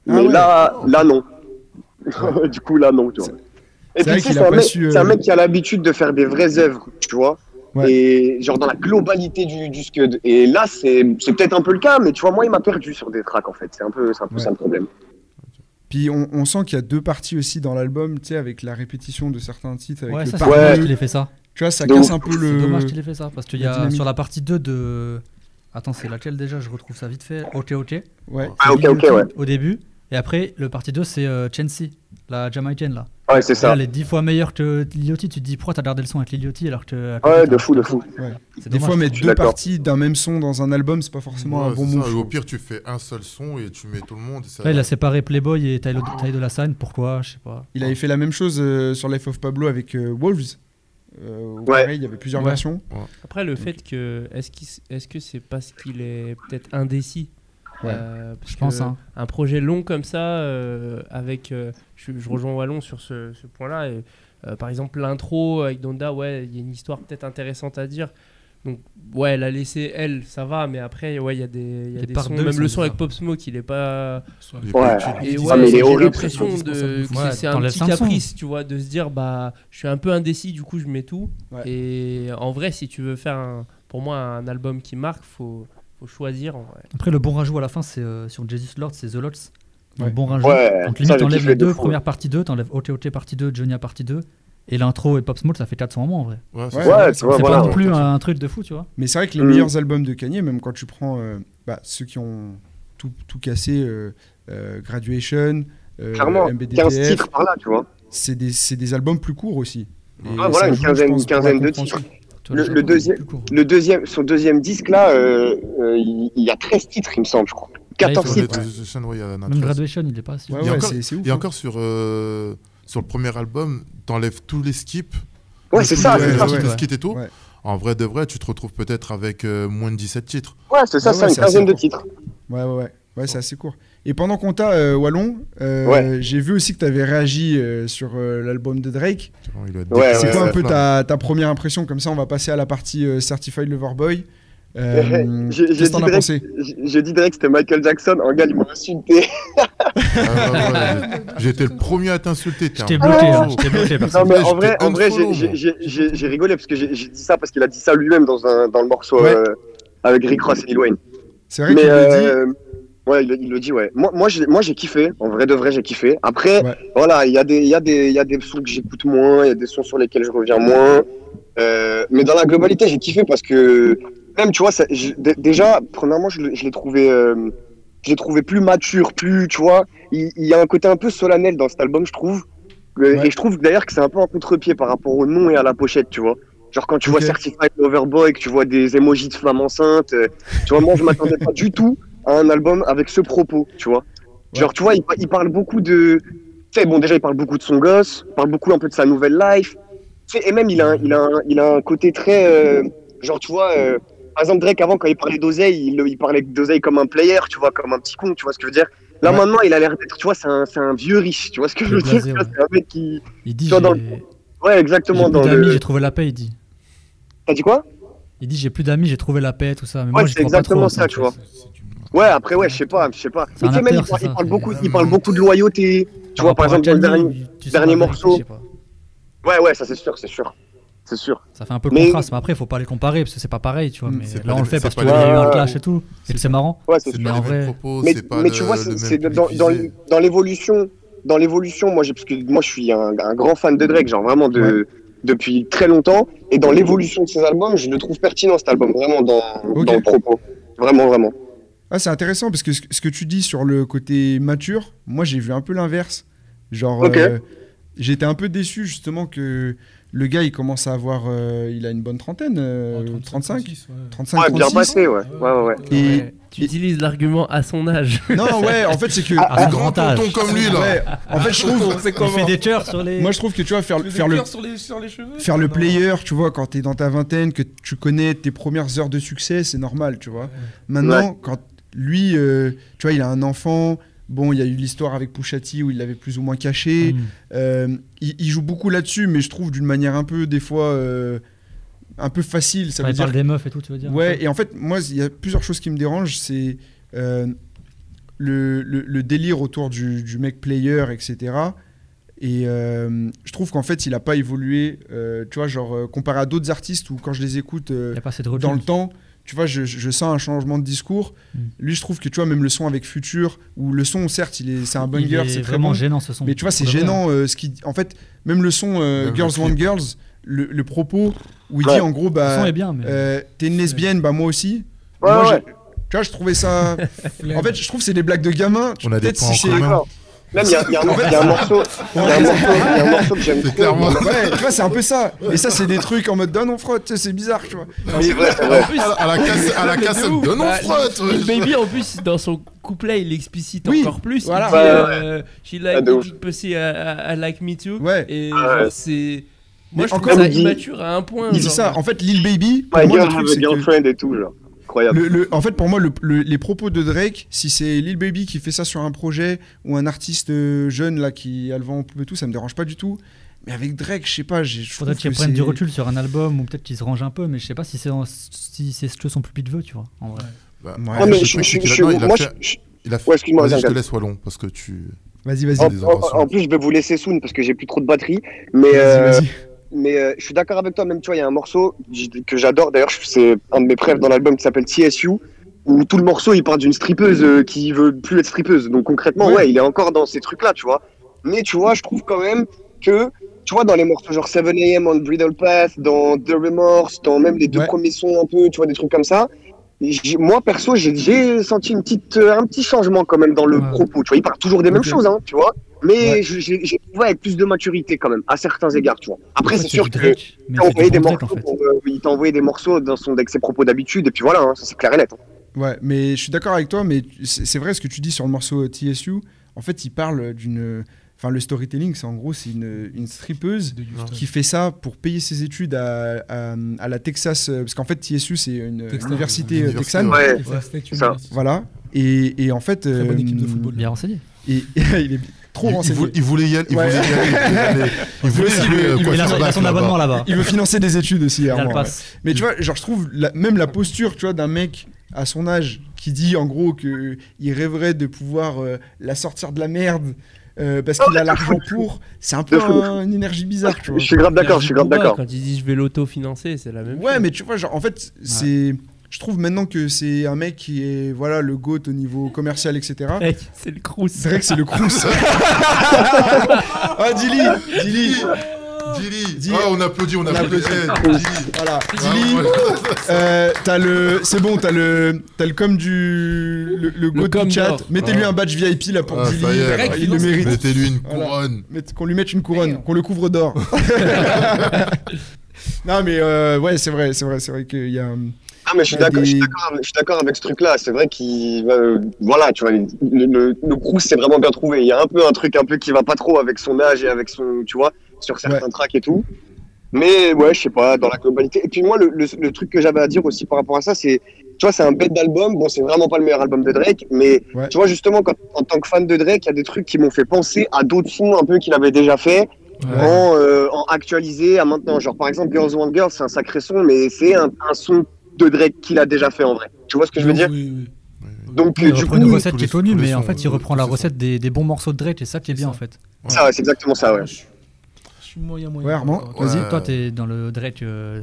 F: Mais
A: Ah ouais.
F: là, là non. du coup, là non, tu vois.
A: c'est
F: Et
A: vrai
F: puis, tu sais,
A: qu'il
F: c'est
A: a
F: un,
A: pas
F: mec-
A: su, euh,
F: c'est un mec qui a l'habitude de faire des vraies œuvres, tu vois.
A: Ouais.
F: Et genre dans la globalité du, du Scud. Et là, c'est c'est peut-être un peu le cas, mais tu vois, moi, il m'a perdu sur des tracks, en fait. C'est un peu, c'est un peu
A: Ouais.
F: ça le problème.
A: Puis on, on sent qu'il y a deux parties aussi dans l'album, tu sais, avec la répétition de certains titres, avec
C: Ouais,
A: le
C: ça, c'est
A: parole.
C: dommage qu'il ait fait ça.
A: Tu vois, ça
F: Donc,
A: casse un peu
C: C'est dommage
A: le.
C: qu'il ait fait ça. Parce qu'il y
A: la
C: a
A: dynamique.
C: sur la partie 2 de. Attends, c'est laquelle déjà Je retrouve ça vite fait. Ok, ok.
A: Ouais.
F: Ah, ok,
C: C'est
F: ok,
C: Guillotine
F: ouais.
C: Au début. Et après, le partie 2, c'est euh, Chancy, la Jamaïcaine là.
F: Ouais, c'est
C: Là,
F: ça.
C: elle est 10 fois meilleure que Liliotti. Tu te dis pourquoi t'as gardé le son avec Liliotti alors que.
F: Ouais, de fou, de fou.
C: C'est
A: Des
C: dommage.
A: fois, mettre
F: suis
A: deux
F: d'accord.
A: parties d'un même son dans un album, c'est pas forcément un
D: Ouais,
A: bon
D: c'est ça.
A: move.
D: Et
A: je
D: Au
A: trouve.
D: pire, tu fais un seul son et tu mets tout le monde. et ça-
C: Là, il a séparé Playboy et Tyler Tyler de la Sign. Pourquoi Je sais pas.
A: Il
F: Ah.
A: avait fait la même chose euh, sur Life of Pablo avec euh, Wolves. Euh, où
F: Ouais.
A: Pareil, il y avait plusieurs
C: Ouais.
A: versions.
E: Après, le fait que. Est-ce qu'il s- est-ce que c'est parce qu'il est peut-être indécis
A: Ouais.
E: Euh, parce
C: Je pense,
E: que
C: hein.
E: Un projet long comme ça, euh, avec. euh, je, je rejoins Wallon sur ce, ce point-là. et, euh, par exemple, l'intro avec Donda, ouais, il y a une histoire peut-être intéressante à dire. Donc, ouais, la laisser, elle, ça va, mais après, ouais, il y a des, il y a
C: Les
E: des
C: par
E: sons.
C: deux,
E: Même
C: ils
E: le
C: sont
E: son avec
C: bizarres.
E: Pop Smoke, il est pas.
B: Soit-
D: Il est
F: Ouais.
D: pas
E: Et
D: utile.
F: Ah,
E: ouais,
F: mais il est
E: j'ai
F: horrible,
E: l'impression
D: ce son.
E: de que
C: Ouais,
E: c'est- c'est un
C: t'enlèves
E: petit
C: cinq sons.
E: caprice, tu vois, de se dire bah je suis un peu indécis, du coup je mets tout.
A: Ouais.
E: Et en vrai, si tu veux faire un- pour moi un album qui marque, faut faut choisir en vrai.
C: Après, le bon rajout à la fin, c'est euh, sur Jesus Lord, c'est The Lots.
A: Ouais.
C: Le bon rajout.
F: Ouais,
C: Donc
F: ça,
C: limite,
F: j'ai
C: t'enlèves
F: kiffé
C: les
F: de
C: deux,
F: fou.
C: première partie 2, t'enlèves OT OT partie 2, Johnny partie 2, et l'intro et Pop Smoke, ça fait 400 moments en vrai.
D: Ouais,
A: Ouais,
D: c'est ça.
F: Ouais, tu vois,
C: c'est pas
F: voilà.
C: non plus un, un truc de fou, tu vois.
A: Mais c'est vrai que les
F: Mm.
A: meilleurs albums de Kanye, même quand tu prends euh, bah, ceux qui ont tout, tout cassé, euh, euh, Graduation, euh,
F: Clairement, 15
A: MBDTF,
F: titres par là, tu vois.
A: c'est des, c'est des albums plus courts aussi.
C: Et
F: Ah, voilà,
C: ça
F: une
C: joue, je
F: quinzaine-
C: pense,
F: une
C: pour la
F: quinzaine de
C: compréhension. Tu vois,
F: Le-
C: les gens
F: le
C: vont plus
F: deuxième-
C: court.
F: Le deuxième, son deuxième disque, là, euh, euh, il il y a 13 titres, il me semble, je crois. 14
C: Ouais,
D: Sur les
F: titres.
D: deux chaînes, ouais, il y en a
C: Même
D: 13.
C: Graduation, il est pas si.
A: Ouais,
D: Il y a
A: ouais,
D: encore-
A: c'est c'est ouf. hein.
D: Et encore sur, euh, sur le premier album, t'enlèves tous les skips.
F: Ouais, c'est
D: tous
F: ça,
D: les-
F: c'est
D: tous
F: ça.
D: les
C: ouais.
D: skits et tout.
A: Ouais.
D: En vrai de vrai, tu te retrouves peut-être avec euh, moins de 17 titres.
F: Ouais, c'est ça,
A: Ouais,
F: c'est
A: ouais,
F: une
A: c'est
F: quinzaine
A: assez
F: de titres.
A: Ouais, ouais, ouais. Ouais, c'est assez court. Et pendant qu'on t'a, euh, Wallon, euh,
F: Oh. Ouais.
A: j'ai vu aussi que tu avais réagi euh, sur euh, l'album de Drake.
D: Tu vois, il doit être Ah,
F: Ouais,
D: dépassé
A: c'est quoi
D: par
A: un peu
D: plein.
A: ta, ta première impression Comme ça, on va passer à la partie euh, Certified Lover Boy. Euh,
F: J'ai- j'ai
A: Qu'est-ce que t'en
F: dit
A: as
F: Drake.
A: pensé
F: J- J'ai dit direct que c'était Michael Jackson. En gars, ils m'ont insulté.
D: Ah, ouais, ouais, j'ai- J'étais le premier à t'insulter. t'es
C: Je
D: un
C: t'ai
D: gros
C: bloqué,
D: gros.
C: hein, je t'ai bloqué. parce que-
F: Non, mais en
D: j'étais
F: vrai, en vrai j'ai-
D: unfollow,
F: j'ai-
D: moi.
F: j'ai j'ai- j'ai rigolé parce que j'ai j'ai dit ça parce qu'il a dit ça lui-même dans, un- dans le morceau
A: Ouais.
F: euh, avec Rick Ross et Lil Wayne.
A: C'est vrai
F: mais
A: qu'il le dit.
F: euh, ouais, il, il le dit, ouais. Moi, moi, j'ai, moi, j'ai kiffé. En vrai de vrai, j'ai kiffé. Après,
A: Ouais.
F: voilà, il y a des, il y a des, il y a des sons que j'écoute moins, il y a des sons sur lesquels je reviens moins. Euh, mais dans la globalité, j'ai kiffé parce que même, tu vois, ça- je- dé- déjà, premièrement, je, l'ai- je l'ai trouvé, euh, je l'ai trouvé plus mature, plus, tu vois, il, il y a un côté un peu solennel dans cet album, je trouve. Euh,
A: Ouais.
F: Et je trouve d'ailleurs que c'est un peu un contre-pied par rapport au nom et à la pochette, tu vois. Genre quand tu
A: Ok.
F: vois Certified Overboy, que tu vois des emojis de femmes enceintes, euh, tu vois, moi je m'attendais pas du tout à un album avec ce propos, tu vois. Genre, tu vois, il, pa- il parle beaucoup de. Tu sais, bon, déjà, il parle beaucoup de son gosse, il parle beaucoup un peu de sa nouvelle life. Tu sais, et même, il a, un- il, a un, il a un côté très. euh, genre, tu vois, euh, par exemple, Drake, avant, quand il parlait d'oseille, il, il parlait d'oseille comme un player, tu vois, comme un petit con, tu vois ce que je veux dire. Là,
A: Ouais.
F: maintenant, il a l'air d'être. Tu vois, c'est un, c'est un vieux riche, tu vois ce que je veux
C: Le
F: dire.
C: blasé,
F: tu vois,
C: ouais.
F: C'est un mec qui.
C: Il dit
F: Tu vois, dans le-
C: j'ai-
F: Ouais,
C: j'ai
F: exactement.
C: plus
F: Dans
C: d'amis,
F: le...
C: j'ai trouvé la paix, il dit.
F: T'as dit quoi
C: Il dit j'ai plus d'amis, j'ai trouvé la paix, tout ça. Mais
F: Ouais,
C: moi, j'y
F: c'est
C: crois pas trop,
F: exactement ça, tu vois. Ouais, après, ouais, je sais pas, je sais pas.
C: C'est
F: Mais
C: un
F: tu sais, même, il
C: acteur,
F: parle,
C: c'est
F: il
C: ça,
F: parle
C: c'est-
F: beaucoup, il parle beaucoup de loyauté. Tu vois, par exemple, dans le dernier. dernier morceau. Ouais, ouais, ça, c'est sûr, c'est sûr. C'est sûr.
C: Ça fait un peu le
F: Mais-
C: contraste, mais après, faut pas les comparer parce que c'est pas pareil, tu vois.
A: Mm,
C: Mais
D: c'est pas
C: là, on
D: les-
C: le fait
D: c'est
C: parce
D: pas
C: qu'il y
F: les
C: a eu
F: mêmes-
C: un clash et tout. Et que c'est marrant.
F: Ouais, c'est
C: C'est
F: sûr.
C: Mais
D: Pas
C: en
D: les mêmes
C: vrai-
D: propos,
F: mais,
D: c'est pas
F: mais
D: le-
F: tu vois,
D: le
F: c'est
D: même
F: c'est
D: public
F: dans, dans
D: visé.
F: l- dans l'évolution. Dans l'évolution, moi, j'ai- parce que moi, je suis un, un grand fan de Drake, genre vraiment de, depuis très longtemps. Et dans l'évolution de ses albums, je le trouve pertinent cet album, vraiment dans,
A: Ok.
F: dans le propos. Vraiment, vraiment.
A: Ah, c'est intéressant parce que ce ce que tu dis sur le côté mature, moi j'ai vu un peu l'inverse. Genre,
F: Ok.
A: euh, j'étais un peu déçu justement que le gars il commence à avoir, euh, il a une bonne trentaine, euh,
B: Oh,
A: 35,
B: 36, ouais.
A: 35,
F: Ouais, bien
A: 36.
F: passé, ouais. Ouais, ouais, ouais.
A: Et-
E: Ouais, Tu utilises l'argument à son âge.
A: Non, ouais, en fait c'est que.
C: Ah,
D: Des
C: un
D: grands
C: grand âge.
D: tontons comme lui, là.
A: Ouais, en fait je trouve.
C: Il fait des chœurs sur les.
A: Moi je trouve que tu vois faire,
B: Tu fais des
A: faire le
B: cœurs sur les, sur les cheveux
A: faire le
B: Non.
A: player, tu vois, quand t'es dans ta vingtaine, que tu connais tes premières heures de succès, c'est normal, tu vois. Maintenant, quand lui, euh, tu vois, il a un enfant. Bon, il y a eu l'histoire avec Pouchati où il l'avait plus ou moins caché.
C: Mm.
A: Euh, il, il joue beaucoup là-dessus, mais je trouve d'une manière un peu, des fois, euh, un peu facile. Ça
C: Quand
A: veut
C: il parle
A: dire.
C: des meufs et tout, tu veux dire
A: Ouais, et en fait, moi, il y a plusieurs choses qui me dérangent. C'est euh, le, le- le délire autour du, du mec player, etc. Et euh, je trouve qu'en fait, il n'a pas évolué. euh, tu vois, genre, euh, comparé à d'autres artistes où, quand je les écoute euh,
C: Il n'y a pas assez de
A: dans
C: recul.
A: le temps, tu vois, je, je sens un changement de discours.
C: Mm.
A: Lui, je trouve que, tu vois, même le son avec Future, où le son, certes, il est, c'est un
C: Il
A: banger,
C: est
A: c'est très
C: vraiment
A: bon.
C: gênant ce son.
A: Mais tu vois, c'est
C: Pour de vrai.
A: gênant. euh, ce qui, en fait, même le son euh,
D: Même le
A: Girls
D: clip.
A: Want Girls, le, le propos où il
F: Ouais.
A: dit en gros,
C: Le son
A: bah,
C: est bien, mais.
A: euh, t'es une lesbienne, bah moi aussi.
F: Ouais,
A: moi,
F: ouais.
A: j'ai- Tu vois, je trouvais ça. en fait, je trouve que c'est des blagues de gamins.
D: On a des
A: Peut-être
D: points en
A: si c'est-
D: commun.
F: D'accord. Même, il y a, il y a un mor- il y a un morceau, il y a un morceau- il y a un morceau que j'aime
D: C'est
F: trop.
D: clairement-
A: Ouais, tu vois, c'est un peu ça. Et ça, c'est des trucs en mode donne, on frotte. tu sais, C'est bizarre, tu vois.
F: Mais c'est vrai, c'est vrai.
D: Ah, À la- à la casse- à la
E: Mais de
D: cassette
E: ouf.
D: de non
E: Bah,
D: frotte.
E: Lil
D: ouais.
E: Baby, en plus, dans son couplet, il explicite
A: Oui,
E: encore plus.
A: voilà.
E: Il dit,
F: Ouais,
E: euh, She like
F: Ah, de
E: me,
F: ouf.
E: big pussy, I, I- I like me too.
A: Ouais.
E: Et
F: Ah, ouais.
E: genre, c'est.
A: Mais
E: Moi, je trouve
A: encore,
E: ça
F: il dit-
E: immature à un point.
A: Il dit
E: genre.
A: ça. En fait, Lil Baby, pour
F: My
A: moi, le
F: girl
A: truc,
F: have a
A: c'est que-
F: girlfriend et tout, genre. Incroyable.
A: Le- le- en fait, pour moi, le- le- les propos de Drake, si c'est Lil Baby qui fait ça sur un projet ou un artiste euh, jeune là qui a le vent en poupe et tout, ça me dérange pas du tout. Mais avec Drake, je sais pas, j'ai- je trouve
C: Faudrait
A: que
C: qu'ils prennent du
A: c'est-
C: recul sur un album ou peut-être qu'ils se rangent un peu, mais je sais pas si c'est dans- si c'est ce que son plus petit veut, tu vois. En vrai.
D: Bah,
A: Ouais.
D: ouais,
A: Ah,
F: Non, mais
D: le
F: je-
D: truc,
F: je-
D: c'est qu'il a-
F: je-
D: non, il a
F: moi,
D: fait-
F: je- je-
D: il a fait-
F: Ouais, excuse-moi,
D: Vas-y, je te
F: regarde.
D: laisse Wallon parce que tu.
A: Vas-y, vas-y.
F: En,
D: des
F: en-
D: inventions.
F: en plus, je vais vous laisser soon parce que j'ai plus trop de batterie. Oh, Mais,
A: Vas-y,
F: euh,
A: vas-y.
F: mais euh, je suis d'accord avec toi. Même, tu vois, il y a un morceau que j'adore. D'ailleurs, je- c'est un de mes préfs dans l'album qui s'appelle TSU. Où tout le morceau, il parle d'une strippeuse euh, qui veut plus être strippeuse. Donc, concrètement,
A: Ouais.
F: ouais, il est encore dans ces trucs-là, tu vois. Mais, tu vois, je trouve quand même que, tu vois, dans les morceaux genre 7am on Bridal Path, dans The Remorse, dans même les deux
A: Ouais.
F: premiers sons un peu, tu vois, des trucs comme ça. j'ai- Moi, perso, j'ai- j'ai senti une petite, euh, un petit changement quand même dans le
C: Ouais.
F: propos. Tu vois, il parle toujours des mêmes
A: Ok.
F: choses, hein, tu vois. Mais je- j'ai j'ai trouvé avec plus de maturité quand même, à certains égards, tu vois. Après,
C: En fait,
F: c'est sûr
C: du
F: que
C: Drake, mais
F: il t'a
C: c'est
F: envoyé
C: du
F: des
C: Drake,
F: morceaux,
C: en fait.
F: pour, euh, il t'a envoyé des morceaux dans son avec ses propos d'habitude, et puis voilà, hein, ça c'est clair et net. hein.
A: Ouais, mais je suis d'accord avec toi, mais tu- c'est c'est vrai ce que tu dis sur le morceau euh, TSU. En fait, il parle d'une. Enfin, le storytelling, c'est en gros, c'est une, une strippeuse
B: de Houston.
A: qui fait ça pour payer ses études à, à- à la Texas. euh, Parce qu'en fait, TSU, c'est une euh,
B: Texas.
A: université euh,
D: Université,
A: texane.
F: Ouais.
B: Et ça, c'était une
F: ça.
B: université.
A: Voilà. Et, et en fait.
B: Très bonne
A: euh,
B: équipe de football.
C: Bien renseigné.
A: Et, il est trop
D: il, il
A: renseigné.
D: voulait- il voulait y aller. Il
A: Ouais.
D: voulait y aller. Il voulait
A: aussi,
D: jouer,
A: il-
D: euh,
A: il-
C: Il a son- il a
D: quarterback,
C: son
D: là-bas.
C: abonnement là-bas.
A: Il veut financer des études aussi, hein,
C: Il a le
A: Armand.
C: pass.
A: Mais tu vois, genre, je trouve la- même la posture, tu vois, d'un mec à son âge qui dit en gros que il rêverait de pouvoir euh, la sortir de la merde euh, parce qu'il a l'argent pour, c'est un peu
F: De fou.
A: un- une énergie bizarre, tu vois.
F: Je suis grave d'accord, je suis grave
E: Booba,
F: d'accord.
E: Quand il dit je vais l'auto-financer, c'est la même
A: Ouais,
E: chose.
A: mais tu vois, genre, en fait, c'est. Je trouve maintenant que c'est un mec qui est, voilà, le GOAT au niveau commercial, etc.
E: Drake, c'est le Crous.
A: C'est vrai que c'est le Crous. ah, Dilly, Dilly,
D: Dili.
A: Dili.
D: Ah, on applaudit, on
A: On
D: applaudit.
A: applaudit.
D: Eh, Dili.
A: voilà.
D: Ah,
A: Dilly,
D: voilà.
A: Euh, t'as le, c'est bon, t'as le, t'as le com du, le, le go
E: com
A: du chat.
E: d'or.
A: Mettez-lui
D: Ouais.
A: un badge VIP là pour
D: Ah, ça
A: Dilly.
D: y est,
A: Voilà,
B: ouais.
A: il le mérite.
D: Mettez-lui une
A: Voilà.
D: couronne.
A: Mais qu'on lui mette une couronne, qu'on le couvre d'or. non mais euh, ouais, c'est vrai, c'est vrai, c'est vrai qu'il y a. un-
F: Ah, mais je suis
A: Il y a
F: d'accord, je suis
A: des-
F: d'accord avec- je suis d'accord avec ce truc-là. C'est vrai qu'il. euh, voilà, tu vois, le, le, le Cruz, c'est vraiment bien trouvé. Il y a un peu un truc un peu qui va pas trop avec son âge et avec son. Tu vois, sur certains tracks et tout. Mais ouais, je sais pas, dans la globalité. Et puis moi, le, le, le truc que j'avais à dire aussi par rapport à ça, c'est. Tu vois, c'est un bête d'album. Bon, c'est vraiment pas le meilleur album de Drake, mais
A: Ouais.
F: tu vois, justement, quand, en tant que fan de Drake, il y a des trucs qui m'ont fait penser à d'autres sons un peu qu'il avait déjà fait en, euh, en actualisé à maintenant. Genre, par exemple, Girls One Girls, c'est un sacré son, mais c'est un, un son de Drake qu'il a déjà fait en vrai. Tu vois ce que je veux dire
B: Oui, oui.
F: Donc,
C: Il
F: euh, du
C: reprend
F: coup,
C: une
D: oui,
C: recette
D: tous
C: qui est
D: les-
C: connue,
D: tous les
C: mais en
D: sons,
C: fait, il
D: euh,
C: reprend la
D: tous les
C: recette des des bons morceaux de Drake, et c'est ça qui est bien en fait.
F: ça, ouais, c'est exactement ça, ouais.
B: Je suis- je suis moyen, moyen.
A: Ouais, Armand,
B: Encore,
D: Ouais.
C: Vas-y, toi, t'es dans le Drake euh,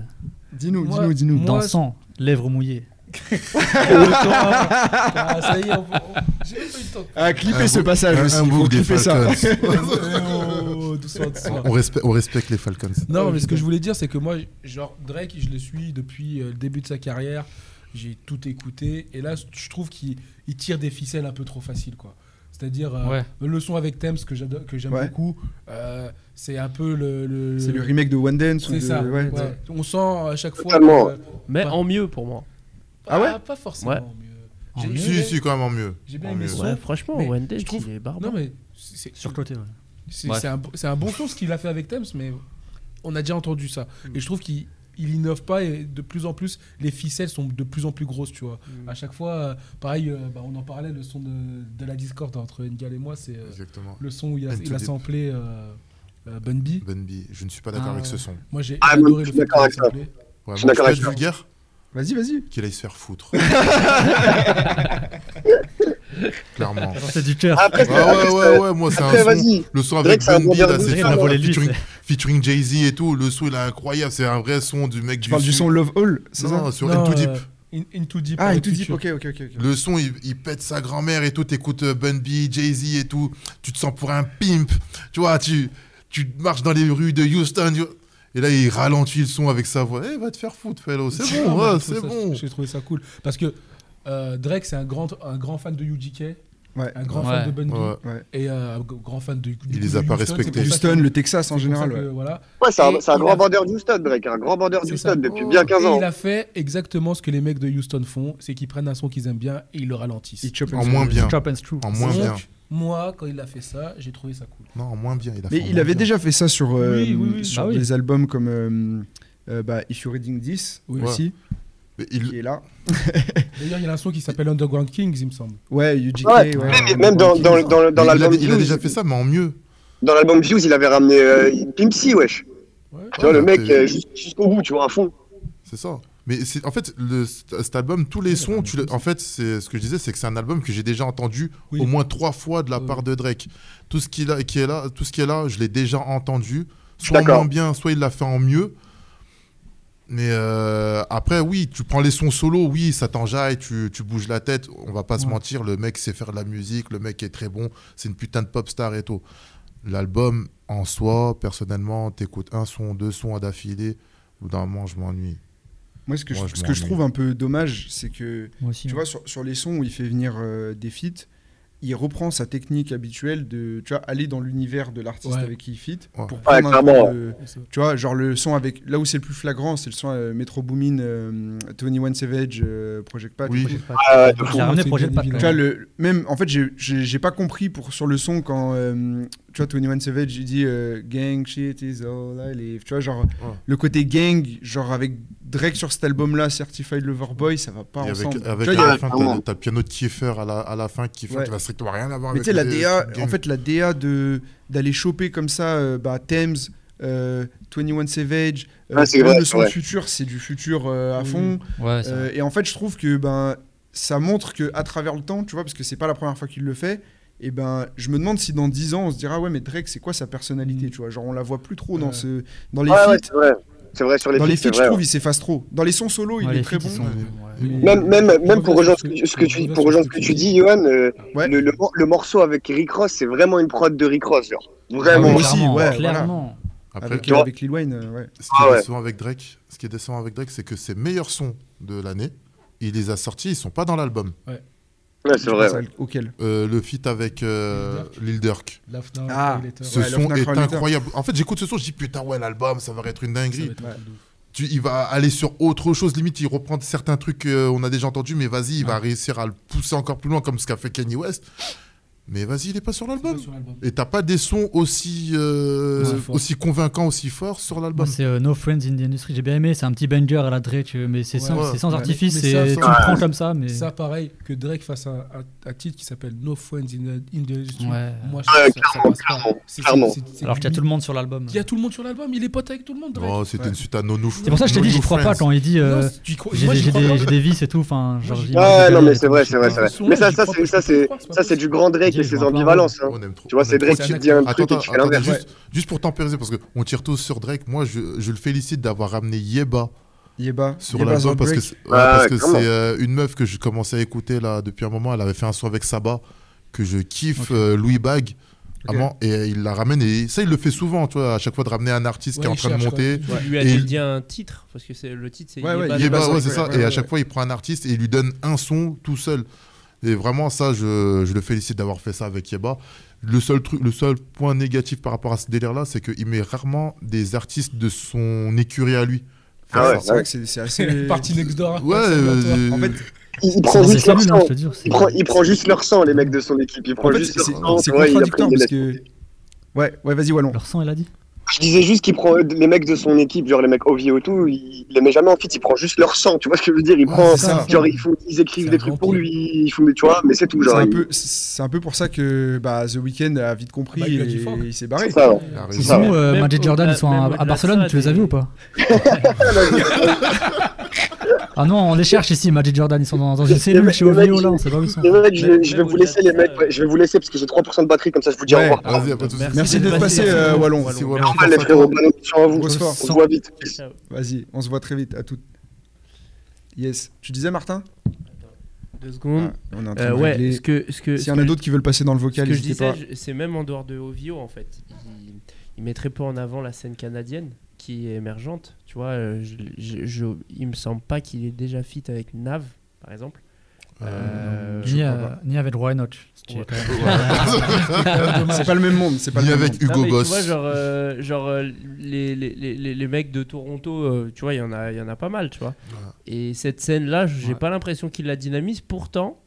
A: Dis-nous,
B: Moi-
A: dis-nous, dis-nous.
B: moi-
C: dansant, lèvres mouillées.
B: Ah, ça y est, on- on- j'ai pas eu le temps.
A: Ah, clipper ce passage
D: Un-
A: aussi.
D: un
A: il faut
D: bouc des
A: clipper ça.
D: Falcons.
B: Oh, doucement, doucement.
D: On respecte, on respecte les Falcons.
B: Non, mais ce que je voulais dire, c'est que moi, genre, Drake, je le suis depuis euh, le début de sa carrière. J'ai tout écouté. Et là, je trouve qu'il il tire des ficelles un peu trop faciles, quoi. C'est-à-dire, euh,
C: Ouais.
B: le son avec Thames, que j'ado- que j'aime
A: Ouais.
B: beaucoup, euh, c'est un peu le. le-
A: C'est le remake de One Dance. ou
B: C'est
A: de-
B: ça.
A: ouais.
B: ouais. On sent à chaque fois.
F: Totalement.
B: que-
E: Mais
B: Ouais.
E: en mieux pour moi.
A: Ah ouais
B: Pas forcément.
E: Ouais.
B: mais, euh,
C: En
B: j'ai-
C: mieux.
B: j'ai-
D: Si, Ah, si, quand même en mieux.
B: J'ai bien
D: En
B: aimé
D: mieux.
B: ça.
E: Ouais, franchement,
B: Mais
E: Wendy,
B: je trouve-
E: il est
B: Non,
E: barbare.
B: mais c'est
C: Surcoté, ouais.
B: c'est
C: Bref.
B: c'est un, c'est un bon son ce qu'il a fait avec Thames, mais on a déjà entendu ça. Et je trouve qu'il il innove pas et de plus en plus, les ficelles sont de plus en plus grosses, tu vois. À chaque fois, euh, pareil, euh, bah, on en parlait, le son de, de la discorde entre Ngal et moi, c'est euh,
D: Exactement.
B: le son où il a,
D: And
B: il a
D: to the-
B: samplé euh, euh, Bun B.
D: Ben B, je ne suis pas d'accord
B: Ah.
D: avec ce son. Ouais,
B: Moi, j'ai
F: Ah,
B: adoré
F: mais
B: le
F: je suis
B: fait qu'il
F: d'accord
B: ait
F: avec toi.
B: samplé.
D: moi,
F: suis
D: je
F: d'accord
D: peux
F: avec
D: être
F: toi.
D: vulgaire
A: Vas-y, vas-y.
D: qu'il aille se faire foutre. Clairement. Ah
C: C'est du cœur.
F: Après,
D: Ouais, ouais, ouais, ouais, moi c'est
F: après,
D: un son.
F: vas-y.
D: Le son
F: Drake,
D: avec
F: c'est un
D: Ben
F: bon
D: B,
F: gars
D: là,
F: de
D: c'est
F: Drake,
D: vraiment
F: on
C: volait lui,
D: featuring, featuring Jay-Z et tout. Le son, il est incroyable. C'est un vrai son du mec
A: Tu
D: du.
A: parles du
D: sud.
A: son Love Hall, c'est ça
D: Non, sur
B: Non,
D: Into Deep.
B: euh, In- Into Deep.
A: Ah,
B: avec
A: il tout dit.
B: Future.
A: Ok, ok, ok. ok.
D: Le son, il, il pète sa grand-mère et tout. T'écoutes euh, Bun B, Jay-Z et tout. Tu te sens pour un pimp. Tu vois, tu, tu marches dans les rues de Houston. tu- Et là, il ralentit le son avec sa voix. Eh, va te faire foutre, fellow. C'est
B: Non,
D: bon, ouais,
B: mais j'ai
D: c'est
B: trouvé ça-
D: bon.
B: J'ai trouvé ça cool. Parce que euh, Drake, c'est un grand, un grand fan de UGK,
A: Ouais.
B: un grand
C: Ouais.
B: fan de Bun B
D: Ouais.
B: et euh, un g- grand fan de. du coup,
D: les
B: de
D: a pas
B: Houston,
D: respectés.
B: c'est pour ça
A: Houston,
B: que-
A: le Texas en
B: c'est pour ça
A: général.
B: que,
A: ouais.
B: voilà,
F: Ouais, c'est un,
B: Et
F: c'est un
B: il a-
F: grand vendeur d'Houston, Drake, un grand vendeur
B: C'est
F: d'Houston
B: ça.
F: depuis bien 15
B: Et
F: ans.
B: il a fait exactement ce que les mecs de Houston font, c'est qu'ils prennent un son qu'ils aiment bien et ils le ralentissent.
A: Il chope
D: En
A: un-
D: moins bien.
C: Chop and screw.
D: En moins
B: Donc,
D: bien.
B: Moi, quand il a fait ça, j'ai trouvé ça cool.
D: Non, en moins bien. Il a
A: Mais
D: fait en
A: il
D: moins
A: avait
D: bien.
A: déjà fait ça sur, euh,
B: Oui, oui, Ah oui.
A: sur
C: Bah oui.
A: des albums comme euh, euh, bah, If You're Reading This
B: Oui.
A: aussi,
D: Mais il-
A: qui est là.
B: D'ailleurs, il y a un son qui s'appelle Underground Kings, il me semble.
A: Ouais, UGK.
F: Ouais,
A: ouais,
F: même,
A: ouais,
F: même dans,
A: Rocky.
F: dans, dans, le- dans
D: il,
F: l'album
D: avait- il a
F: Views,
D: déjà fait ça, mais en mieux.
F: dans l'album Views, il avait ramené euh, Pimp C, wesh.
B: Ouais.
F: Tu vois, le
D: Ouais,
F: mec,
D: c'est-
F: euh, jus- jusqu'au bout, tu vois, à fond.
D: C'est ça. Mais c'est- en fait, le, cet album, tous les sons, tu le- en fait, c'est ce que je disais, c'est que c'est un album que j'ai déjà entendu
B: Oui.
D: au moins trois fois de la
B: Oui.
D: part de Drake. Tout ce qu'il a- qui est là, tout ce qui est là, je l'ai déjà entendu.
F: suis
D: Soit en
F: d'accord.
D: moins bien, soit il l'a fait en mieux. Mais euh, après, oui, tu prends les sons solo, oui, ça t'enjaille, tu, tu bouges la tête. On va pas se
B: Ouais.
D: mentir, le mec sait faire de la musique, le mec est très bon, c'est une putain de pop star et tout. L'album en soi, personnellement, t'écoutes un son, deux sons à d'affilée, ou d'un moment, je m'ennuie.
A: Moi, ce que,
D: Moi,
A: je,
D: je
A: ce que je
D: m'ennuie.
A: trouve un peu dommage, c'est que
C: Moi aussi.
A: tu
C: ouais.
A: vois, sur, sur les sons où il fait venir euh, des feats, il reprend sa technique habituelle de tu vois, aller dans l'univers de l'artiste
B: Ouais.
A: avec qui il fit.
D: Ouais.
A: Pour prendre un peu
F: clairement.
A: de-
B: C'est-
A: tu vois, genre le son avec. Là où c'est le plus flagrant, c'est le son euh, Metro Boomin, euh, Tony One Savage, euh, Project Pat.
D: Oui.
A: Project-
F: Ah, ouais, de
C: J'ai ramené
B: C'est
C: Projet de
B: bien
C: Pat.
A: Tu vois, le, même, en fait, j'ai- j'ai j'ai pas compris pour, sur le son quand, euh, tu vois, Tony One Savage, il dit euh, Gang shit is all I live. Tu vois, genre, le côté gang, genre avec Drake sur cet album-là, Certified Lover Boy, ça va pas
D: Et avec,
A: ensemble. Tu
D: avec
A: vois, il y
D: à
A: a-
D: la fin,
F: vraiment.
D: t'as- t'as piano de Kiefer à la, à la fin qui fait
A: Ouais.
D: qui va strictement rien à voir
A: Mais
D: avec
A: tu sais, la
D: les-
A: DA,
D: les
A: en
D: games.
A: fait, la DA de- d'aller choper comme ça, euh, bah, Thames, euh, 21 Savage, euh,
F: Ah, c'est
A: plein
F: vrai,
A: de
F: c'est
A: son
F: vrai.
A: futur, c'est du futur euh, à
B: Mm.
A: fond.
C: Ouais, c'est
A: Euh,
C: vrai.
A: et en fait, je trouve que ben, ça montre que à travers le temps, tu vois, parce que c'est pas la première fois qu'il le fait, et ben, je me demande si dans 10 ans, on se dira, ouais, mais Drake, c'est quoi sa personnalité,
B: Mm.
A: tu vois Genre, on la voit plus trop dans,
B: Ouais.
A: ce, dans les
F: Ouais, ouais,
A: feats.
F: c'est vrai. C'est vrai, sur les
A: dans les
F: feats, c'est
A: feats, je
F: vrai,
A: trouve, il s'efface trop. Dans les sons solo,
C: Ouais,
A: il
C: les
A: est très
C: feats,
A: bon.
C: ils sont- ouais.
B: Mais-
F: Même, même, même pour
B: Je
F: rejoindre ce
B: reviens
F: que,
B: sur
F: ce que tu,
B: je
F: pour
B: reviens
F: rejoindre
B: sur
F: ce que tu dis, Johan, euh,
A: Ouais.
F: le, le, mor- le morceau avec Rick Ross, c'est vraiment une prod de Rick Ross, genre. Vraiment.
A: Ah oui. aussi,
F: genre.
C: clairement,
A: ouais, voilà.
C: clairement.
D: Après,
A: Avec,
F: Tu vois
A: avec Lil Wayne, euh, ouais.
D: ce qui
F: Ah
D: est
F: ouais.
D: décevant avec Drake, ce qui est décevant avec Drake, c'est que ses meilleurs sons de l'année, il les a sortis, ils sont pas dans l'album.
F: Ouais, c'est vrai.
A: Je
F: ouais.
A: pense à- Auquel
D: Euh, le feat avec euh, Lil Durk.
B: Lafna,
A: Ah,
B: Regulator,
D: Ce
A: Ouais,
D: son
A: Lafna
D: est
A: Chronicle.
D: incroyable. En fait, j'écoute ce son, je dis putain ouais l'album, ça va être une
B: ça va
D: dinguerie.
B: être un truc de ouf.
D: Tu- il va aller sur autre chose, limite il reprend certains trucs qu'on a déjà entendus, mais vas-y, il va réussir à le pousser encore plus loin comme ce qu'a fait Kanye West. Mais vas-y, il est pas sur
B: C'est pas
D: l'album.
B: sur l'album.
D: Et t'as pas des sons aussi, euh,
B: Ouais, fort.
D: aussi convaincants, aussi forts sur
C: Moi,
D: l'album.
C: c'est euh, No Friends in the Industry. J'ai bien aimé. C'est un petit banger à la Drake, euh, mais c'est
B: Ouais,
C: sans,
D: ouais.
C: c'est sans
B: Mais-
C: artifice.
B: mais
C: et
B: ça,
C: tu
B: ça-
C: le prends comme ça, mais.
B: Ça, pareil, que Drake fasse un, un- un titre qui s'appelle No Friends in the, in the Industry.
C: Ouais.
B: Moi, je trouve
F: Ouais,
B: ça- ça passe pas.
F: clairement,
B: C'est- c'est-
F: clairement.
B: c'est- c'est
C: Alors qu'il y a
B: limite-
C: tout le monde sur l'album.
B: Il y a tout le monde sur l'album, il est pote avec tout le monde, Drake.
D: Non, Oh, c'était
A: Ouais.
D: une suite à No New
C: C'est pour ça que je t'ai dit, j'y crois pas quand il dit. euh,
B: Non, tu y crois-
C: J'ai
B: moi,
C: des,
B: j'y
C: j'ai
B: crois
C: des-
B: pas.
C: j'ai des vies et tout. Enfin, genre,
B: j'y
C: j'ai-
B: crois
C: j'ai
F: Ah
C: des-
F: non, mais
C: des-
F: c'est vrai, c'est vrai, c'est vrai.
B: Ce son-là,
F: Mais ça,
B: j'y
F: ça,
B: crois
F: c'est-
B: pas,
F: ça,
B: je peux
F: c'est
B: pas croire,
A: hein.
B: c'est pas
F: ça, c'est du
B: possible.
F: grand Drake
C: Dis,
F: et
C: je
F: ses
C: vois pas, ouais.
F: ambivalences. hein. Tu vois, c'est Drake,
B: trop-
F: tu te dis un truc et
D: Attends,
F: tu fais
D: attends,
F: l'inverse.
D: juste, juste pour tempériser, parce qu'on tire tous sur Drake, moi je, je le félicite d'avoir ramené Yeba
A: Yeba.
D: sur
A: Yeba's
D: l'album parce que
A: Heartbreak.
D: c'est ouais, parce
F: ouais,
D: que
F: clairement.
D: c'est, euh, une meuf que je commençais à écouter là depuis un moment. Elle avait fait un son avec Saba que je kiffe, euh, Louis Bag. Vraiment, et euh, il la ramène et ça il le fait souvent, tu vois, à chaque fois de ramener un artiste qui est en
B: Ouais,
D: train
B: il
D: de
B: cherche,
D: monter.
B: quoi.
E: Tu lui as
D: Et-
E: dit un titre, parce que c'est le titre, c'est
A: Ouais, ouais,
E: Yeba
A: Ah,
D: Il est
A: Yeba,
D: bas, ouais,
A: ouais,
D: c'est ça.
A: ouais,
D: et à
A: ouais,
D: chaque
A: ouais.
D: fois, il prend un artiste et il lui donne un son tout seul. Et vraiment, ça, je, je le félicite d'avoir fait ça avec Yeba. Le seul, truc, le seul point négatif par rapport à ce délire-là, c'est qu'il met rarement des artistes de son écurie à lui.
F: Ah ouais,
A: C'est vrai que c'est c'est assez.
B: Party Next Door.
D: Ouais,
B: Observatoire.
D: euh,
A: En fait,
F: Il il
C: C'est
F: prend
C: des
F: juste leur
C: cellules, hein,
F: sang.
C: je te jure. c'est-
F: Il prend, il prend juste leur sang, les mecs de son équipe. Il prend
A: en fait,
F: juste
A: c'est
F: leur sang.
A: c'est
F: tu vois, il a
A: contradictoire
F: pris des
A: parce que. Ouais, ouais, vas-y, Wallon.
C: Leur sang, elle a dit.
F: Je disais juste qu'il prend euh, les mecs de son équipe, genre les mecs Ovio et tout, il les met jamais en fit, il prend juste leur sang, tu vois ce que je veux dire Il
A: Ouais,
F: prend,
A: c'est ça.
F: genre ils, font- ils écrivent
B: C'est
F: des
B: un
F: trucs pour
B: vampire.
F: lui, ils font des, tu vois, mais c'est tout,
A: C'est
F: genre.
A: un,
F: il-
A: peu- c'est un peu pour ça que bah, The Weeknd a vite compris
B: Ah bah, il l'a dit
A: et
B: fort.
A: il s'est barré.
F: C'est ça, ouais.
D: il a
F: C'est
D: raison.
F: ça, ouais.
C: Sinon, euh,
E: Même
C: Magic
E: au-delà-
C: Jordan, ils sont
E: même
C: à- à,
E: au-delà de
C: Barcelone,
E: ça,
C: tu les as
E: des-
C: vus ou pas Ah non, on les cherche ici, Magic Jordan, ils sont dans, dans une cellule chez
F: mecs,
C: OVO là, on sait pas où ils sont.
F: Les mecs, je,
E: Même-
F: je vais
E: même euh,
F: vous laisser les
E: au-delà de
F: mecs,
E: ça,
F: ouais, je vais vous laisser parce que j'ai 3% de batterie, comme ça je vous dis
A: Ouais.
F: au revoir.
D: Vas-y, y a pas de souci.
A: Merci d'être
E: Merci
A: passé,
E: à
A: euh,
E: vous.
A: Wallon.
D: Merci,
E: Wallon.
D: Wallon.
F: Allez, les frérots, bonne émission à vous,
A: Grosse
F: on
A: force.
F: se voit vite.
E: Ciao.
A: Vas-y, on se voit très vite. À toutes. Yes. Tu disais, Martin
E: Deux secondes.
A: Ah, On est en train
E: Euh,
A: de
E: ouais,
A: régler.
E: ce que, ce que,
A: S'il
E: ce
A: y en a
E: que-
A: d'autres qui veulent passer dans le
E: ce
A: vocal,
E: que je
A: n'hésitez
E: disais,
A: pas.
E: je- c'est même en dehors de OVO en fait. Il, il mettrait pas en avant la scène canadienne qui est émergente. Tu vois, euh, je, je- je- il me semble pas qu'il est déjà fit avec Nav, par exemple. Euh,
C: Ni, euh, ni avec Roy Notch.
E: Ouais.
A: Ah, C'est pas le même monde. C'est pas le
D: Ni
A: même
D: avec
A: monde.
E: Non,
D: Hugo
E: mais Tu vois,
D: Boss.
E: genre, euh, genre euh, les, les, les, les- les mecs de Toronto, euh, tu vois, il y, en a- il y en a pas mal, tu vois. Et cette scène-là, j'ai
C: Ouais.
E: pas l'impression qu'il la dynamise. Pourtant,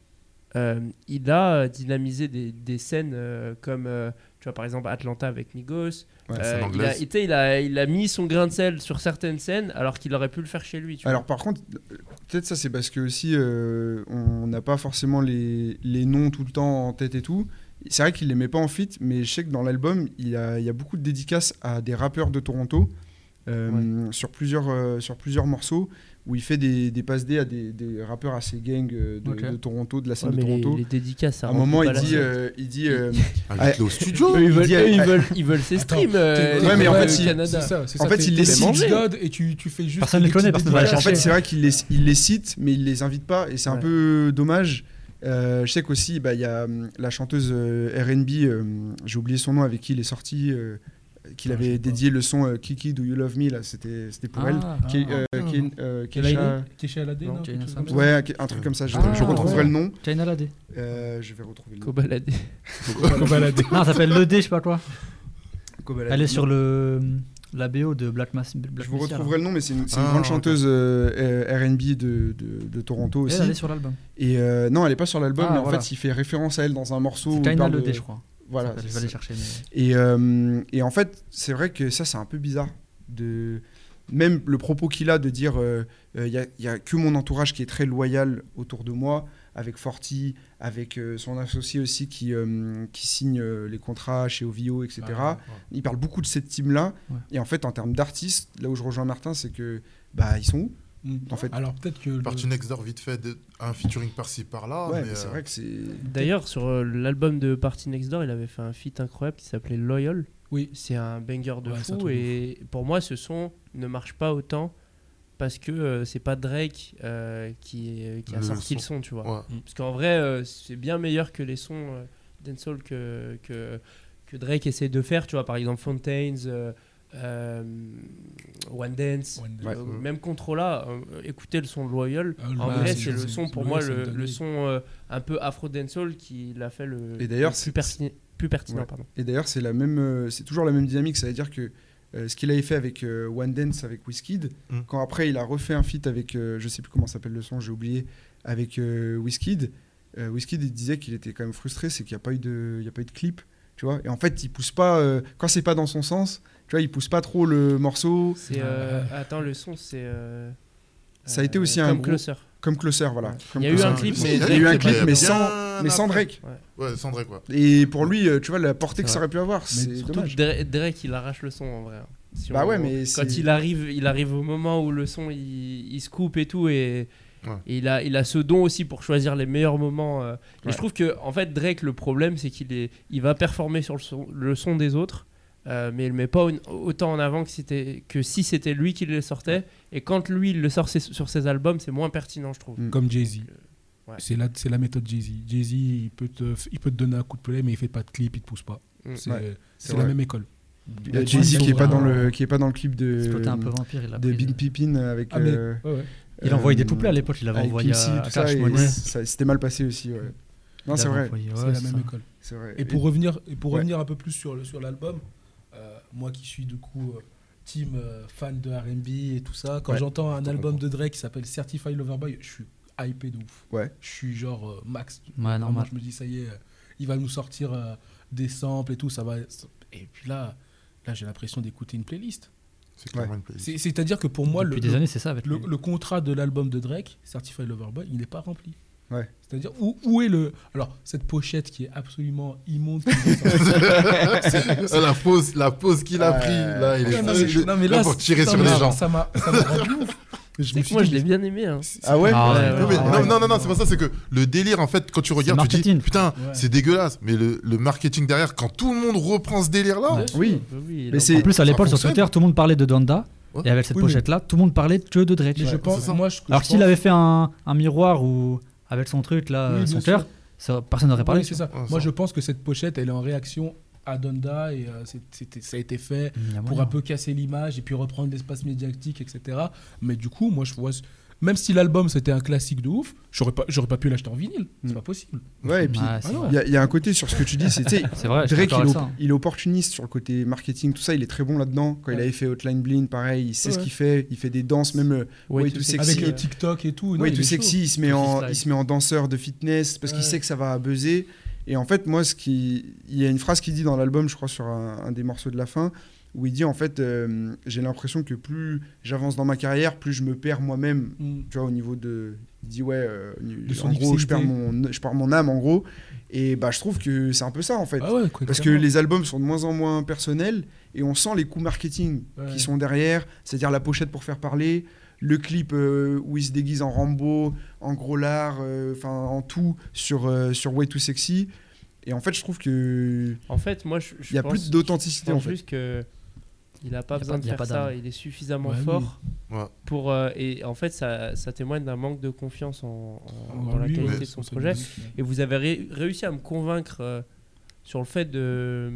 E: euh, il a euh, dynamisé des, des scènes euh, comme, euh, tu vois, par exemple, Atlanta avec Migos.
A: Ouais,
E: Euh,
D: scène
E: il, a,
D: anglaise.
E: tu sais, il, a, il a mis son grain de sel sur certaines scènes alors qu'il aurait pu le faire chez lui, tu vois.
A: Alors par contre, euh, peut-être ça c'est parce que aussi euh, on n'a pas forcément les, les noms tout le temps en tête et tout. C'est vrai qu'il les met pas en fit, mais je sais que dans l'album, il y a, il y a beaucoup de dédicaces à des rappeurs de Toronto euh, sur, plusieurs, euh, sur plusieurs morceaux où il fait des, des passes D à des, des rappeurs assez gang euh, de,
C: Ok.
A: de Toronto, de la
E: Ouais,
A: scène de
E: mais
A: Toronto.
E: les, les dédicaces, ça
A: À un
E: remplit
A: moment,
E: pas
A: il
E: la
A: dit,
E: scène.
A: euh, il dit, euh,
D: Invite-le au studio.
E: Eux, ils veulent,
A: il dit- euh,
E: eux, ils veulent, ils veulent ses
B: Attends,
E: streams. euh,
B: t'es-
A: Ouais, mais en
E: les-
A: fait,
E: le
A: il-
E: Canada.
B: c'est ça, c'est
A: En
B: ça,
A: fait,
B: t'es-
A: il
B: t'es
A: les
B: Magic
E: cite.
B: God et tu, tu fais juste.
C: Personne
B: des
C: les connaît,
B: petites
C: personne va les
A: bah, en
B: dédicaces.
A: fait, c'est vrai qu'il les, il les cite, mais il les invite pas, et c'est un
E: Ouais.
A: peu dommage. Euh, je sais qu'aussi, bah, il y a hum, la chanteuse euh, RB, euh, j'ai oublié son nom, avec qui il est sorti, euh, qu'il avait dédié le son euh, Kiki Do You Love Me là, c'était c'était pour elle.
C: Ah.
A: Ke- euh, Ke- euh, Keisha-
B: Kesha Alade,
C: Non,
B: non,
C: Jane
B: quelque chose comme
C: Addams.
B: ça
A: Ouais, un truc comme ça. Je,
C: Ah,
A: je retrouverai
C: ouais.
A: le nom.
C: China Ladé.
A: Euh, je vais retrouver le nom.
E: Kobalade.
B: Kobalade.
C: Non, ça s'appelle Le D, je sais pas quoi.
A: Kobalade.
C: Elle est sur le euh, la BO de Black Mass. Black
A: Je vous
C: Messiah, là.
A: retrouverai le nom, mais c'est une, c'est une
D: Ah,
A: grande
D: ok.
A: chanteuse euh, euh, RB de, de- de Toronto
C: Elle,
A: aussi.
C: Elle est sur l'album.
A: Et euh, non, elle est pas sur l'album,
C: Ah,
A: mais en
C: voilà.
A: fait, il fait référence à elle dans un morceau. où
C: C'est
A: il
C: China
A: parle
C: Le
A: de-
C: D, je crois.
A: Voilà.
C: Ça s'appelle, Je vais aller chercher. mais-
A: Et, euh, et en fait, c'est vrai que ça, c'est un peu bizarre. De... Même le propos qu'il a de dire euh, il n'y a, y a que mon entourage qui est très loyal autour de moi, avec Forti, avec euh, son associé aussi qui, euh, qui signe euh, les contrats chez OVO, etc. Il parle beaucoup de cette team-là.
C: Ouais.
A: Et en fait, en termes d'artistes, là où je rejoins Martin, c'est que bah, ils sont où
B: Mm.
A: En fait-
B: Alors peut-être que. le-
D: Parti next door vite fait, de- un featuring par-ci par-là.
A: Ouais,
D: mais,
A: mais c'est
D: euh,
A: vrai que c'est.
E: D'ailleurs, sur euh, l'album de Party Next Door, il avait fait un feat incroyable qui s'appelait Loyal.
B: Oui.
E: C'est un banger de
B: Ouais, c'est un
E: fou
B: truc
E: et pour moi, ce son ne marche pas autant parce que euh, c'est pas Drake euh, qui, est- qui a
D: Le
E: sorti le
D: son.
E: son, tu vois.
D: ouais.
E: Parce qu'en vrai, euh, c'est bien meilleur que les sons euh, dancehall que, que, que Drake essaie de faire, tu vois. Par exemple, Fontaines, euh, euh, One Dance,
B: One Dance.
E: euh, même Controla. euh, écoutez le son de Loyal.
B: Ah, le-
E: en
B: bah,
E: vrai,
B: c'est-
E: c'est le
B: c'est-
E: son pour
B: le-
E: moi,
B: c'est
E: le,
B: le
E: le
B: dernier.
E: son euh, un peu afro dancehall qui l'a fait le,
A: Et d'ailleurs,
E: le
A: c'est-
E: plus, perti- plus pertinent.
A: Ouais.
E: Pardon.
A: Et d'ailleurs, c'est la même, euh, c'est toujours la même dynamique. Ça veut dire que euh, ce qu'il avait fait avec euh, One Dance avec Wizkid,
D: Mm.
A: quand après il a refait un feat avec, euh, je sais plus comment s'appelle le son, j'ai oublié, avec euh, Wizkid. euh, Wizkid il disait qu'il était quand même frustré, c'est qu'il n'y a pas eu de, il y a pas eu de clip, tu vois. Et en fait, il pousse pas euh, quand c'est pas dans son sens, tu vois, il pousse pas trop le morceau.
E: C'est, euh, attends, le son, c'est. euh,
A: Ça a été
E: euh,
A: aussi un
E: Come
A: gros-
E: Closer.
A: Comme Closer, voilà.
E: Ouais.
A: Comme
E: Il y a eu
A: Closer.
E: un clip, mais
A: Il y a
E: Drake,
A: eu un
E: c'est
A: clip,
E: pas-
A: mais
E: Bien
A: sans, mais sans Drake.
D: Ouais, sans Drake, ouais.
A: Et pour lui, euh, tu vois, la portée que
E: C'est
A: ça aurait pu avoir, c'est
B: surtout,
A: dommage.
E: Dre- Drake, il arrache le son en vrai. hein. Si
A: Bah
E: on-
A: ouais, mais
E: quand
A: c'est-
E: il arrive, il arrive au moment où le son il, il se coupe et tout et,
D: Ouais.
E: et il a il a ce don aussi pour choisir les meilleurs moments. euh. Et
A: Ouais.
E: je trouve que en fait Drake le problème c'est qu'il est il va performer sur le son, le son des autres. euh, mais il le met pas au- autant en avant que, c'était- que si c'était lui qui le sortait. Et quand lui, il le sort ses- sur ses albums, c'est moins pertinent, je trouve.
A: Mm.
B: Comme Jay-Z.
E: Ouais.
B: C'est la, c'est la méthode Jay-Z. Jay-Z, il, peut te f- il peut te donner un coup de pelé, mais il fait pas de clip, il te pousse pas.
E: Mm.
B: C'est
A: Ouais,
B: c'est la
A: vrai.
B: même école.
A: Il y a Jay-Z qui est pas dans le,
C: Ouais.
A: qui est pas dans le clip de.
C: Ce côté un peu vampire, il a
A: de
C: pris,
A: Big
C: euh,
A: Pippin avec.
B: Ah, mais-
A: euh,
B: Ouais, ouais.
C: Il a envoyé des couplets à
A: euh,
C: l'époque, il l'avait
A: avec
C: envoyé
A: Pimsy,
C: à
A: tout ça,
C: Cash
A: et
C: Money.
A: ça- C'était mal passé aussi. ouais. Non,
C: Il
A: c'est
C: l'avait
A: vrai.
C: envoyé, ouais,
B: C'est la
C: c'est
B: même
C: ça.
B: école.
A: C'est vrai.
B: Et pour revenir, et pour
A: Ouais.
B: revenir un peu plus sur, le- sur l'album, euh, moi qui suis du coup euh, team euh, fan de RB et tout ça, quand
A: Ouais.
B: j'entends un
D: te
B: album
D: comprends.
B: de Drake qui s'appelle Certified Lover Boy, je suis hypé de ouf.
A: Ouais.
B: Je suis genre euh, max.
C: Ouais,
B: Vraiment,
C: Ah, normal.
B: je me dis, ça y est, euh, il va nous sortir euh, des samples et tout, ça va. Et puis là, là j'ai l'impression d'écouter une playlist.
D: C'est clairement une playlist.
B: C'est- C'est-à-dire que pour moi, le,
C: Depuis des années, c'est ça avec
B: le,
C: lui.
B: le contrat de l'album de Drake, Certified Lover Boy, il n'est pas rempli.
A: Ouais.
B: C'est-à-dire, où, où est le. Alors, cette pochette qui est absolument immonde. qui nous est sortie,
D: Ah, la pause, la pause qu'il a
A: Ouais.
D: pris, là, il est
B: Non, non, mais-
D: il est-
B: non, mais
D: là,
B: là,
D: pour
B: c'est-
D: tirer
B: non,
D: sur
B: mais
D: les
B: ça-
D: gens.
B: Ça m'a ça m'a rendu ouf. Je me
E: C'est que
B: suis
E: moi,
B: dit,
E: je l'ai bien aimé. hein.
A: Ah ouais
C: Ah ouais,
E: Ouais,
D: Non mais,
E: ouais,
D: non,
E: ouais.
D: non, non, non, c'est pas ça, c'est que le délire en fait, quand tu regardes, tu dis
C: marketing.
D: putain,
B: Ouais.
D: c'est dégueulasse, mais le, le marketing derrière, quand tout le monde reprend ce délire là,
C: Ouais.
A: Oui.
E: oui,
A: Mais
E: non.
C: En
A: c'est.
C: plus, à l'époque, sur
D: fonctionne.
C: Twitter, tout le monde parlait de Donda.
D: Ouais.
C: Et avec cette
B: Oui, mais-
C: pochette-là, tout le monde parlait que de Drake.
B: mais je
D: c'est
B: pense,
D: ça.
B: moi, je,
C: Alors
B: je
C: que s'il
B: pense-
C: avait fait un, un miroir ou avec son truc, là,
B: Oui,
C: euh,
B: bien
C: son
B: sûr.
C: cœur, ça- personne n'aurait parlé.
B: Oui, c'est ça.
D: Ouais,
B: moi,
D: ça.
B: je pense que cette pochette, elle est en réaction à Donda et euh, c'est- c'était- ça a été fait
C: Il y a
B: pour
C: moyen.
B: un peu casser l'image et puis reprendre l'espace médiatique, etc. Mais du coup, moi, je vois. Même si l'album c'était un classique de ouf, j'aurais pas, j'aurais pas pu l'acheter en vinyle.
A: Mm.
B: C'est pas possible.
A: Ouais, et puis.
C: Ouais, c'est
B: Ah non,
C: vrai.
A: Il y a- il y, a un côté sur ce que tu dis, c'est tu sais,
C: C'est vrai, je suis
A: Drake,
C: d'accord
A: il, est
C: avec
A: op-
C: ça.
A: il est opportuniste sur le côté marketing, tout ça, il est très bon là-dedans. Quand il
B: Ouais.
A: avait fait Hotline Blind, pareil, il sait ce
B: Ouais.
A: qu'il fait, il fait des danses, même euh,
E: Ouais,
A: ouais,
E: tout
A: tout
E: sexy,
A: sexy,
B: Avec
A: euh,
B: le TikTok et tout. non,
A: Ouais,
B: il
A: tout
B: est chaud.
A: sexy, il se, met
C: Tout
A: en,
C: freestyle.
A: il se met en danseur de fitness parce qu'il
B: Ouais.
A: sait que ça va buzzer. Et en fait, moi, ce qui, il y a une phrase qu'il dit dans l'album, je crois, sur un, un des morceaux de la fin, où il dit en fait, euh, j'ai l'impression que plus j'avance dans ma carrière, plus je me perds moi-même.
B: Mm.
A: Tu vois, au niveau de. Il dit, ouais, euh,
B: son
A: en gros, je
B: excité.
A: perds, mon, je perds mon âme, en gros. Et bah, je trouve que c'est un peu ça, en fait.
B: Ah ouais, quoi,
A: Parce que
B: clairement.
A: les albums sont de moins en moins personnels et on sent les coups marketing
B: Ouais.
A: qui sont derrière, c'est-à-dire la pochette pour faire parler, le clip euh, où il se déguise en Rambo, en gros lard, euh, enfin en tout sur, euh, sur Way Too Sexy. Et en fait, je trouve que
E: En fait, moi, je, je
A: il y a
E: pense-
A: plus
E: Je
A: d'authenticité en
E: pense
A: fait.
E: juste que il a
C: Il
E: pas
C: a
E: besoin
C: pas-
E: de
C: il a
E: faire
C: pas
E: ça.
C: d'âme.
E: Il est suffisamment
B: Ouais, oui.
E: fort
D: Ouais.
E: pour euh, et en fait ça, ça témoigne d'un manque de confiance en, en-
B: Envers
E: dans la
B: lui,
E: qualité
B: ouais,
E: de son
B: sur sa
E: projet.
B: musique, ouais.
E: Et vous avez ré- réussi à me convaincre euh, sur le fait de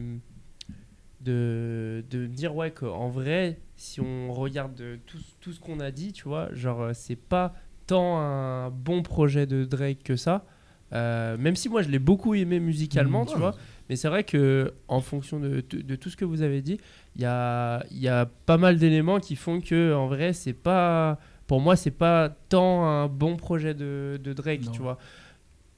E: de, de me dire ouais qu'en vrai, si on regarde euh, tout, ce- tout ce qu'on a dit, tu vois, genre euh, c'est pas tant un bon projet de Drake que ça. Euh, même si moi je l'ai beaucoup aimé musicalement,
B: Mhm.
E: tu vois, mais c'est vrai que en fonction de, t- de tout ce que vous avez dit, il y a, il y a pas mal d'éléments qui font que en vrai c'est pas, pour moi c'est pas tant un bon projet de, de Drake,
B: Non.
E: tu vois,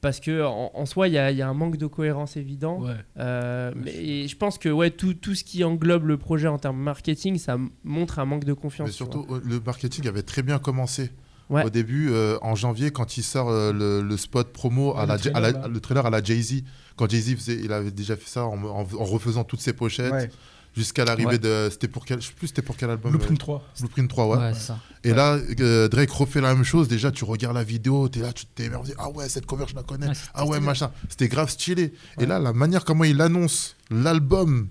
E: parce que en, en soi il y a, il y a un manque de cohérence évident.
B: Ouais.
E: Euh, mais et je pense que ouais, tout, tout ce qui englobe le projet en termes marketing, ça m- montre un manque de confiance.
D: Mais
E: tu
D: surtout, euh, le marketing avait très bien commencé.
E: Ouais.
D: Au début, euh, en janvier, quand il sort euh, le, le spot promo, à
B: Ouais,
D: la,
B: le
D: J- à
B: trailer,
D: la-
B: là.
D: le trailer à la Jay-Z, quand Jay-Z faisait- il avait déjà fait ça en, en- en refaisant toutes ses pochettes,
A: Ouais.
D: jusqu'à l'arrivée
E: Ouais.
D: de. C'était pour quel, je sais plus c'était pour quel album
B: Blueprint 3.
D: euh, Blueprint 3, ouais.
C: Ouais, c'est ça.
D: Et là, euh, Drake refait la même chose. Déjà, tu regardes la vidéo, t'es là, tu t'émerveilles. Ah ouais, cette cover, je la connais.
C: Ouais, c'est-
D: Ah ouais, machin. C'était grave stylé. Et là, la manière comment il annonce l'album,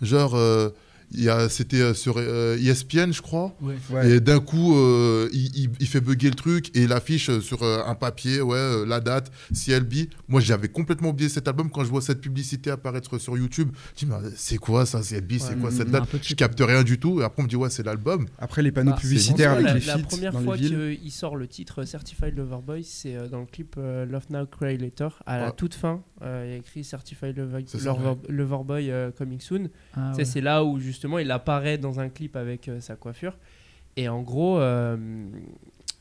D: genre, euh, il y a- c'était euh, sur euh, ESPN, je crois.
B: Ouais.
A: Ouais.
D: Et d'un coup, euh, il, il- il fait bugger le truc et il affiche euh, sur euh, un papier ouais, euh, la date, CLB. Moi, j'avais complètement oublié cet album quand je vois cette publicité apparaître sur YouTube. Je dis, mais c'est quoi ça, CLB C'est
C: Ouais,
D: quoi
A: mm,
D: cette
A: mm,
D: date
C: un peu
D: Je
C: cheap.
D: capte rien du tout. Et après, on me dit, ouais, c'est l'album.
A: Après, les panneaux
C: Bah, c'est
E: vois. En
A: publicitaires
E: soi,
A: avec
E: Ah, la,
A: les
E: la
A: feats
E: première
A: dans
E: fois
A: les villes.
E: qu'il sort le titre euh, Certified Lover Boy, c'est euh, dans le clip euh, Love Now Cry Later. À la
D: Ouais.
E: toute fin, euh, il y a écrit Certified Lover,
D: C'est ça,
E: Lover- Lover Boy euh, Coming Soon.
C: Ah
E: Tu sais,
C: ouais.
E: C'est là où justement il apparaît dans un clip avec euh, sa coiffure. Et en gros, euh,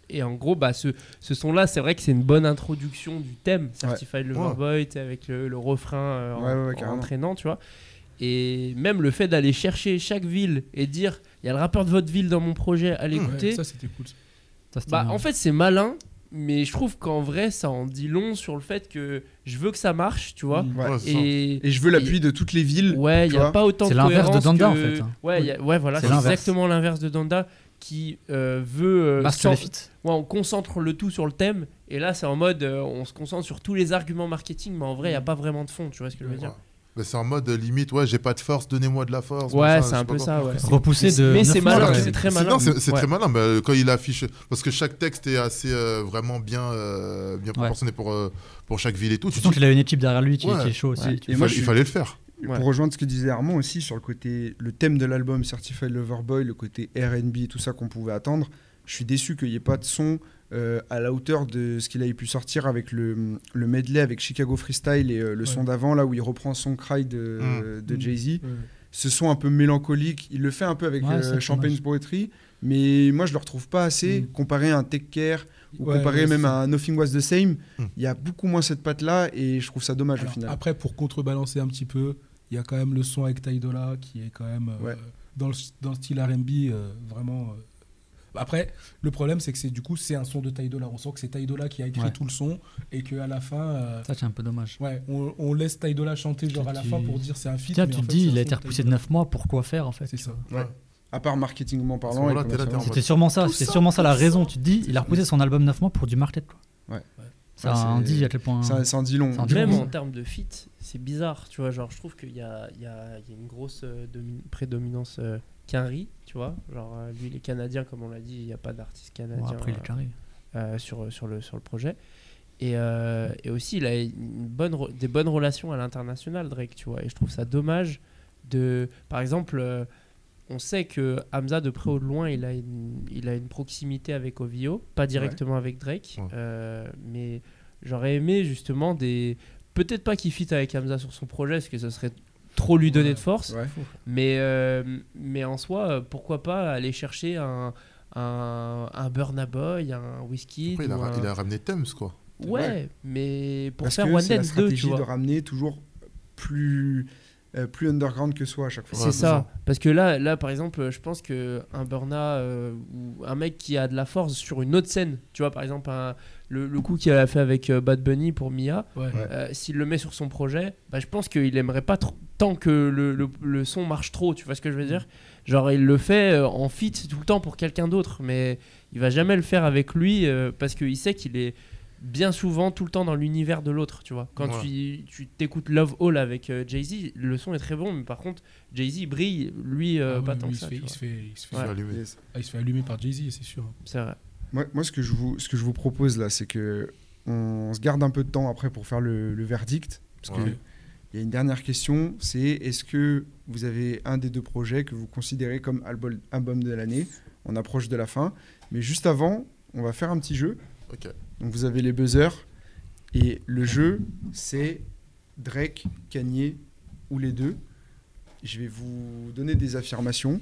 E: et en gros bah, ce, ce son-là, c'est vrai que c'est une bonne introduction du thème Certified Lover
D: Ouais.
E: Boy, tu sais, avec le, le refrain euh, en-
A: Ouais, ouais, ouais,
E: en
A: carrément.
E: entraînant, tu vois. Et même le fait d'aller chercher chaque ville et dire il y a le rappeur de votre ville dans mon projet, allez
B: Ouais,
E: écouter.
B: ça, c'était cool. ça.
C: Ça, c'était
E: Bah,
C: bien.
E: en fait, c'est malin, mais je trouve qu'en vrai, ça en dit long sur le fait que je veux que ça marche, tu vois.
B: Mm.
A: Ouais.
D: Ouais, c'est ça.
E: Et,
A: Et je veux l'appui de toutes les villes.
E: Ouais, il
A: tu
E: n'y a
A: vois.
E: pas autant
C: C'est
E: de
C: l'inverse de
E: cohérence
C: Danda,
E: que-
C: en fait, hein.
E: Ouais, il y a- ouais, voilà,
C: C'est
E: c'est
C: l'inverse.
E: exactement l'inverse de Danda qui euh, veut. euh,
C: Masque sur les
E: cent-
C: feats.
E: ouais, on concentre le tout sur le thème, et là, c'est en mode euh, on se concentre sur tous les arguments marketing, mais en vrai, il n'y a pas vraiment de fond, tu vois ce que je veux
D: Ouais.
E: dire
D: Mais c'est en mode euh, limite, ouais, j'ai pas de force, donnez-moi de la force.
E: Ouais,
D: machin, je
E: c'est un
D: sais
E: peu
D: pas quoi.
E: ça, ouais.
C: Repoussé de.
E: Mais
C: neuf
E: c'est
C: mois,
E: malin,
C: ouais.
E: c'est très
D: C'est-
E: malin.
D: non, C'est c'est
E: Ouais.
D: très malin, mais, euh, quand il affiche. Parce que chaque texte est assez euh, vraiment bien, euh, bien proportionné pour, euh, pour chaque ville et tout. Tu
C: Tu
D: dis,
C: sens qu'il a une équipe derrière lui qui,
D: Ouais.
C: qui est chaud aussi.
A: Ouais.
D: il,
A: Et moi,
D: fallait,
A: je
D: il
A: suis-
D: fallait le faire.
E: Ouais.
A: Pour rejoindre ce que disait Armand aussi sur le côté, le thème de l'album Certified Lover Boy, le côté R&B, et tout ça qu'on pouvait attendre, je suis déçu qu'il n'y ait pas de son euh, à la hauteur de ce qu'il avait pu sortir avec le, le medley avec Chicago Freestyle et euh, le
B: Ouais.
A: son d'avant, là où il reprend son cry de,
D: Mm.
A: de Jay-Z.
B: Ouais.
A: Ce son un peu mélancolique, il le fait un peu avec
C: Ouais,
A: euh,
C: c'est dommage.
A: Champagne's Poetry, mais moi je le retrouve pas assez
B: Mm.
A: comparé à un Take Care ou
B: Ouais,
A: comparé
B: ouais,
A: même
B: c'est-
A: à un Nothing Was The Same.
D: Mm.
A: Il y a beaucoup moins cette patte-là et je trouve ça dommage
B: Alors,
A: au final.
B: Après, pour contrebalancer un petit peu, il y a quand même le son avec Ty Dolla qui est quand même euh,
A: Ouais.
B: dans, le, dans le style RB, euh, vraiment. euh. Après, le problème, c'est que c'est du coup, c'est un son de Ty Dolla. On sent que c'est Ty Dolla qui a écrit
C: Ouais.
B: tout le son et qu'à la fin. euh,
C: Ça, c'est un peu dommage.
B: Ouais, on, on laisse Ty Dolla chanter genre à la
C: Tu-
B: fin pour dire c'est un feat.
C: Tiens,
B: mais
C: tu
B: en
C: te
B: fait,
C: dis,
B: c'est
C: il
B: un
C: a
B: son
C: été
B: de Ty
C: repoussé de
B: Dolla.
C: 9 mois, pourquoi faire en fait
B: C'est ça.
A: À part marketingement
D: À ce
A: parlant, et
D: moment-là, t'es là,
A: commercialement.
D: t'es en mode-
C: C'était sûrement ça,
B: Tout
C: c'était
B: ça
C: sûrement ça la
B: pour
C: raison.
B: ça.
C: Tu te dis, il a repoussé son album 9 mois pour du market quoi.
A: Ouais.
B: Ouais.
C: Ça
A: Ouais,
C: en
A: c'est-
C: dit à quel point.
A: Ça, ça en dit long.
C: Ça en dit
A: Du
C: long.
A: coup,
E: Même
C: Vraiment.
E: Mm. en termes de fit, c'est bizarre, tu vois. Genre, je trouve qu'il y a, il y a- il y a une grosse euh, domi- prédominance euh, Quinry, tu vois. Genre, euh, lui, il est canadien, comme on l'a dit, il n'y a pas d'artiste
C: Bon,
E: canadien.
C: après, il
E: euh,
C: est carré.
E: euh, sur, sur, le, sur le projet. Et, euh, et aussi, il a une bonne, re- des bonnes relations à l'international, Drake, tu vois. Et je trouve ça dommage de. Par exemple, euh, on sait que Hamza, de près ou de loin, il a une, il a une proximité avec Ovio, pas directement avec Drake.
D: Ouais.
E: Euh, mais j'aurais aimé, justement, des. Peut-être pas qu'il fit avec Hamza sur son projet, parce que ce serait trop lui donner
B: Ouais.
E: de force.
A: Ouais.
E: Mais, euh, mais en soi, euh, pourquoi pas aller chercher un, un, un Burna Boy, un Whisky
D: Après, il a, ra- il a ramené Thames, quoi.
E: Ouais,
A: Ouais.
E: mais pour
A: Parce
E: faire
A: que
E: One
A: c'est la
E: Dance 2, tu
A: stratégie
E: vois.
A: de ramener toujours plus, euh, plus underground que soi à chaque fois.
E: C'est
D: Ouais, c'est
E: ça. Parce que là, là, par exemple, je pense que un Burna euh, ou un mec qui a de la force sur une autre scène, tu vois, par exemple, un- le, le coup qu'il a fait avec euh, Bad Bunny pour Mia,
B: Ouais.
A: Ouais.
E: euh, s'il le met sur son projet, bah, je pense qu'il aimerait pas trop, tant que le, le- le son marche trop, tu vois ce que je veux dire Genre, il le fait euh, en fit tout le temps pour quelqu'un d'autre, mais il va jamais le faire avec lui euh, parce qu'il sait qu'il est bien souvent tout le temps dans l'univers de l'autre, tu vois. Quand
D: Voilà.
E: tu tu t'écoutes Love All avec euh, Jay-Z, le son est très bon, mais par contre, Jay-Z brille, lui, euh,
B: Ah oui,
E: pas
B: oui,
E: tant
B: il
E: que
B: se
E: ça. tu
B: fait- il
E: vois.
B: se fait- il se fait-
D: Je vais
E: Ouais.
D: allumer.
A: Yes.
B: ah, il se fait allumer par Jay-Z, c'est sûr.
E: C'est vrai.
A: Moi, moi, ce, que je vous, ce que je vous propose là, c'est que on se garde un peu de temps après pour faire le, le verdict. Parce que
D: Ouais.
A: Il y a une dernière question, c'est est-ce que vous avez un des deux projets que vous considérez comme album, album de l'année On approche de la fin, mais juste avant, on va faire un petit jeu.
D: Ok.
A: Donc vous avez les buzzers et le jeu c'est Drake, Kanye ou les deux. Je vais vous donner des affirmations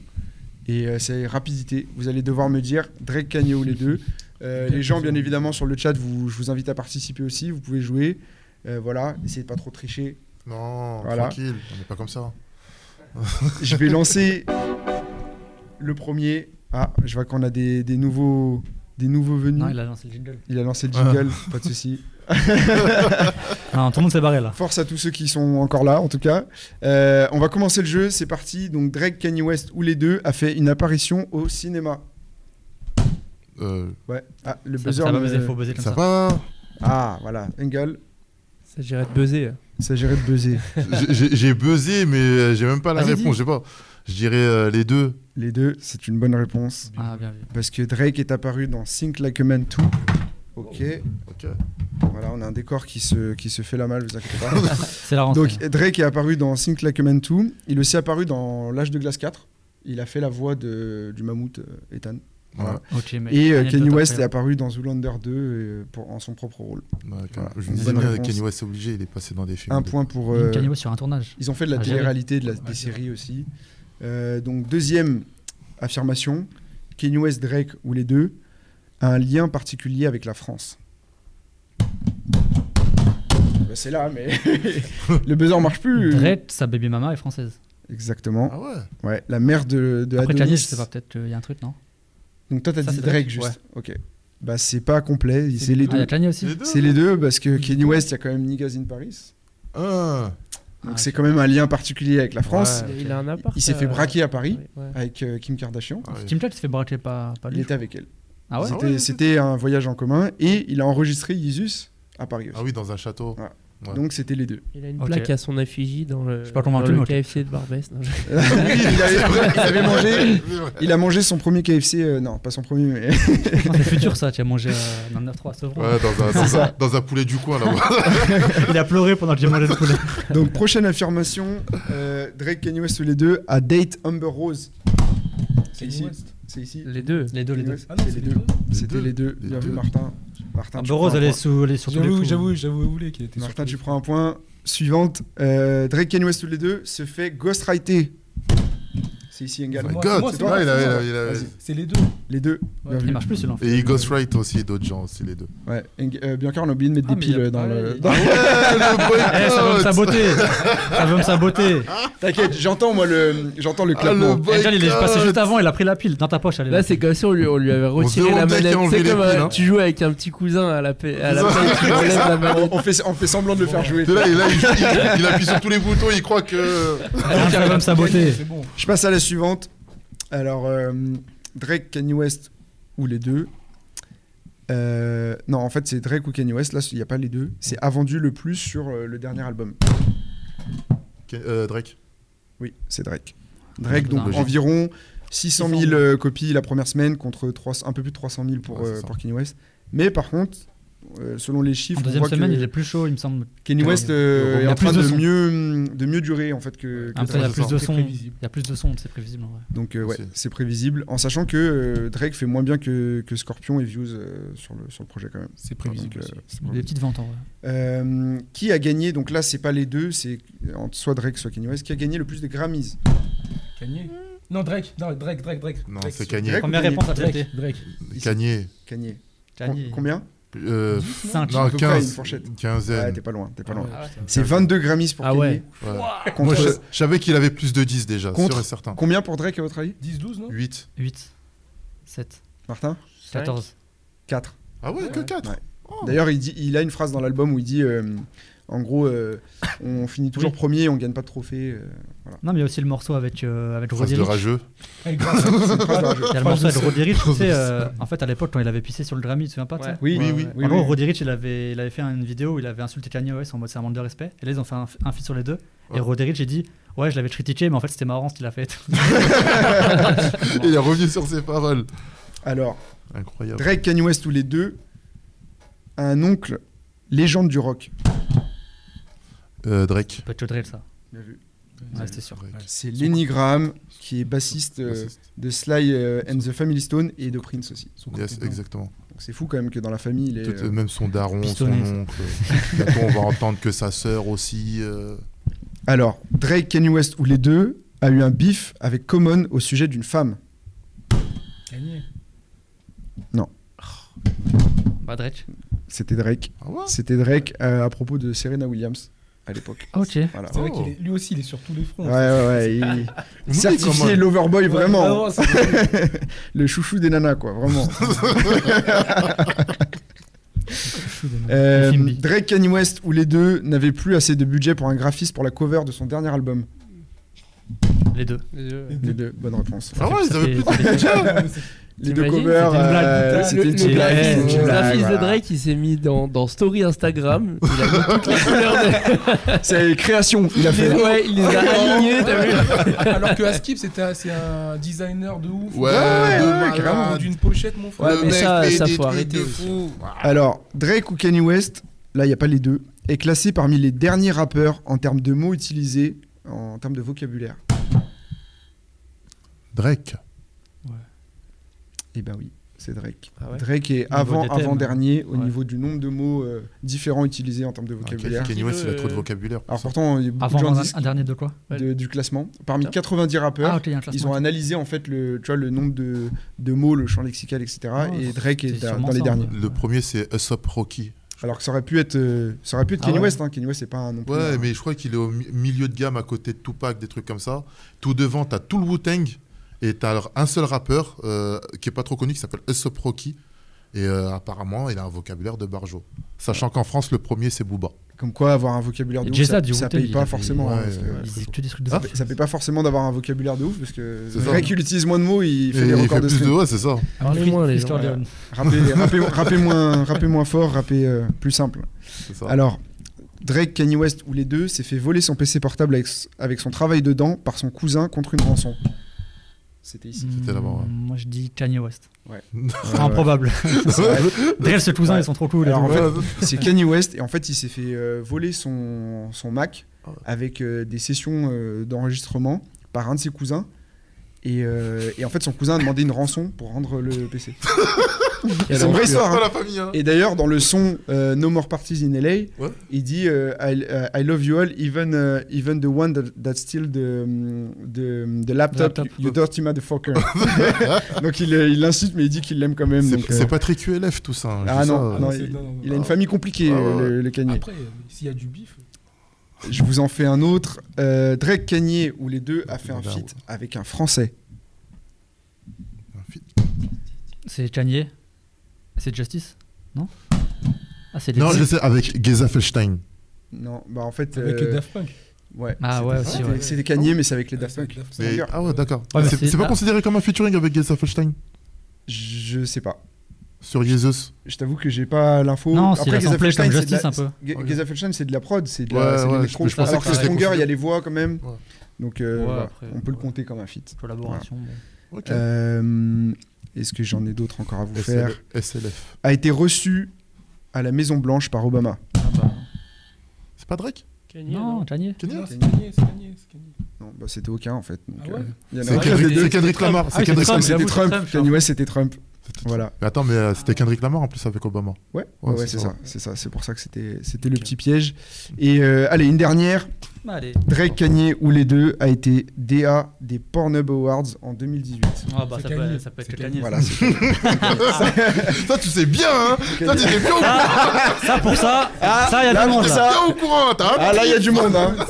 A: et euh, c'est rapidité. Vous allez devoir me dire Drake, Kanye ou les deux. Euh, les gens bien évidemment sur le chat, vous, je vous invite à participer aussi. Vous pouvez jouer. Euh, voilà, essayez de pas trop tricher.
D: Non,
A: Voilà.
D: tranquille, on n'est pas comme ça.
A: Je vais lancer le premier. Ah, je vois qu'on a des, des nouveaux des nouveaux venus.
C: Non,
A: il,
C: il
A: a...
C: a Ah. lancé le jingle.
A: lancé le jingle, pas de souci.
C: Non, tout le monde s'est barré là.
A: Force à tous ceux qui sont encore là, en tout cas. Euh, on va commencer le jeu, c'est parti. Donc Drake, Kanye West ou les deux a fait une apparition au cinéma.
D: Euh,
A: Ouais. Ah, le
C: Ça,
A: buzzer.
C: ça va
A: me-
C: buzzer, faut buzzer comme
D: ça
C: ça.
D: va
A: Ah, voilà. Engel,
E: S'agirait de buzzer.
A: il s'agirait de buzzer.
D: J'ai- J'ai j'ai buzzé, mais euh, j'ai même pas la
C: Vas-y,
D: réponse,
C: dis.
D: je sais pas. Je dirais euh, les deux.
A: Les deux, c'est une bonne réponse.
C: Ah, bien vu.
A: Parce que Drake est apparu dans Think Like a Man 2. Ok,
D: Ok.
A: voilà, on a un décor qui se, qui se fait la malle, vous inquiétez pas.
C: C'est la rentrée.
A: Donc Drake est apparu dans Think Like a Man 2. Il est aussi apparu dans L'âge de glace 4. Il a fait la voix de, du mammouth euh, Ethan. Voilà.
C: Ok, mais-
A: Et euh,
C: Anecdote
A: Kanye West est
C: incroyable.
A: apparu dans Zoolander 2 euh, pour, en son propre rôle.
D: Ouais, quand-
A: Voilà.
D: Je me
A: Bonne
D: disais,
A: réponse.
D: Kenny West est obligé, il est passé dans des films.
A: Un
D: de-
A: point pour.
C: Une
A: euh,
C: Kanye West sur un tournage.
A: ils ont fait de la
C: Ah, j'avais.
A: télé-réalité, de la, des
B: j'avais.
A: séries aussi. Euh, donc, deuxième affirmation Kanye West, Drake ou les deux a un lien particulier avec la France. Bah, c'est là, mais le buzzer marche plus.
C: Drake, sa baby mama est française.
A: Exactement.
D: Ah ouais
A: Ouais, la mère de, de
C: Après Kanye,
A: Adonis.
C: je sais pas, peut-être qu'il y a un truc, non
A: Donc toi, t'as
C: Ça,
A: dit
C: c'est
A: Drake
C: Drake,
A: juste. Ok. Bah c'est pas complet. C'est les
C: Ah, il y
A: deux.
C: a Kanye aussi.
D: deux
A: C'est les deux parce que Kanye West, il y a quand même Niggas in Paris.
D: Ah.
A: Donc
C: Ah,
A: c'est quand même un lien particulier avec la France.
D: Ouais, ok.
E: Il a un appart.
A: Il s'est fait
E: euh,
A: braquer à Paris
E: ouais.
A: avec euh, Kim Kardashian.
D: Ah ouais.
C: Tim Chat s'est fait braquer par, par
A: Il
C: lui.
A: était avec elle.
C: Ah ouais
A: C'était-
D: Ah ouais, ouais,
A: C'était un voyage en commun et il a enregistré Jesus à Paris aussi.
D: Ah oui, dans un château. ouais.
A: Donc c'était les deux.
E: Il a une
C: Ok.
E: plaque à son effigie dans le,
C: suis pas convaincu,
E: dans le
C: moi, je-
E: KFC de Barbès. Non, je-
A: il, avait, il avait mangé.
D: C'est vrai.
A: Il a mangé son premier KFC. euh, non, pas son premier, mais
C: C'est le futur ça, tu as mangé euh, dans le 9-3 à Sevran.
D: Ouais, dans un, dans, un, dans un poulet du coin là-bas.
C: Il a pleuré pendant que j'ai mangé le poulet.
A: Donc, prochaine affirmation euh, Drake, Kanye West, les deux, à date Amber Rose. C'est ici. C'est ici.
E: Les deux.
C: Les deux, les
A: Kanye
C: deux.
A: West,
B: Ah non,
A: c'est
B: c'est
A: les
B: les
A: deux.
B: deux.
A: C'était
D: Les
A: les deux.
D: Les
A: Bien vu,
D: deux.
A: Martin. Martin tu
C: Amber
A: prends
C: Rose,
A: un
C: elle est
A: point.
C: sous les sur tous les
B: J'avoue,
C: coups.
B: j'avoue, j'avoue, vous voulez qu'il était
A: Martin,
B: surpris.
A: tu prends un point. Suivante euh, Drake, Kanye West, tous les deux, se fait ghostwriter. C'est ici, Engal.
B: Moi,
D: Oh God,
B: moi,
D: c'est
B: c'est moi,
D: vrai, il
B: c'est
D: avait-
B: moi.
D: il avait-
A: Vas-y.
B: C'est les deux.
A: Les deux.
B: Ouais.
A: Bien
C: Il
A: vu.
C: marche plus Eh, celui-là. en fait.
D: Et il ghostwrite aussi d'autres gens, aussi les deux.
A: Ouais. Eng- euh, Bianca, on a oublié de mettre
C: Ah,
A: des
C: mais
A: piles euh,
C: y a-
A: dans
C: ah,
A: le.
C: ouais,
A: dans-
C: y a- Eh, ça veut me saboter Ça veut me saboter
A: T'inquiète, j'entends moi le, j'entends le clapement.
C: Eh, Déjà, il est passé juste avant, il a pris la pile dans ta poche. elle est
E: Là, c'est comme si on lui, on lui avait retiré
D: se
E: la
D: demande qui a
E: manette.
D: enlevé
E: C'est
D: les
E: comme
D: piles,
E: euh,
D: hein.
E: tu joues avec un petit cousin à la paix. À Ah, la paix tu lui enlèves la manette.
A: on, fait, on fait semblant de le faire jouer.
D: Et là, et là, il, il- il appuie sur tous les boutons, il croit que.
C: Ah, ça va me saboter.
B: C'est bon.
A: Je passe à la suivante. Alors, euh, Drake, Kanye West ou les deux Euh, Non, en fait, c'est Drake ou Kanye West. Là, il n'y a pas les deux. C'est a vendu le plus sur euh, le dernier album.
D: Ke- euh, Drake.
A: Oui, c'est Drake.
D: Ah,
A: Drake, donc
C: Logique.
A: environ 600 000 euh, copies la première semaine contre 300 un peu plus de 300 000 pour,
D: Ouais, c'est
A: euh,
D: ça.
A: pour Kanye West. Mais par contre, euh, selon les chiffres,
C: En
A: on
C: deuxième
A: voit que
C: semaine, il est plus chaud, il me semble.
A: Kanye
D: Ouais.
A: West euh,
D: Il y
A: est
D: a
A: en
C: plus
A: train
C: de
A: de
C: sons.
A: mieux, de mieux durer en fait que, que
C: Après, il y a
A: Drake.
C: plus de
B: C'est
C: sons.
B: prévisible.
C: Il y a plus de sons, c'est prévisible. en vrai.
A: Donc euh, ouais,
D: Aussi.
A: c'est prévisible, en sachant que euh, Drake fait moins bien que, que Scorpion et Views euh, sur, le, sur le projet quand même.
B: C'est prévisible.
A: Donc, euh,
B: aussi.
A: c'est
C: Il y a
A: probable.
C: Des petites ventes en vrai.
A: Euh, qui a gagné, donc là c'est pas les deux, c'est entre soit Drake soit Kanye West, qui a gagné le plus de Grammys
B: Kanye Non, Drake. Non, Drake, Drake, Drake.
D: Non,
B: Drake,
D: c'est
B: sur-
D: Kanye.
C: Première
A: Kanye.
C: réponse à traiter.
B: Drake, Drake.
D: Kanye.
A: Kanye.
C: Kanye.
A: Com- combien
D: Euh,
C: 5.
D: non,
A: peu près,
D: 15.
A: une fourchette. Ah, t'es
D: Quinzaine.
A: pas loin, t'es pas loin.
B: Ah ouais, putain.
A: C'est 22 Grammys pour
E: Ah
A: Kanye.
E: ouais.
D: Ouais.
A: Contre-
D: Moi, je, je savais qu'il avait plus de 10 déjà,
A: Contre-
D: sûr et certain.
A: Combien pour Drake à votre avis
B: 10, 12, non
D: 8.
C: 8. 7.
A: Martin
E: Cinq.
C: 14.
A: 4.
D: Ah ouais, que
E: Ouais.
D: 4.
A: Ouais.
D: Oh.
A: D'ailleurs, il, dit- il a une phrase dans l'album où il dit euh, en gros, euh, on finit toujours premier, on gagne pas de trophée. euh,
C: Non, mais il y a aussi le morceau avec, euh, avec
D: Phrase
C: Roddy
D: de
C: Ricch.
D: rageux.
B: Eh, grâce à-
A: c'est une phrase d'un jeu.
C: Il y a le morceau avec Roddy Ricch, tu sais, euh, en fait, à l'époque, quand il avait pissé sur le Grammy, tu te souviens pas de ça
E: Ouais.
A: Oui,
E: Ouais,
A: oui,
E: ouais.
A: oui.
C: en gros,
A: oui.
C: Roddy Ricch, il avait, il avait fait une vidéo où il avait insulté Kanye West en mode serment de respect. Et là, ils ont fait un, un feat sur les deux. Et
D: Ouais.
C: Roddy Ricch, il dit Ouais, je l'avais critiqué, mais en fait, c'était marrant ce qu'il a fait.
D: Et il est revenu sur ses paroles.
A: Alors,
D: Incroyable.
A: Drake, Kanye West, tous les deux, a un oncle, légende du rock.
D: Euh, Drake.
C: Peut-être le drill, ça.
A: Bien vu.
C: Ouais, c'était sûr.
D: Drake.
A: C'est Lenny Graham, qui est bassiste euh,
D: Bassiste.
A: de Sly euh, and the Family Stone et de Prince aussi.
B: Son
D: Yes,
B: côté, non.
D: exactement.
A: Donc c'est fou quand même que dans la famille, il est.
D: Tout-
A: euh,
D: même son daron,
C: pistonné, ça.
D: son oncle. Bientôt, on va entendre que sa sœur aussi. euh,
A: Alors, Drake, Kanye West ou les deux a eu un bif avec Common au sujet d'une femme.
B: Gagné.
C: Bah, Drake.
A: C'était Drake.
D: Ah ouais
A: C'était Drake euh, à propos de Serena Williams à l'époque.
C: Ah, ok.
A: Voilà.
B: C'est vrai
D: Oh.
B: qu'il est- lui aussi, il est sur tous les fronts.
A: Ouais, ouais, ouais. il- Certifié
B: Ouais,
A: l'overboy, vraiment.
B: c'est vrai.
A: Le chouchou des nanas, quoi, vraiment. Euh,
C: Chou des mecs.
A: Euh,
C: Fimbi.
A: Drake, Kanye West ou les deux n'avaient plus assez de budget pour un graphiste pour la cover de son dernier album.
C: Les deux.
E: Les deux, ouais.
A: Les deux, bonne réponse.
D: Ah ouais, ils
C: Ça
D: avaient
C: fait-
D: plus
C: ça fait-
A: Les deux
E: T'imagines,
A: covers,
C: c'était une blague,
A: euh,
C: putain.
A: c'était
E: le,
A: une
E: le
A: petite blague.
E: graphiste,
C: Ouais,
E: le
A: Ouais,
E: graphiste de
A: voilà.
E: Drake, il s'est mis dans, dans Story Instagram. Il a mis toutes les couleurs de-
A: C'est création, il a fait.
E: Ouais, il les a alignés, t'as vu
B: Alors que Askip, c'était un- c'est un designer de ouf.
A: ouais,
D: Ouais, de
A: ouais,
D: malade.
A: carrément.
B: D'une pochette, mon frère.
E: Ouais,
D: Le
E: mais
D: mec
E: ça,
D: fait
E: ça,
D: des
E: faut
D: trucs
E: arrêter
D: de
E: aussi.
D: fou.
A: Alors, Drake ou Kanye West, là, il n'y a pas les deux, est classé parmi les derniers rappeurs en termes de mots utilisés, en termes de vocabulaire.
D: Drake.
A: Eh ben oui, c'est Drake.
E: Ah ouais
A: Drake est
C: Au niveau
A: avant,
C: des thèmes. hein.
A: avant dernier au
C: Ouais.
A: niveau du nombre de mots euh, différents utilisés en termes de vocabulaire.
D: Kanye West, il a
E: Euh,
D: trop de vocabulaire.
A: Alors pourtant, il y a beaucoup
C: Avant,
A: de gens
C: un,
A: disent
C: un dernier de quoi
A: de- du classement. Parmi
E: Tiens.
A: 90 rappeurs,
C: Ah, ok, il y a un
A: ils ont
C: classement.
A: analysé en fait le, tu vois, le nombre de, de mots, le champ lexical, etc.
C: Oh,
A: et Drake est
C: c'est
A: dans
C: sûrement
A: dans les
C: ça, hein.
A: derniers.
C: ouais.
D: Le premier, c'est Aesop Rocky.
A: Alors que ça aurait pu être, euh, ça aurait pu être
C: Ah
A: Kanye
C: ouais.
A: West. Hein. Kanye West, c'est pas un nom. plus
D: Ouais,
A: un-
D: mais je crois qu'il est au mi- milieu de gamme à côté de Tupac, des trucs comme ça. Tout devant, t'as tout le Wu-Tang et t'as alors un seul rappeur euh, qui est pas trop connu qui s'appelle Aesop Rocky. Et euh, apparemment, il a un vocabulaire de Barjo. Sachant qu'en France, le premier, c'est Booba.
A: Comme quoi, avoir un vocabulaire de
C: Et
A: ouf,
C: Jay-Z,
A: ça,
C: du
A: ça
C: Wu-Tang,
A: paye
C: il
A: pas
C: avait-
A: forcément.
D: ouais,
A: hein, parce que-
D: ouais.
C: Ils disent que des trucs de
A: ça,
C: ouf.
A: paye- ça paye pas forcément d'avoir un vocabulaire de ouf parce que
D: C'est
A: c'est
D: ça.
A: vrai qu'il utilise moins de mots, il fait
D: Et
A: des
D: il
A: records
D: fait
A: de
D: plus de
A: stream.
D: ouais, c'est ça.
E: Parlez-moi, les
C: Freestyle
E: gens.
C: Leon.
A: Rappez, rappez- rappez moins, rappez moins fort, rappez euh, plus simple.
D: C'est ça.
A: Alors, Drake, Kanye West ou les deux s'est fait voler son PC portable avec, s- avec son travail dedans par son cousin contre une rançon. C'était ici.
D: C'était là-bas, ouais.
C: Mm, Moi, je dis Kanye West.
A: Ouais.
C: C'est improbable. Drill, ce cousin,
A: Ah, Ouais.
C: ils sont trop cool. hein,
A: Alors, en
C: Ouais.
A: fait, c'est Kanye West et en fait, il s'est fait euh, voler son, son Mac
D: Ah ouais.
A: avec euh, des sessions euh, d'enregistrement par un de ses cousins. Et, euh, et en fait, son cousin a demandé une rançon pour rendre le PC. c'est une vraie histoire. hein.
D: Ah, la famille, hein.
A: Et d'ailleurs, dans le son euh, No More Parties in LA,
D: Ouais.
A: il dit euh, I, euh, I love you all, even, euh, even the one that, that steal the, the, the laptop,
C: The laptop.
A: you dirty motherfucker. donc il, euh, il l'insulte, mais il dit qu'il l'aime quand même.
D: C'est
A: donc,
D: c'est
A: euh,
D: Patrick ULF, tout ça. hein. Je
A: Ah
D: dis ça,
A: non,
D: euh,
A: non,
B: c'est-
A: il,
B: non, non, non.
A: il a une famille compliquée,
D: Ah ouais.
A: le, le Kanye.
B: Après, euh, s'il y a du bif.
A: Je vous en fais un autre. Euh, Drake Kanye, où les deux a fait un
D: Bah, ouais.
A: feat avec un Français.
D: euh,
C: C'est Kanye. C'est Justice Non Ah, c'est
D: Non,
C: Lil
D: je
C: Peep.
D: sais, avec Geza Felstein.
A: Non, bah en fait.
B: Avec
A: euh,
B: Daft Punk.
A: ouais.
C: Ah
A: c'était-
C: ouais, aussi,
A: c'était-
C: ouais.
A: C'était Kanye, mais c'est avec les Daft Punk.
B: Punk.
D: Mais-
A: dur.
D: Ah ouais, d'accord.
C: Ouais, mais
D: c'est
C: c'est-
D: c'est pas
C: ah.
D: considéré comme un featuring avec Geza Felstein
A: Je sais pas.
D: sur Jesus
A: Je t'avoue que j'ai pas l'info.
C: Non, c'est
A: Geza
C: rassemblé
A: Felstein,
C: comme
A: c'est de la-
C: Justice un peu.
A: Ge-
D: Ok.
A: Geza Felstein, c'est de la prod, c'est de
D: Ouais,
A: la. c'est de
D: ouais,
A: l'électro.
D: je- je pensais
A: Alors
C: que
A: que
C: c'était
A: Stronger, il y a
D: considéré-
A: les voix quand même.
D: Ouais.
A: Donc euh,
C: Ouais,
A: voilà,
C: après,
A: on peut le
C: ouais.
A: compter comme un feat.
C: Collaboration. bon.
D: Ok.
A: Euh, Est-ce que j'en ai d'autres encore à vous
D: SL-
A: faire
D: SLF.
A: A été reçu à la Maison Blanche par Obama.
C: Ah bah,
D: C'est pas Drake
C: Non, Kanye.
D: Kanye
B: Non, c'est gagné, c'est gagné, c'est gagné.
A: Non, bah, c'était aucun en fait. donc,
B: Ah ouais
A: euh, il y en a
D: C'est
A: un qui a
D: Kendrick,
A: fait deux.
D: c'est Kendrick Lamar.
C: Ah,
D: C'est Kendrick
C: c'est
D: Lamar.
A: C'était
C: J'avoue,
A: Trump.
C: c'est Trump,
A: Kanye West, c'était Trump.
D: C'était-
A: Voilà.
D: Mais attends, mais euh, c'était Kendrick Lamar en plus avec Obama.
A: Ouais,
D: Ouais,
A: ouais,
D: c'est
A: c'est
D: ça.
A: ça. C'est ça. C'est pour ça que c'était, c'était le petit piège. Et euh, allez, une dernière.
C: Bah, allez.
A: Drake, Kanye ou les deux a été DA des Pornhub Awards en 2018.
C: Ah bah,
B: C'est
C: ça
B: Kanye.
C: peut, ça peut être
B: C'est
C: que Kanye.
A: Voilà. c'est-
D: Ça, tu sais bien, hein Ça, tu
A: Kanye.
D: sais bien au-
C: Ça, pour ça,
E: Ah,
C: ça, il y a
A: là,
C: tout le monde
D: tu sais
C: là.
D: bien au courant. t'as un
A: Ah là, il y a du monde. hein.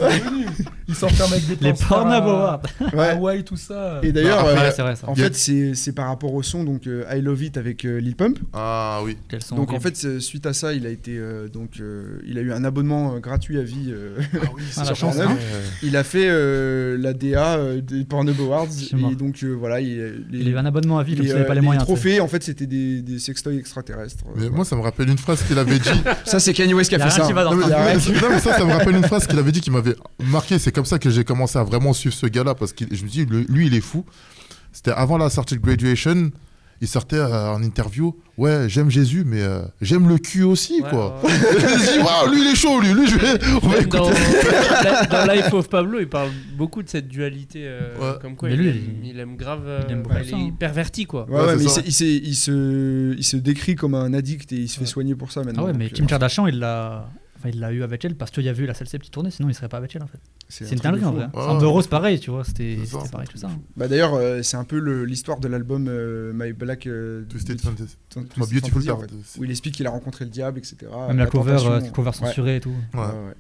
B: Ils s'enferment avec des
C: Les
B: pancartes,
C: Pornhub Awards.
A: Ouais.
B: Hawaii, tout ça.
A: Et d'ailleurs,
D: Bah,
A: euh,
C: Ouais, c'est vrai ça.
A: en
D: y a-
A: fait, c'est, c'est par rapport au son, donc euh, I Love It avec euh, Lil Pump.
D: Ah oui.
C: Quels sont
A: Donc en
C: horribles.
A: fait, c'est- suite à ça, il a été euh, donc euh, il a eu un abonnement euh, gratuit à vie. euh,
C: Ah, la
A: sur
C: chance.
A: Pornhub.
C: hein.
A: il a fait euh, la DA euh, des Pornhub Awards
C: C'est mort.
A: et donc euh, voilà, il, les,
C: Il a eu un abonnement à vie, comme
A: les,
C: s'il n'avait
A: euh,
C: pas les
A: les
C: moyens. tu sais.
A: trophées, en fait, c'était des, des sextoys extraterrestres.
D: Mais moi, ça me rappelle une phrase qu'il avait dit.
A: Ça, c'est Kanye West qui a,
C: Y a
A: fait
C: rien
A: ça.
C: qui va dans
A: Non, mais
C: ce
A: y a
D: Non,
A: rien
D: mais
A: qui-
D: ça, ça me rappelle une phrase qu'il avait dit qui m'avait marqué. C'est comme ça que j'ai commencé à vraiment suivre ce gars-là parce que je me dis, le- lui, il est fou. C'était avant la sortie de Graduation. il sortait euh, en interview Ouais, j'aime Jésus, mais euh, j'aime le cul aussi,
E: Ouais,
D: quoi.
E: ouais.
D: Je me suis dit, Waouh, lui, il est chaud, lui, lui, je vais. on va
E: Même
D: écouter.
E: dans, dans Life of Pablo, il parle beaucoup de cette dualité. euh,
D: Ouais.
E: Comme quoi,
C: Mais
E: il,
C: lui,
E: aime,
C: il-
E: il aime grave. euh,
C: il aime beaucoup
E: enfin, il
C: ça,
E: est
C: hein.
E: perverti, quoi.
A: Ouais,
D: Ouais,
A: ouais,
D: c'est
A: mais il
D: ça.
A: se, il s'est- il se, il se décrit comme un addict et il se fait
B: Ouais.
A: soigner pour ça maintenant.
C: Ah ouais, mais
A: donc,
C: Kim
A: euh,
C: Kardashian, il l'a. Enfin, il l'a eu avec elle parce qu'il y a vu la celle-ci petite tournée, sinon il serait pas avec elle en fait. C'est
A: un
C: une
A: truc de
C: dinguerie en
A: fou,
C: vrai.
A: hein.
D: Ouais,
C: Amber Rose, pareil, tu vois, c'était
D: C'est ça,
C: c'était
D: c'est
C: pareil, tout ça. hein.
A: Bah d'ailleurs, euh, c'est un peu le- l'histoire de l'album euh, My Black euh,
D: Twisted
A: Beautiful-
D: Fantasy.
A: Twisted
D: Enfin, Beautiful
A: Fantasy, en
D: Dark.
A: fait, où il explique qu'il a rencontré le diable, etc.
C: Même la cover, euh,
A: Ah, tentation.
C: cette cover censurée et tout.
A: Ouais,
D: Ouais.
A: ouais.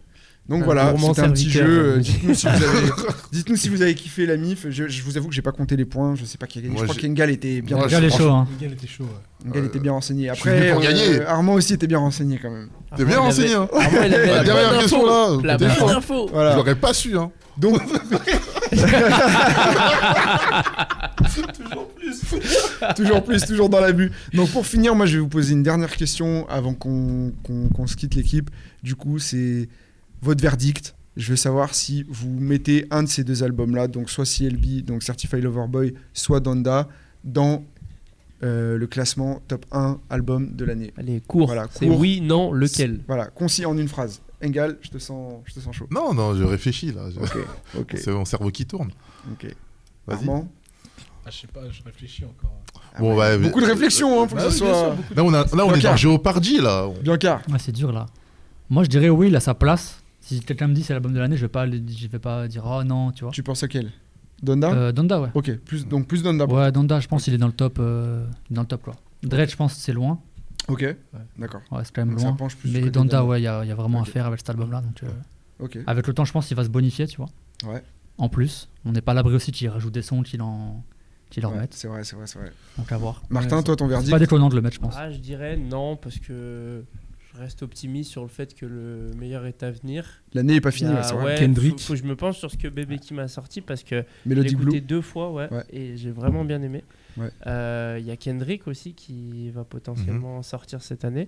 A: Donc
E: Un
A: voilà,
E: gourmand
A: c'était un petit
E: serviteur.
A: jeu. euh, Dites-nous si, vous avez- dites-nous si vous avez kiffé la MIF. Je, je vous avoue que j'ai pas compté les points. Je sais pas qui a gagné.
D: Moi,
A: je crois
D: j'ai-
A: qu'Engal était bien,
D: Moi,
C: Regarde les
D: franchement-
C: shows, hein.
B: Miguel était chaud. ouais.
A: Engal
D: euh,
A: était bien renseigné.
D: je suis venu
A: Après, euh,
D: pour gagner.
A: Armand aussi était bien renseigné quand même.
D: T'es bien
E: Armand, il
D: renseigné,
E: avait-
D: hein.
E: Armand, il avait
D: La
E: la
D: dernière
E: bonne
D: question,
E: info.
D: là.
E: La
D: t'es
E: bonne
D: chaud.
E: info.
D: Je
A: Voilà.
D: l'aurais pas su, hein.
A: Donc,
D: Toujours plus.
A: toujours plus, toujours dans l'abus. Donc pour finir, moi je vais vous poser une dernière question avant qu'on qu'on- qu'on se quitte l'équipe. Du coup, c'est votre verdict. Je veux savoir si vous mettez un de ces deux albums-là, donc soit CLB, donc Certified Lover Boy, soit Donda, dans euh, le classement top 1 album de l'année.
E: Allez, cours.
A: Voilà,
E: C'est
A: cours.
E: oui, non, lequel
A: Voilà, concis en une phrase. Engal, je te sens, je te sens chaud.
D: Non, non, je réfléchis, là. Je-
A: Ok, ok,
D: C'est mon cerveau qui tourne.
A: ok.
D: Vas-y.
A: Armand
B: Ah, je sais pas, je réfléchis encore.
A: Ah
D: Bon,
A: ouais.
D: bah,
A: Beaucoup de réflexion, hein, pour
B: Bah
A: que
B: oui,
A: ce
B: bien
A: soit.
B: sûr, beaucoup de-
D: Là, on, a- là, on est
A: Blanquer.
D: dans Géopardy, là.
A: Bien car.
C: Ouais, c'est dur là. Moi je dirais oui, il a sa place. Si quelqu'un me dit c'est l'album de l'année, je vais pas, le- je vais pas dire oh non, tu vois.
A: Tu penses à quel Donda
C: Euh, Donda, ouais.
A: Ok, plus, donc plus Donda. pour
C: Ouais, Donda, je pense il est dans le top, euh, dans le top quoi. Dredd, je pense c'est loin.
A: Ok, d'accord.
C: Ouais, c'est quand même
A: Donc ça
C: loin.
A: penche plus du
C: Mais
A: côté
C: Donda,
A: d'Amber.
C: ouais, il y, a il y a vraiment
A: Ok.
C: à faire avec cet album-là. Donc, euh,
A: Ok.
C: avec le temps, je pense qu'il va se bonifier, tu vois.
A: Ouais.
C: En plus, on n'est pas à l'abri aussi qu'il rajoute des sons, qu'il en, qu'il en
A: Ouais,
C: remette.
A: c'est vrai, c'est vrai, c'est vrai.
C: Donc à voir.
A: Martin,
B: Ouais,
A: toi, ton
C: C'est
A: verdict
C: pas déconnant de le mettre, je pense.
E: Ah, je dirais non, parce que je reste optimiste sur le fait que le meilleur est à venir.
A: L'année est pas finie,
E: Il y a-
A: ouais, c'est vrai.
E: Ah, ouais,
B: Kendrick.
E: Faut, faut que je me penche sur ce que Bébé qui m'a sorti, parce que j'ai
A: Melody
E: écouté
A: Blue.
E: deux fois, ouais,
A: Ouais.
E: et j'ai vraiment bien aimé. Euh, Il
A: Ouais.
E: y a Kendrick aussi qui va potentiellement
A: Mhm.
E: sortir cette année.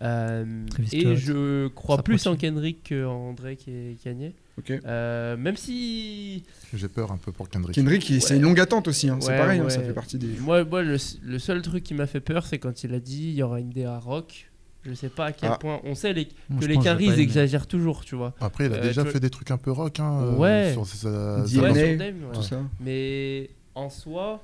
E: Euh,
C: Travis
E: et
C: Scott.
E: je crois
C: Ça
E: plus en
C: poursuit.
E: Kendrick qu'en Drake et Kanye.
A: Ok.
E: Euh, même si
D: J'ai peur un peu pour Kendrick.
A: Kendrick, il- c'est
E: Ouais.
A: une longue attente aussi. hein, c'est
E: Ouais,
A: pareil, hein,
E: ouais.
A: ça fait partie des.
E: Moi, moi, le, le seul truc qui m'a fait peur, c'est quand il a dit il y aura une DA rock. Je sais pas à quel
A: Ah.
E: point. On sait les-
C: Moi,
E: que
C: je
E: les
C: pense que je vais
E: caries
C: pas
E: ils
C: aimer.
E: exagèrent toujours, tu vois.
D: Après, il a
E: Euh,
D: déjà
E: tu vois-
D: fait des trucs un peu rock. Hein, euh,
E: Ouais.
D: Sur ses, euh,
A: DNA.
D: albums.
E: Ouais, sur Dame, ouais.
A: Tout ça.
E: Mais en soi,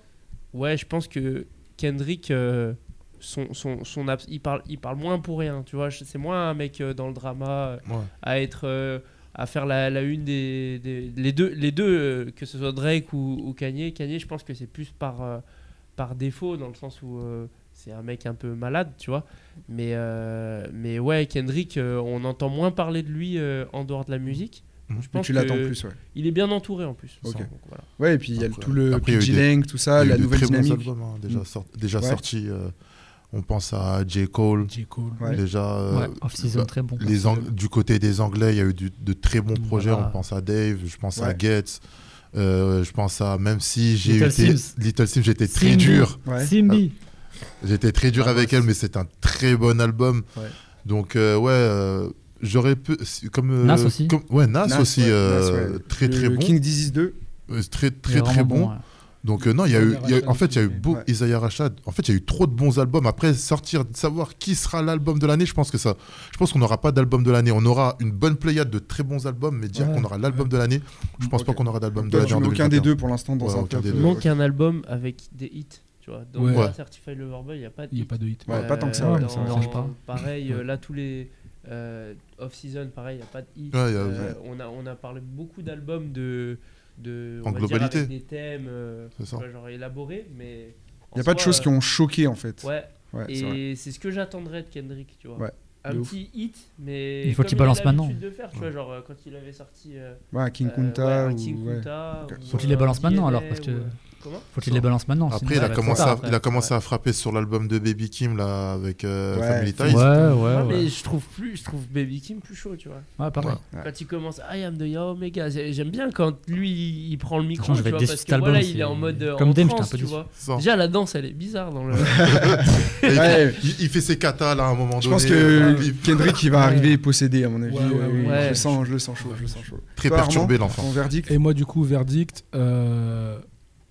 E: ouais, je pense que Kendrick, euh, son, son, son abs- il, parle, il parle moins pour rien, tu vois. Je- C'est moins un mec euh, dans le drama euh,
D: Ouais.
E: à être. euh, à faire la, la une des, des- les deux les deux euh, que ce soit Drake ou, ou Kanye Kanye je pense que c'est plus par euh, par défaut dans le sens où euh, c'est un mec un peu malade tu vois mais euh, mais ouais Kendrick euh, on entend moins parler de lui euh, en dehors de la musique
D: Mhm.
E: je
A: Mmh. Mais
E: pense
A: tu l'attends
E: que
A: plus, ouais.
E: il est bien entouré en plus
A: Ok.
E: Donc, voilà.
A: Ouais, et puis il y a le-
D: Après,
A: tout le
D: après, il y a eu
A: PG
D: des-
A: Lang, tout ça,
D: Il y
A: Ah, la
D: a eu de
A: nouvelle
D: très bons
A: dynamique.
D: albums, hein, déjà
A: Mm.
D: sort- déjà
A: Ouais.
D: sortis. euh, on pense à J. Cole.
B: J. Cole.
A: Ouais.
D: Déjà, euh,
C: Ouais, off-season,
D: bah,
C: très bon.
D: les Ang- du côté des Anglais, il y a eu du- de très bons projets.
C: Voilà.
D: On pense à Dave, je pense
A: Hmm. Ah. Ouais.
D: à Getz, euh, je pense à même si j'ai
C: Little
D: été
C: Sims.
D: Little Sims, j'étais très
C: Sims.
D: dur,
A: Ouais.
C: Simbi
A: ah,
D: j'étais très dur
E: Ah,
D: avec
E: ouais.
D: elle, mais c'est un très bon album.
A: Ouais.
D: Donc euh, ouais, euh, j'aurais pu si- comme euh,
C: Nas aussi.
D: comme- ouais Nas,
A: Nas,
D: aussi
A: ouais,
D: euh,
A: Nas, ouais.
D: très
A: Le
D: très bon,
A: King Disease 2.
D: Euh, très
C: il est
D: très très
C: vraiment
D: bon.
C: ouais.
D: Donc euh, non, il y a eu,
B: Isaiah
D: il y a eu- en
B: Rashad
D: fait, il y a eu
B: aussi,
D: beau
A: ouais.
D: Isaiah Rashad. En fait, il y a eu trop de bons albums. Après, sortir, savoir qui sera l'album de l'année, je pense que ça, je pense qu'on n'aura pas d'album de l'année. On aura une bonne pléiade de très bons albums, mais dire
C: Ouais.
D: qu'on aura l'album de l'année, je pense
A: Ok.
D: pas qu'on aura d'album de
A: Toi,
D: l'année.
A: tu
D: en
A: mets aucun des
D: 2021.
A: deux pour l'instant dans
D: Ouais,
A: un
D: aucun
A: top.
D: des
E: Il
D: deux.
A: euh,
E: manque un album avec des hits, tu vois. Dans
B: Ouais.
E: ouais.
D: Ouais.
E: Certified Lover Boy, il n'y a pas de
B: Il n'y a
E: hit.
B: pas de hit.
A: Ouais, pas tant que ça,
E: Euh,
A: ouais,
E: dans-
A: ça me
C: dérange pas.
E: Pareil, euh, là, tous les euh, off-season, pareil, il n'y a pas de hit.
D: Ouais, il y a-
E: Euh, on, a, on a parlé beaucoup d'albums de, de.
D: En
E: on va dire
D: globalité.
E: avec des thèmes euh,
D: C'est ça.
E: tu vois, genre élaborés, mais.
A: Il n'y a pas de choses qui ont choqué, en fait.
E: euh, Ouais,
A: Ouais, c'est vrai.
E: et c'est ce que j'attendrais de Kendrick, tu vois.
A: Ouais,
E: Un
A: de ouf.
E: petit hit, mais.
C: Il faut
E: comme
C: qu'il balance
E: a l'habitude
C: maintenant.
E: de faire, tu vois, genre euh, quand il avait sorti. euh,
A: Ouais, King
E: euh, ouais,
A: Kunta.
E: un
A: ou-
E: King
A: ouais.
E: Kunta
A: Ok.
E: ou
C: Faut qu'il
E: un
C: les balance maintenant,
E: DNA
C: alors, parce que-
E: ou, euh, Comment
C: Faut qu'il les balance maintenant. sinon, bah,
D: Après, il
C: ça
D: a
C: va
D: commencé,
C: être tard,
D: à,
C: après.
D: il a commencé à frapper sur l'album de Baby Kim là avec euh,
A: Ouais.
D: Family Ties.
E: Ouais,
C: Ouais, ouais, ouais.
E: mais je trouve plus, je trouve Baby Kim plus chaud, tu vois.
C: Ouais, pareil.
A: Ouais.
E: Quand il commence I am the Yao Omega, j'ai- j'aime bien quand lui il prend le micro,
C: Franchement, je
E: tu
C: vais
E: vois,
C: être déçu
E: parce
C: cet
E: que
C: album,
E: voilà, il
C: c'est-
E: est en mode euh,
C: Comme
E: en
C: Dame, j'étais un
E: transe,
C: peu
E: tu
C: déçu.
E: vois.
D: Ça.
E: Déjà la danse, elle est bizarre dans le.
D: Et il-
A: Ouais.
D: il, il fait ses katas là à un moment
A: Je
D: donné.
A: pense que
D: euh, il-
A: Kendrick il va arriver possédé à mon avis.
B: Ouais, ouais,
A: Euh,
E: ouais.
A: Je le sens, je le sens chaud, je le sens chaud.
D: très
A: Toi, Armand,
D: perturbé l'enfant.
A: Ton verdict
B: Et moi, du coup, verdict, euh,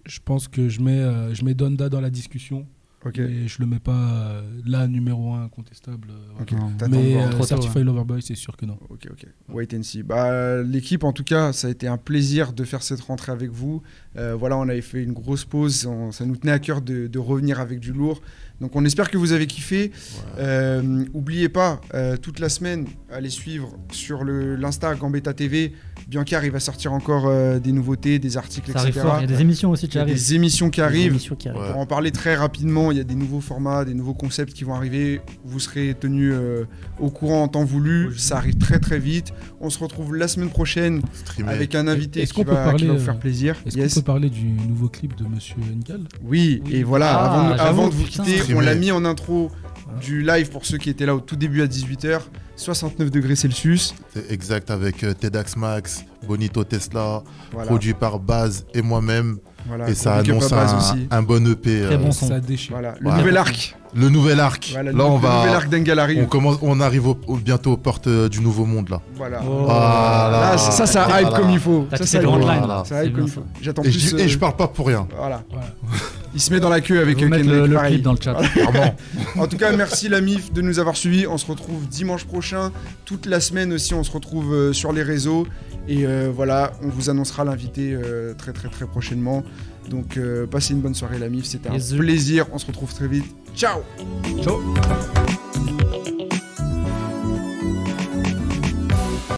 B: je pense que je mets, euh, je mets Donda dans la discussion.
A: Ok.
B: Mais je le mets pas euh, là, numéro 1, incontestable. euh, voilà.
A: Ok. T'attends de
B: Mais
A: voir.
B: euh,
C: Trop tôt,
B: Certified Lover Boy, c'est sûr que non.
A: Ok, ok. Wait and see. Bah, L'équipe, en tout cas, ça a été un plaisir de faire cette rentrée avec vous. Euh, voilà, on avait fait une grosse pause. on- ça nous tenait à cœur de, de revenir avec du lourd. Donc, on espère que vous avez kiffé. Euh, oubliez pas, euh, toute la semaine, allez suivre sur le- l'Insta Gambetta TV. Biancar, il va sortir encore euh, des nouveautés, des articles,
C: Ça arrive
A: etc.
C: fort. Il y a des émissions aussi
A: Il
C: qui
A: y a
C: arrivent.
A: des émissions qui
E: Les
A: arrivent.
E: émissions qui arrivent.
D: Ouais.
A: Pour en parler très rapidement, il y a des nouveaux formats, des nouveaux concepts qui vont arriver. Vous serez tenus euh, au courant en temps voulu. Ça arrive très très vite. On se retrouve la semaine prochaine
D: Streamer.
A: avec un invité
B: Est-ce
A: qui,
B: qu'on peut
A: va, qui
B: parler,
A: va vous
B: euh,
A: faire plaisir.
B: Est-ce
A: Yes.
B: qu'on peut parler du nouveau clip de Monsieur Ngal
A: Oui,
B: Oui.
A: et voilà,
C: Ah,
A: avant, de-
C: j'avoue,
A: avant de vous
C: putain.
A: quitter, on
D: Streamer.
A: l'a mis en intro
B: Voilà.
A: du live pour ceux qui étaient là au tout début à 18h. 69 degrés Celsius.
D: C'est Exact, avec euh, TEDx Max, Bonito Tesla,
A: Voilà.
D: produit par Baz et moi-même.
A: voilà.
D: Et ça
A: Big up
D: annonce
A: à Baz
D: un,
A: aussi.
D: un bon EP.
C: Très
D: euh,
C: bon son.
B: Ça déchire.
A: Voilà, le
D: Voilà.
A: nouvel arc.
D: Le nouvel arc.
A: Voilà, le
D: Là, on
A: nouvel
D: va.
A: arc d'Engalari.
D: On, commence, on arrive au- au- bientôt aux portes euh, du nouveau monde là.
A: Voilà.
B: Oh.
D: Voilà.
A: Oh. Ah, ça, ça hype
D: Voilà.
A: comme il faut.
C: T'as
A: Ça,
C: kiffé
A: ça
C: le
A: hype.
C: Hotline,
D: Voilà.
C: là.
A: Ça hype
C: C'est
A: comme il
C: bien,
A: faut.
C: ça.
A: J'attends
D: Et
A: plus.
D: je, et je
A: euh,
D: parle pas pour rien.
A: Voilà.
B: Voilà.
A: Il se met dans la queue avec
C: Je vais vous
A: euh,
C: mettre
A: Kendrick,
C: le, le
A: pareil.
C: clip dans le chat.
D: Vraiment.
A: En tout cas, merci la MIF de nous avoir suivis. On se retrouve dimanche prochain. Toute la semaine aussi, on se retrouve euh, sur les réseaux. Et euh, voilà, on vous annoncera l'invité euh, très très très prochainement. Donc euh, passez une bonne soirée la MIF, c'était un
C: Yes, sir.
A: plaisir. On se retrouve très vite. Ciao
C: Ciao.